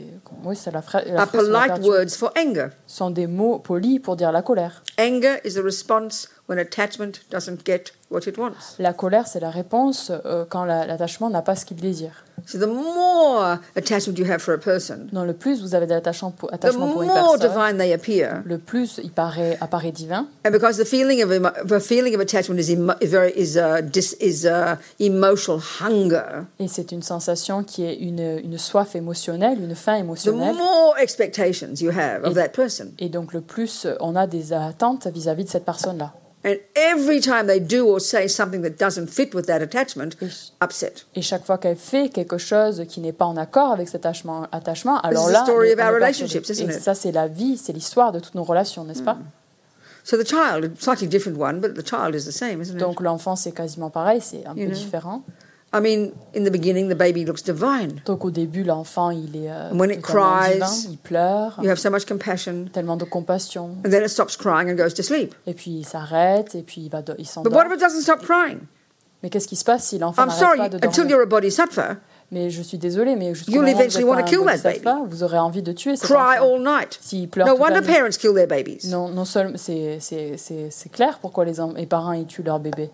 [SPEAKER 2] oui, ça la, fra- la
[SPEAKER 1] are
[SPEAKER 2] frustre, ça la
[SPEAKER 1] polite
[SPEAKER 2] perturbe.
[SPEAKER 1] words for anger.
[SPEAKER 2] sont des mots polis pour dire la colère.
[SPEAKER 1] Anger is a response when attachment doesn't get what it wants.
[SPEAKER 2] La colère, c'est la réponse euh, quand la- l'attachement n'a pas ce qu'il désire.
[SPEAKER 1] So the more attachment you have for a person,
[SPEAKER 2] Non, le plus vous avez d'attachement pour,
[SPEAKER 1] the
[SPEAKER 2] attachement pour une
[SPEAKER 1] more
[SPEAKER 2] personne,
[SPEAKER 1] divine they appear.
[SPEAKER 2] le plus il paraît, apparaît divin.
[SPEAKER 1] And because the feeling of emo- the feeling of attachment is emo- is very is uh, dis, is uh, emotional hunger.
[SPEAKER 2] Et c'est une sensation qui est une, une soif émotionnelle, une faim
[SPEAKER 1] The
[SPEAKER 2] émotionnelle.
[SPEAKER 1] more expectations you have of
[SPEAKER 2] Et-
[SPEAKER 1] that person,
[SPEAKER 2] Et donc le plus on a des attentes vis-à-vis de cette personne-là.
[SPEAKER 1] and every time they do or say something that doesn't fit with that attachment,
[SPEAKER 2] Yes.
[SPEAKER 1] upset.
[SPEAKER 2] Et chaque fois qu'elle fait quelque chose qui n'est pas en accord avec cet attachement, attachement alors
[SPEAKER 1] is the
[SPEAKER 2] là,
[SPEAKER 1] story
[SPEAKER 2] elle-
[SPEAKER 1] of our
[SPEAKER 2] elle est
[SPEAKER 1] relationships,
[SPEAKER 2] perturbée.
[SPEAKER 1] isn't
[SPEAKER 2] Et
[SPEAKER 1] it? Mm.
[SPEAKER 2] ça, c'est la vie, c'est l'histoire de toutes nos relations, n'est-ce pas
[SPEAKER 1] So the child, a slightly different one, but the child is the same, isn't it?
[SPEAKER 2] Donc l'enfant, c'est quasiment pareil, c'est un
[SPEAKER 1] Mm. You
[SPEAKER 2] peu
[SPEAKER 1] know.
[SPEAKER 2] différent.
[SPEAKER 1] I mean, in the beginning, the baby looks divine.
[SPEAKER 2] Donc au début, l'enfant, il est euh,
[SPEAKER 1] And when it
[SPEAKER 2] totalement
[SPEAKER 1] cries,
[SPEAKER 2] divin, il pleure,
[SPEAKER 1] You have so much compassion,
[SPEAKER 2] tellement de compassion.
[SPEAKER 1] and then it stops crying and goes to sleep.
[SPEAKER 2] Et puis il s'arrête, et puis il, va do- il
[SPEAKER 1] But what
[SPEAKER 2] s'endort.
[SPEAKER 1] if it doesn't stop crying?
[SPEAKER 2] Mais qu'est-ce qui se passe si l'enfant
[SPEAKER 1] I'm
[SPEAKER 2] n'arrête
[SPEAKER 1] sorry,
[SPEAKER 2] pas de
[SPEAKER 1] until
[SPEAKER 2] dormir
[SPEAKER 1] you're a bodhisattva,
[SPEAKER 2] Mais je suis désolée, mais jusqu'au
[SPEAKER 1] You'll
[SPEAKER 2] moment où vous
[SPEAKER 1] eventually
[SPEAKER 2] êtes
[SPEAKER 1] wanna
[SPEAKER 2] un
[SPEAKER 1] kill that
[SPEAKER 2] bodhisattva, vous aurez envie de tuer cet
[SPEAKER 1] cry
[SPEAKER 2] enfant.
[SPEAKER 1] all night.
[SPEAKER 2] S'il pleure
[SPEAKER 1] No
[SPEAKER 2] toute la
[SPEAKER 1] wonder
[SPEAKER 2] nuit.
[SPEAKER 1] parents kill their babies.
[SPEAKER 2] Non, non seulement c'est, c'est, c'est, c'est clair pourquoi les, en- les parents ils tuent leur bébé.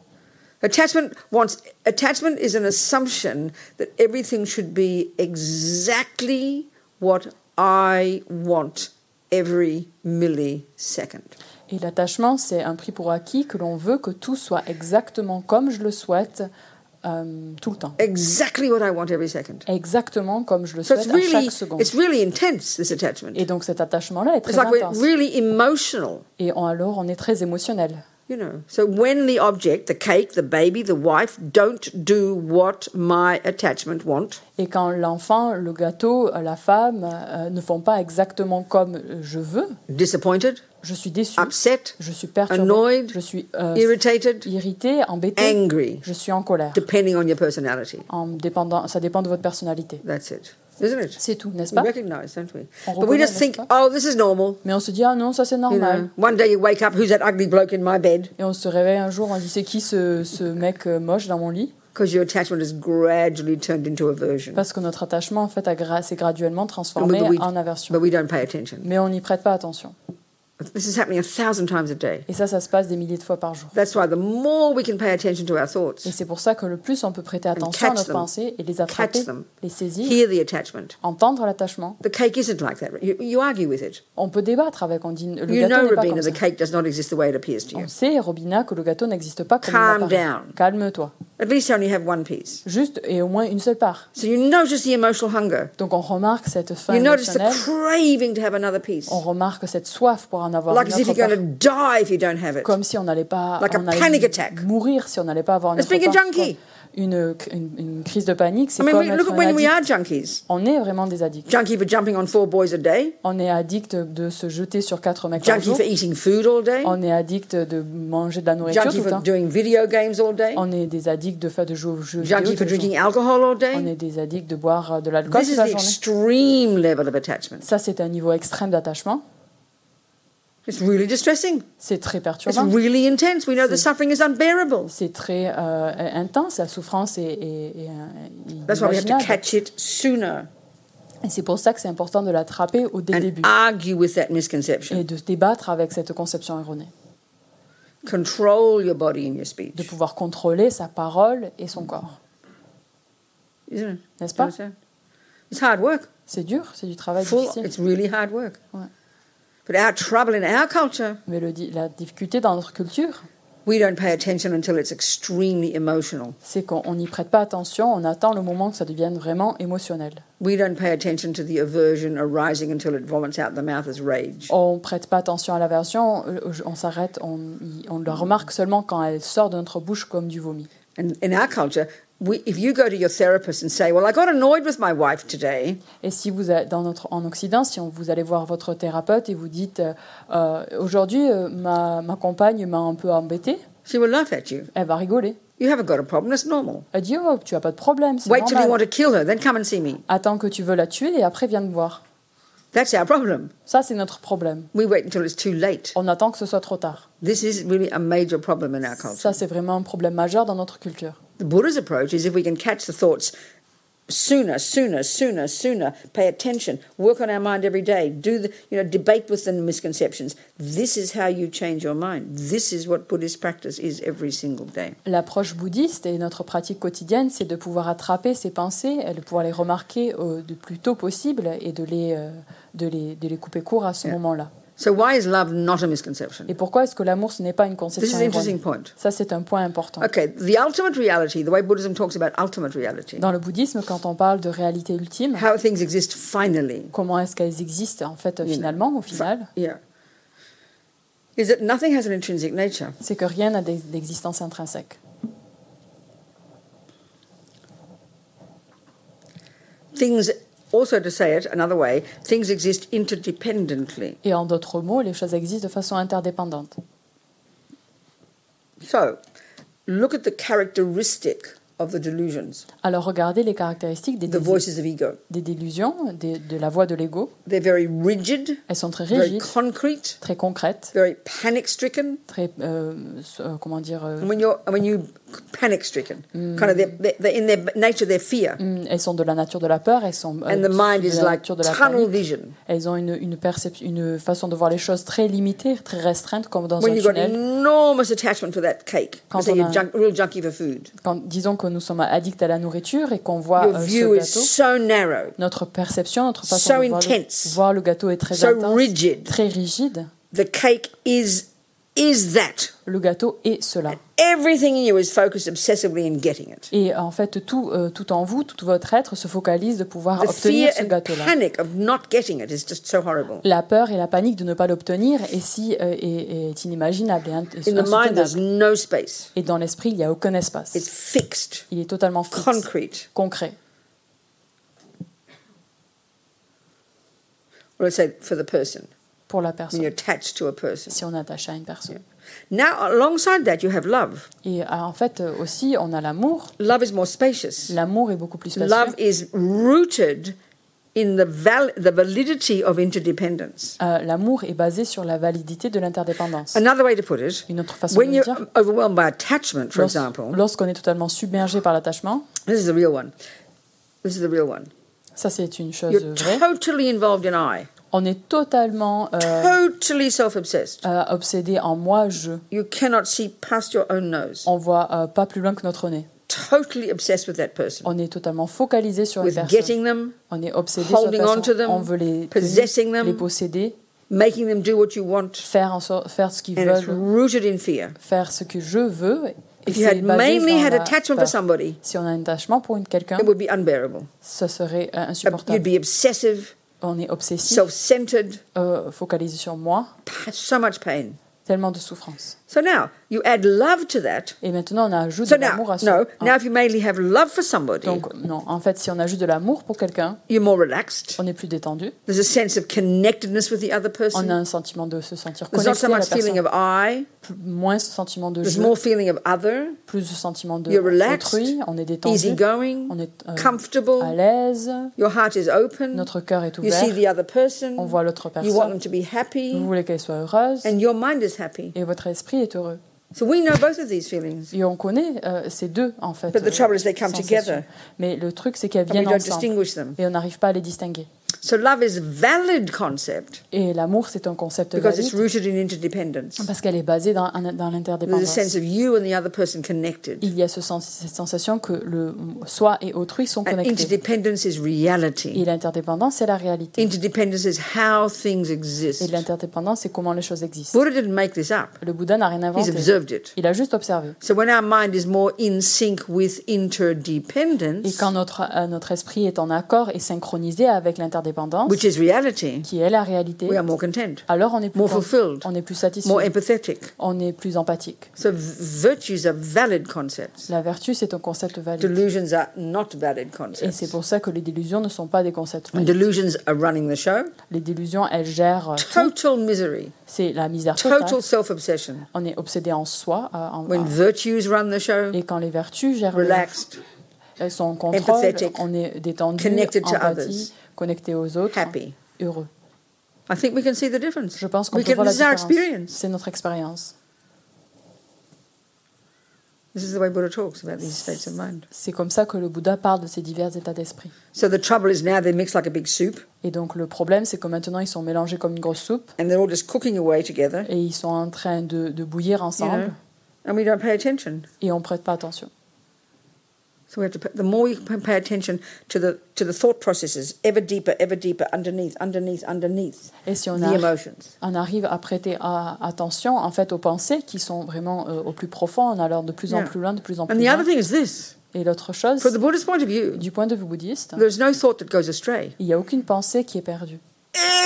[SPEAKER 1] Attachment wants attachment is an assumption that everything should be exactly what I want every millisecond.
[SPEAKER 2] Et l'attachement, c'est un prix pour acquis que l'on veut que tout soit exactement comme je le souhaite euh, tout le temps.
[SPEAKER 1] Exactly what I want every second.
[SPEAKER 2] Exactement comme je le
[SPEAKER 1] So
[SPEAKER 2] souhaite
[SPEAKER 1] it's
[SPEAKER 2] à
[SPEAKER 1] really
[SPEAKER 2] chaque seconde.
[SPEAKER 1] it's really intense this attachment.
[SPEAKER 2] Et donc cet attachement-là est
[SPEAKER 1] It's
[SPEAKER 2] très
[SPEAKER 1] like we're
[SPEAKER 2] intense.
[SPEAKER 1] really emotional.
[SPEAKER 2] Et on- alors on est très émotionnel.
[SPEAKER 1] You know, so when the object, the cake, the baby, the wife, don't do what my attachment want,
[SPEAKER 2] Et quand l'enfant, le gâteau, la femme euh, ne font pas exactement comme je veux,
[SPEAKER 1] disappointed,
[SPEAKER 2] je suis déçue,
[SPEAKER 1] upset,
[SPEAKER 2] Hmm? je suis perturbée,
[SPEAKER 1] Annoyed,
[SPEAKER 2] je suis euh,
[SPEAKER 1] irritated,
[SPEAKER 2] irritée, embêtée,
[SPEAKER 1] angry,
[SPEAKER 2] je suis en colère.
[SPEAKER 1] depending on your personality.
[SPEAKER 2] En dépendant, ça dépend de votre personnalité.
[SPEAKER 1] That's it, isn't it?
[SPEAKER 2] C'est tout, n'est-ce
[SPEAKER 1] We
[SPEAKER 2] pas
[SPEAKER 1] recognize, don't we?
[SPEAKER 2] On
[SPEAKER 1] But we
[SPEAKER 2] reconnaît,
[SPEAKER 1] just think,
[SPEAKER 2] n'est-ce
[SPEAKER 1] oh, this is normal.
[SPEAKER 2] Mais on se dit, ah non, ça c'est
[SPEAKER 1] You
[SPEAKER 2] normal.
[SPEAKER 1] know, one day you wake up, who's that ugly bloke in my bed?
[SPEAKER 2] Et on se réveille un jour, on dit, c'est qui ce, ce mec euh, moche dans mon lit
[SPEAKER 1] Because your attachment is gradually turned into aversion,
[SPEAKER 2] Parce que notre attachement, en fait, a gra- s'est graduellement transformé
[SPEAKER 1] Oui, oui, oui.
[SPEAKER 2] en aversion.
[SPEAKER 1] but we don't pay attention.
[SPEAKER 2] Mais on n'y prête pas attention.
[SPEAKER 1] This is happening a thousand times a day.
[SPEAKER 2] Et ça, ça se passe des milliers de fois par jour.
[SPEAKER 1] That's why the more we can pay attention to our
[SPEAKER 2] Et
[SPEAKER 1] thoughts,
[SPEAKER 2] c'est pour ça que le plus on peut prêter attention à
[SPEAKER 1] catch
[SPEAKER 2] nos
[SPEAKER 1] them.
[SPEAKER 2] pensées et les
[SPEAKER 1] catch
[SPEAKER 2] attraper,
[SPEAKER 1] them,
[SPEAKER 2] les saisir,
[SPEAKER 1] hear the attachment.
[SPEAKER 2] entendre l'attachement.
[SPEAKER 1] The cake isn't like that. You, you argue with it.
[SPEAKER 2] On peut débattre avec, on dit, le
[SPEAKER 1] you
[SPEAKER 2] gâteau
[SPEAKER 1] know,
[SPEAKER 2] n'est pas comme
[SPEAKER 1] Rabina,
[SPEAKER 2] ça.
[SPEAKER 1] the cake does not exist the way it appears to you.
[SPEAKER 2] On sait, Robina, que le gâteau n'existe pas comme il
[SPEAKER 1] Calm
[SPEAKER 2] apparaît.
[SPEAKER 1] down.
[SPEAKER 2] Calme-toi.
[SPEAKER 1] At least you only have one piece.
[SPEAKER 2] Juste et au moins une seule part.
[SPEAKER 1] So you notice the emotional hunger.
[SPEAKER 2] Donc on remarque cette faim
[SPEAKER 1] You notice the
[SPEAKER 2] émotionnelle,
[SPEAKER 1] craving to have another piece.
[SPEAKER 2] on remarque cette soif pour en avoir
[SPEAKER 1] Like
[SPEAKER 2] une
[SPEAKER 1] as if
[SPEAKER 2] autre
[SPEAKER 1] you're going
[SPEAKER 2] part.
[SPEAKER 1] to die if you don't have it.
[SPEAKER 2] Comme si on n'allait pas
[SPEAKER 1] Like a
[SPEAKER 2] on allait
[SPEAKER 1] panic attack.
[SPEAKER 2] mourir si on n'allait pas avoir une
[SPEAKER 1] Let's
[SPEAKER 2] autre
[SPEAKER 1] make a
[SPEAKER 2] part.
[SPEAKER 1] junkie.
[SPEAKER 2] Une, une, une crise de panique,
[SPEAKER 1] I
[SPEAKER 2] c'est
[SPEAKER 1] mean,
[SPEAKER 2] comme
[SPEAKER 1] we, look
[SPEAKER 2] être
[SPEAKER 1] at
[SPEAKER 2] un
[SPEAKER 1] when we
[SPEAKER 2] addict.
[SPEAKER 1] are junkies.
[SPEAKER 2] On est vraiment des addicts.
[SPEAKER 1] Junkie for jumping on four boys a day.
[SPEAKER 2] On est addict de se jeter sur quatre mecs par
[SPEAKER 1] Junkie
[SPEAKER 2] jour.
[SPEAKER 1] for eating food all day.
[SPEAKER 2] On est addict de manger de la nourriture tout
[SPEAKER 1] Junkie
[SPEAKER 2] le
[SPEAKER 1] for
[SPEAKER 2] temps.
[SPEAKER 1] doing video games all day.
[SPEAKER 2] On est des addicts de faire de jouer aux jeux vidéo.
[SPEAKER 1] Junkie
[SPEAKER 2] tout
[SPEAKER 1] for
[SPEAKER 2] le jour.
[SPEAKER 1] drinking alcohol all
[SPEAKER 2] On
[SPEAKER 1] day.
[SPEAKER 2] est des addicts de boire euh, de l'alcool
[SPEAKER 1] This
[SPEAKER 2] toute
[SPEAKER 1] is
[SPEAKER 2] la
[SPEAKER 1] the
[SPEAKER 2] journée.
[SPEAKER 1] extreme level of attachment.
[SPEAKER 2] Ça, c'est un niveau extrême d'attachement.
[SPEAKER 1] It's really distressing.
[SPEAKER 2] C'est très
[SPEAKER 1] It's
[SPEAKER 2] perturbant.
[SPEAKER 1] really intense. We know the suffering is unbearable.
[SPEAKER 2] C'est très euh, intense. La souffrance est, est- est, euh,
[SPEAKER 1] That's why we have to
[SPEAKER 2] inimaginable.
[SPEAKER 1] catch it sooner
[SPEAKER 2] Et c'est pour ça que c'est important de l'attraper au dès le
[SPEAKER 1] and
[SPEAKER 2] début
[SPEAKER 1] argue with that
[SPEAKER 2] et
[SPEAKER 1] misconception.
[SPEAKER 2] de débattre avec cette conception erronée.
[SPEAKER 1] Control your body and your
[SPEAKER 2] De
[SPEAKER 1] speech.
[SPEAKER 2] pouvoir contrôler sa parole et son corps.
[SPEAKER 1] Isn't it?
[SPEAKER 2] N'est-ce
[SPEAKER 1] You
[SPEAKER 2] pas
[SPEAKER 1] understand? It's hard work.
[SPEAKER 2] C'est dur, c'est du travail
[SPEAKER 1] Full,
[SPEAKER 2] difficile.
[SPEAKER 1] it's really hard work.
[SPEAKER 2] Ouais.
[SPEAKER 1] But our trouble in our culture,
[SPEAKER 2] Mais le di- la difficulté dans notre culture,
[SPEAKER 1] we don't pay attention until it's extremely emotional.
[SPEAKER 2] c'est qu'on on n'y prête pas attention, on attend le moment que ça devienne vraiment émotionnel.
[SPEAKER 1] We don't pay attention to the aversion arising until it vomits out the mouth as rage.
[SPEAKER 2] On prête pas attention à l'aversion, on- on s'arrête, on, y- on la remarque seulement quand elle sort de notre bouche comme du vomi.
[SPEAKER 1] And in our culture, we, if you go to your therapist and say, Well, I got annoyed with my wife today,
[SPEAKER 2] Et si vous êtes dans notre, en Occident, si on, vous allez voir votre thérapeute et vous dites euh, Euh, aujourd'hui euh, ma, ma compagne m'a un peu embêtée,
[SPEAKER 1] she will laugh at you.
[SPEAKER 2] elle va rigoler.
[SPEAKER 1] You haven't got a problem, it's normal.
[SPEAKER 2] Elle dit oh tu as pas de problème, c'est
[SPEAKER 1] Wait till you
[SPEAKER 2] normal.
[SPEAKER 1] want to kill her, then come and see me.
[SPEAKER 2] Attends que tu veux la tuer et après viens me voir.
[SPEAKER 1] That's our problem.
[SPEAKER 2] Ça c'est notre problème.
[SPEAKER 1] We wait until it's too late.
[SPEAKER 2] On attend que ce soit trop tard.
[SPEAKER 1] This is really a major problem in our culture.
[SPEAKER 2] Ça c'est vraiment un problème majeur dans notre culture.
[SPEAKER 1] The Buddha's approach is if we can catch the thoughts sooner, sooner, sooner, sooner, pay attention, work on our mind every day, do the, you know, debate with the misconceptions. This is how you change your mind. This is what Buddhist practice is every single day.
[SPEAKER 2] L'approche bouddhiste et notre pratique quotidienne, c'est de pouvoir attraper ces pensées, de pouvoir les remarquer euh, le plus tôt possible et de les, euh, de les, de les couper court à ce
[SPEAKER 1] Yeah.
[SPEAKER 2] moment-là.
[SPEAKER 1] So why is love not a
[SPEAKER 2] Et
[SPEAKER 1] misconception?
[SPEAKER 2] pourquoi est-ce que l'amour, ce n'est pas une
[SPEAKER 1] This
[SPEAKER 2] conception
[SPEAKER 1] is an interesting
[SPEAKER 2] erronée
[SPEAKER 1] point.
[SPEAKER 2] Ça, c'est un point important.
[SPEAKER 1] Okay, the ultimate reality, the way Buddhism talks about ultimate reality,
[SPEAKER 2] Dans le bouddhisme, quand on parle de réalité ultime,
[SPEAKER 1] how things exist finally.
[SPEAKER 2] comment est-ce qu'elles existent, en fait,
[SPEAKER 1] know.
[SPEAKER 2] finalement, au final,
[SPEAKER 1] Yeah. Is that nothing has an intrinsic nature.
[SPEAKER 2] c'est que rien n'a d'ex- d'existence intrinsèque.
[SPEAKER 1] Things, also to say it another way, things exist interdependently.
[SPEAKER 2] Et en d'autres mots, les choses existent de façon interdépendante.
[SPEAKER 1] So, look at the characteristic of the delusions,
[SPEAKER 2] Alors, regardez les caractéristiques des,
[SPEAKER 1] the
[SPEAKER 2] dési-
[SPEAKER 1] voices of ego.
[SPEAKER 2] des délusions, des- de la voix de l'ego.
[SPEAKER 1] They're very rigid,
[SPEAKER 2] Elles sont très
[SPEAKER 1] very
[SPEAKER 2] rigides,
[SPEAKER 1] concrete,
[SPEAKER 2] très concrètes.
[SPEAKER 1] very panic stricken.
[SPEAKER 2] très euh, s- euh, comment dire euh,
[SPEAKER 1] And when you're and when you panic stricken, kind of they're, they're, they're in their nature, they're fear,
[SPEAKER 2] hum, elles sont de la nature de la peur elles sont euh,
[SPEAKER 1] and the mind
[SPEAKER 2] de
[SPEAKER 1] is
[SPEAKER 2] la
[SPEAKER 1] like
[SPEAKER 2] nature de la
[SPEAKER 1] tunnel
[SPEAKER 2] panique.
[SPEAKER 1] vision.
[SPEAKER 2] elles ont une une perception une façon de voir les choses très limitée très restreinte comme dans
[SPEAKER 1] When
[SPEAKER 2] un
[SPEAKER 1] you've got
[SPEAKER 2] tunnel
[SPEAKER 1] enormous attachment for that cake,
[SPEAKER 2] Quand
[SPEAKER 1] so
[SPEAKER 2] on
[SPEAKER 1] you're
[SPEAKER 2] a-
[SPEAKER 1] junk, real junkie for food.
[SPEAKER 2] quand disons que nous sommes addicts à la nourriture et qu'on voit
[SPEAKER 1] Your
[SPEAKER 2] euh,
[SPEAKER 1] view
[SPEAKER 2] ce
[SPEAKER 1] is
[SPEAKER 2] gâteau
[SPEAKER 1] so narrow,
[SPEAKER 2] notre perception notre
[SPEAKER 1] so
[SPEAKER 2] façon de voir le,
[SPEAKER 1] intense,
[SPEAKER 2] voir le gâteau est très
[SPEAKER 1] so
[SPEAKER 2] intense
[SPEAKER 1] rigid.
[SPEAKER 2] très rigide
[SPEAKER 1] The cake is is that.
[SPEAKER 2] Le gâteau est cela.
[SPEAKER 1] Everything in you is focused obsessively in getting it.
[SPEAKER 2] Et en fait, tout, euh, tout en vous, tout votre être se focalise de pouvoir
[SPEAKER 1] The fear
[SPEAKER 2] obtenir ce
[SPEAKER 1] and
[SPEAKER 2] gâteau-là.
[SPEAKER 1] panic of not getting it is just so horrible.
[SPEAKER 2] La peur et la panique de ne pas l'obtenir est, si, euh, est, est inimaginable et int-
[SPEAKER 1] In the mind, there's
[SPEAKER 2] insoutenable.
[SPEAKER 1] no space.
[SPEAKER 2] Et dans l'esprit, il n'y a aucun espace.
[SPEAKER 1] It's fixed,
[SPEAKER 2] Il est totalement fixe,
[SPEAKER 1] concrete.
[SPEAKER 2] concret.
[SPEAKER 1] Well, let's say for the person,
[SPEAKER 2] pour la
[SPEAKER 1] when you're
[SPEAKER 2] personne,
[SPEAKER 1] attached to a person.
[SPEAKER 2] si on est attaché à une personne.
[SPEAKER 1] Now, alongside that, you have love.
[SPEAKER 2] Et euh, en fait, euh, aussi, on a l'amour.
[SPEAKER 1] Love is more spacious.
[SPEAKER 2] L'amour est beaucoup plus spacieux.
[SPEAKER 1] Love is rooted in the, val- the validity of interdependence.
[SPEAKER 2] Euh, l'amour est basé sur la validité de l'interdépendance.
[SPEAKER 1] Another way to put it,
[SPEAKER 2] Une autre façon
[SPEAKER 1] when
[SPEAKER 2] de le
[SPEAKER 1] you're
[SPEAKER 2] dire,
[SPEAKER 1] overwhelmed by attachment, for
[SPEAKER 2] lors-
[SPEAKER 1] example,
[SPEAKER 2] lorsqu'on est totalement submergé par l'attachement,
[SPEAKER 1] this is the real one. This is the real one.
[SPEAKER 2] ça c'est une chose
[SPEAKER 1] You're
[SPEAKER 2] vraie,
[SPEAKER 1] totally involved in I,
[SPEAKER 2] on est totalement euh,
[SPEAKER 1] totally self obsessed.
[SPEAKER 2] euh, obsédé en moi-je.
[SPEAKER 1] You cannot see past your own nose.
[SPEAKER 2] On voit euh, pas plus loin que notre nez.
[SPEAKER 1] Totally obsessed with that person,
[SPEAKER 2] On est totalement focalisé sur une
[SPEAKER 1] with
[SPEAKER 2] personne.
[SPEAKER 1] getting them,
[SPEAKER 2] On est obsédé sur
[SPEAKER 1] holding
[SPEAKER 2] la
[SPEAKER 1] on to
[SPEAKER 2] personne.
[SPEAKER 1] them,
[SPEAKER 2] On veut les,
[SPEAKER 1] possessing
[SPEAKER 2] tenir,
[SPEAKER 1] them,
[SPEAKER 2] les posséder,
[SPEAKER 1] making them do what you want,
[SPEAKER 2] faire, en sorte- faire ce qu'ils
[SPEAKER 1] and it's
[SPEAKER 2] veulent,
[SPEAKER 1] rooted in fear.
[SPEAKER 2] faire ce que je veux. Et
[SPEAKER 1] If you
[SPEAKER 2] c'est
[SPEAKER 1] had
[SPEAKER 2] basé
[SPEAKER 1] mainly
[SPEAKER 2] dans
[SPEAKER 1] had
[SPEAKER 2] la
[SPEAKER 1] attachment for
[SPEAKER 2] peur.
[SPEAKER 1] somebody,
[SPEAKER 2] Si on a un attachement pour une quelqu'un,
[SPEAKER 1] it would be unbearable.
[SPEAKER 2] ce serait euh,
[SPEAKER 1] You'd
[SPEAKER 2] insupportable.
[SPEAKER 1] be obsessive,
[SPEAKER 2] On est obsessif,
[SPEAKER 1] self centered,
[SPEAKER 2] euh, focalisé sur moi,
[SPEAKER 1] so much pain.
[SPEAKER 2] tellement de souffrance.
[SPEAKER 1] So now you add love to that.
[SPEAKER 2] Et maintenant, on ajoute
[SPEAKER 1] So
[SPEAKER 2] de
[SPEAKER 1] now,
[SPEAKER 2] l'amour à ça. Ah,
[SPEAKER 1] no, now if you mainly have love for somebody,
[SPEAKER 2] Donc, non, en fait, si on ajoute de l'amour pour quelqu'un,
[SPEAKER 1] you're more relaxed.
[SPEAKER 2] on est plus détendu.
[SPEAKER 1] There's a sense of connectedness with the other
[SPEAKER 2] On a
[SPEAKER 1] person.
[SPEAKER 2] un sentiment de se sentir
[SPEAKER 1] There's not
[SPEAKER 2] connecté
[SPEAKER 1] so
[SPEAKER 2] à la
[SPEAKER 1] much feeling
[SPEAKER 2] personne,
[SPEAKER 1] of I.
[SPEAKER 2] plus- moins ce sentiment de
[SPEAKER 1] There's
[SPEAKER 2] je,
[SPEAKER 1] more feeling of other,
[SPEAKER 2] plus ce sentiment de
[SPEAKER 1] You're relaxed,
[SPEAKER 2] autrui, on est
[SPEAKER 1] easy
[SPEAKER 2] détendu, on
[SPEAKER 1] going,
[SPEAKER 2] est euh, à
[SPEAKER 1] comfortable.
[SPEAKER 2] l'aise,
[SPEAKER 1] Your heart is open.
[SPEAKER 2] notre cœur est
[SPEAKER 1] You
[SPEAKER 2] ouvert,
[SPEAKER 1] see the other
[SPEAKER 2] on
[SPEAKER 1] person.
[SPEAKER 2] voit l'autre
[SPEAKER 1] You want
[SPEAKER 2] personne,
[SPEAKER 1] them to be happy,
[SPEAKER 2] vous voulez qu'elle soit heureuse,
[SPEAKER 1] and your mind is happy.
[SPEAKER 2] et votre esprit est heureux.
[SPEAKER 1] So we know both of these feelings,
[SPEAKER 2] Et on connaît euh, ces deux, en fait.
[SPEAKER 1] But the
[SPEAKER 2] euh,
[SPEAKER 1] trouble is they come
[SPEAKER 2] sensations.
[SPEAKER 1] together.
[SPEAKER 2] Mais le truc, c'est qu'elles
[SPEAKER 1] and we
[SPEAKER 2] viennent
[SPEAKER 1] don't
[SPEAKER 2] ensemble.
[SPEAKER 1] distinguish them.
[SPEAKER 2] Et on n'arrive pas à les distinguer.
[SPEAKER 1] So love is a valid concept
[SPEAKER 2] Et l'amour, c'est un concept
[SPEAKER 1] because it's
[SPEAKER 2] valide
[SPEAKER 1] rooted in interdependence.
[SPEAKER 2] parce qu'elle est basée dans, dans
[SPEAKER 1] There's a
[SPEAKER 2] l'interdépendance.
[SPEAKER 1] sense of you and the other person connected.
[SPEAKER 2] Il y a ce sens- cette sensation que le soi et autrui sont
[SPEAKER 1] And
[SPEAKER 2] connectés.
[SPEAKER 1] interdependence is
[SPEAKER 2] Et
[SPEAKER 1] reality.
[SPEAKER 2] l'interdépendance, c'est la réalité.
[SPEAKER 1] Interdependence is how things
[SPEAKER 2] Et
[SPEAKER 1] exist.
[SPEAKER 2] l'interdépendance, c'est comment les choses existent.
[SPEAKER 1] Buddha didn't make this up.
[SPEAKER 2] Le Bouddha n'a rien
[SPEAKER 1] He's
[SPEAKER 2] inventé.
[SPEAKER 1] observed it.
[SPEAKER 2] Il a juste observé.
[SPEAKER 1] So when our mind is more in sync with
[SPEAKER 2] Et
[SPEAKER 1] interdependence,
[SPEAKER 2] quand notre, euh, notre esprit est en accord et synchronisé avec l'interdépendance,
[SPEAKER 1] which is reality,
[SPEAKER 2] qui est la réalité,
[SPEAKER 1] we are more content,
[SPEAKER 2] alors on est plus,
[SPEAKER 1] more
[SPEAKER 2] con-
[SPEAKER 1] fulfilled,
[SPEAKER 2] on est plus
[SPEAKER 1] more
[SPEAKER 2] satisfait,
[SPEAKER 1] empathetic.
[SPEAKER 2] on est plus empathique.
[SPEAKER 1] So v- virtues are valid concepts.
[SPEAKER 2] La vertu, c'est un concept valide.
[SPEAKER 1] Delusions are not valid
[SPEAKER 2] Et
[SPEAKER 1] concepts.
[SPEAKER 2] c'est pour ça que les délusions ne sont pas des concepts
[SPEAKER 1] And
[SPEAKER 2] valides.
[SPEAKER 1] delusions are running the show.
[SPEAKER 2] Les délusions, elles gèrent euh, tout.
[SPEAKER 1] Total misery,
[SPEAKER 2] C'est la misère
[SPEAKER 1] total
[SPEAKER 2] totale.
[SPEAKER 1] self obsession.
[SPEAKER 2] On est obsédé en soi. euh, en-
[SPEAKER 1] When
[SPEAKER 2] en-
[SPEAKER 1] virtues run the show,
[SPEAKER 2] et quand les vertus gèrent, le-
[SPEAKER 1] relaxed,
[SPEAKER 2] elles sont en contrôle,
[SPEAKER 1] empathetic,
[SPEAKER 2] on est détendu,
[SPEAKER 1] connected to
[SPEAKER 2] empathie, connecté aux autres,
[SPEAKER 1] happy.
[SPEAKER 2] heureux.
[SPEAKER 1] I think we can see the difference.
[SPEAKER 2] Je pense qu'on
[SPEAKER 1] we
[SPEAKER 2] peut
[SPEAKER 1] can,
[SPEAKER 2] voir la
[SPEAKER 1] this is our
[SPEAKER 2] différence.
[SPEAKER 1] experience.
[SPEAKER 2] C'est notre expérience.
[SPEAKER 1] This is the way Buddha talks about these states of mind.
[SPEAKER 2] C'est comme ça que le Bouddha parle de ces divers états d'esprit.
[SPEAKER 1] So the trouble is now they're mixed like a big soup
[SPEAKER 2] Et donc le problème, c'est que maintenant ils sont mélangés comme une grosse soupe
[SPEAKER 1] and they're all just cooking away together,
[SPEAKER 2] et ils sont en train de, de bouillir
[SPEAKER 1] you
[SPEAKER 2] ensemble
[SPEAKER 1] know, and we don't pay attention.
[SPEAKER 2] et on prête pas attention.
[SPEAKER 1] So we have to pay, the more we can pay attention to the to the thought processes ever deeper, ever deeper, underneath, underneath, underneath
[SPEAKER 2] Et si on
[SPEAKER 1] the
[SPEAKER 2] a
[SPEAKER 1] emotions.
[SPEAKER 2] on arrive à prêter à- attention en fait aux pensées qui sont vraiment euh, au plus profond, on allant de plus en
[SPEAKER 1] Yeah.
[SPEAKER 2] plus loin, de plus en plus
[SPEAKER 1] And the other
[SPEAKER 2] loin.
[SPEAKER 1] thing is this:
[SPEAKER 2] Et l'autre chose,
[SPEAKER 1] from the Buddhist point of view,
[SPEAKER 2] du point de vue bouddhiste,
[SPEAKER 1] there's no thought that goes astray.
[SPEAKER 2] il n'y a aucune pensée qui est perdue.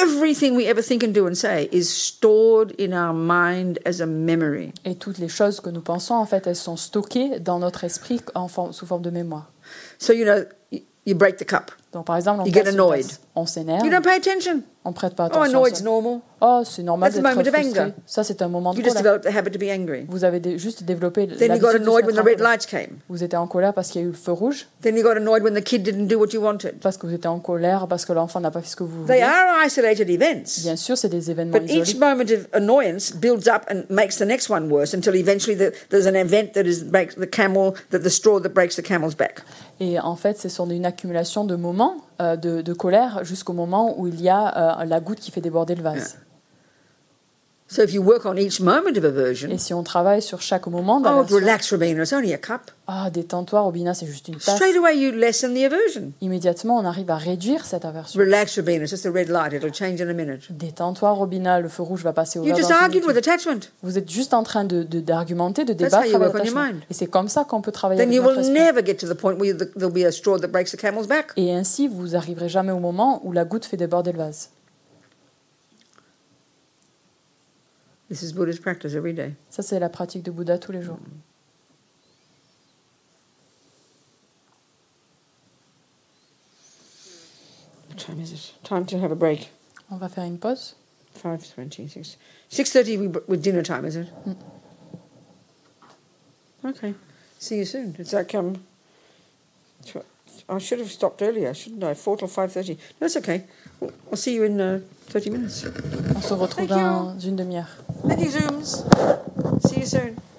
[SPEAKER 1] Everything we ever think and do and say is stored in our mind as a memory.
[SPEAKER 2] Et toutes les choses que nous pensons, en fait, elles sont stockées dans notre esprit en forme- sous forme de mémoire.
[SPEAKER 1] So you know, y- you break the cup.
[SPEAKER 2] Donc, par exemple, on,
[SPEAKER 1] You get
[SPEAKER 2] casse une
[SPEAKER 1] annoyed.
[SPEAKER 2] tasse, on s'énerve,
[SPEAKER 1] You don't pay attention.
[SPEAKER 2] on prête pas
[SPEAKER 1] Oh,
[SPEAKER 2] attention. à
[SPEAKER 1] annoyed's
[SPEAKER 2] ça.
[SPEAKER 1] normal.
[SPEAKER 2] Oh, c'est normal
[SPEAKER 1] That's a
[SPEAKER 2] d'être
[SPEAKER 1] moment of
[SPEAKER 2] frustré.
[SPEAKER 1] anger.
[SPEAKER 2] Ça, c'est un moment de
[SPEAKER 1] You just
[SPEAKER 2] colère.
[SPEAKER 1] develop the habit to be angry.
[SPEAKER 2] Vous avez dé- juste développé l-
[SPEAKER 1] Then you got
[SPEAKER 2] l'habitude de se
[SPEAKER 1] annoyed when
[SPEAKER 2] mettre
[SPEAKER 1] the
[SPEAKER 2] en
[SPEAKER 1] red
[SPEAKER 2] colère.
[SPEAKER 1] lights came.
[SPEAKER 2] Vous étiez en colère parce qu'il y a eu le feu rouge,
[SPEAKER 1] Then you got annoyed when the kid didn't do what you wanted.
[SPEAKER 2] parce que vous étiez en colère parce que l'enfant n'a pas fait ce que vous
[SPEAKER 1] They
[SPEAKER 2] vouliez.
[SPEAKER 1] are isolated events.
[SPEAKER 2] Bien sûr, c'est des événements
[SPEAKER 1] But each
[SPEAKER 2] isolés.
[SPEAKER 1] moment of annoyance builds up and makes the next one worse until eventually the, there's an event that is breaks the camel, that the straw that breaks the camel's back.
[SPEAKER 2] Et en fait, ce sont une accumulation de moments euh, de, de colère jusqu'au moment où il y a euh, la goutte qui fait déborder le vase.
[SPEAKER 1] So if you work on each moment of
[SPEAKER 2] Et
[SPEAKER 1] aversion,
[SPEAKER 2] si on travaille sur chaque moment,
[SPEAKER 1] oh,
[SPEAKER 2] d'aversion,
[SPEAKER 1] relax, Robina, it's only a cup.
[SPEAKER 2] ah, détends-toi, Robina, c'est juste une tasse.
[SPEAKER 1] Straight away, you lessen the aversion.
[SPEAKER 2] Immédiatement, on arrive à réduire cette aversion.
[SPEAKER 1] Relax, Robina, it's just a red light. It'll change in a minute.
[SPEAKER 2] Détends-toi, Robina, le feu rouge va passer au
[SPEAKER 1] You
[SPEAKER 2] vert.
[SPEAKER 1] just
[SPEAKER 2] dans une
[SPEAKER 1] argued with
[SPEAKER 2] minute.
[SPEAKER 1] attachment.
[SPEAKER 2] Vous êtes juste en train de, de- d'argumenter, de
[SPEAKER 1] That's how
[SPEAKER 2] débattre
[SPEAKER 1] you
[SPEAKER 2] avec
[SPEAKER 1] work on your
[SPEAKER 2] l'attachement.
[SPEAKER 1] mind.
[SPEAKER 2] Et c'est comme ça qu'on peut travailler
[SPEAKER 1] Then
[SPEAKER 2] avec
[SPEAKER 1] you
[SPEAKER 2] notre
[SPEAKER 1] will
[SPEAKER 2] esprit.
[SPEAKER 1] never get to the point where the, there'll be a straw that breaks the camel's back.
[SPEAKER 2] Et ainsi, vous arriverez jamais au moment où la goutte fait déborder le vase.
[SPEAKER 1] This is Buddha's practice every day.
[SPEAKER 2] Ça, c'est la pratique de Bouddha tous les jours.
[SPEAKER 1] What time is it? Time to have a break.
[SPEAKER 2] On va faire une pause.
[SPEAKER 1] Five twenty six. Six thirty. We with dinner time, is it? Okay. See you soon. It's like um. tw- I should have stopped earlier, shouldn't I? Four till five thirty. That's okay. We'll, I'll see you in uh, thirty minutes.
[SPEAKER 2] On se retrouve
[SPEAKER 1] Thank you.
[SPEAKER 2] dans une demi-heure.
[SPEAKER 1] Thank you, Zooms. See you soon.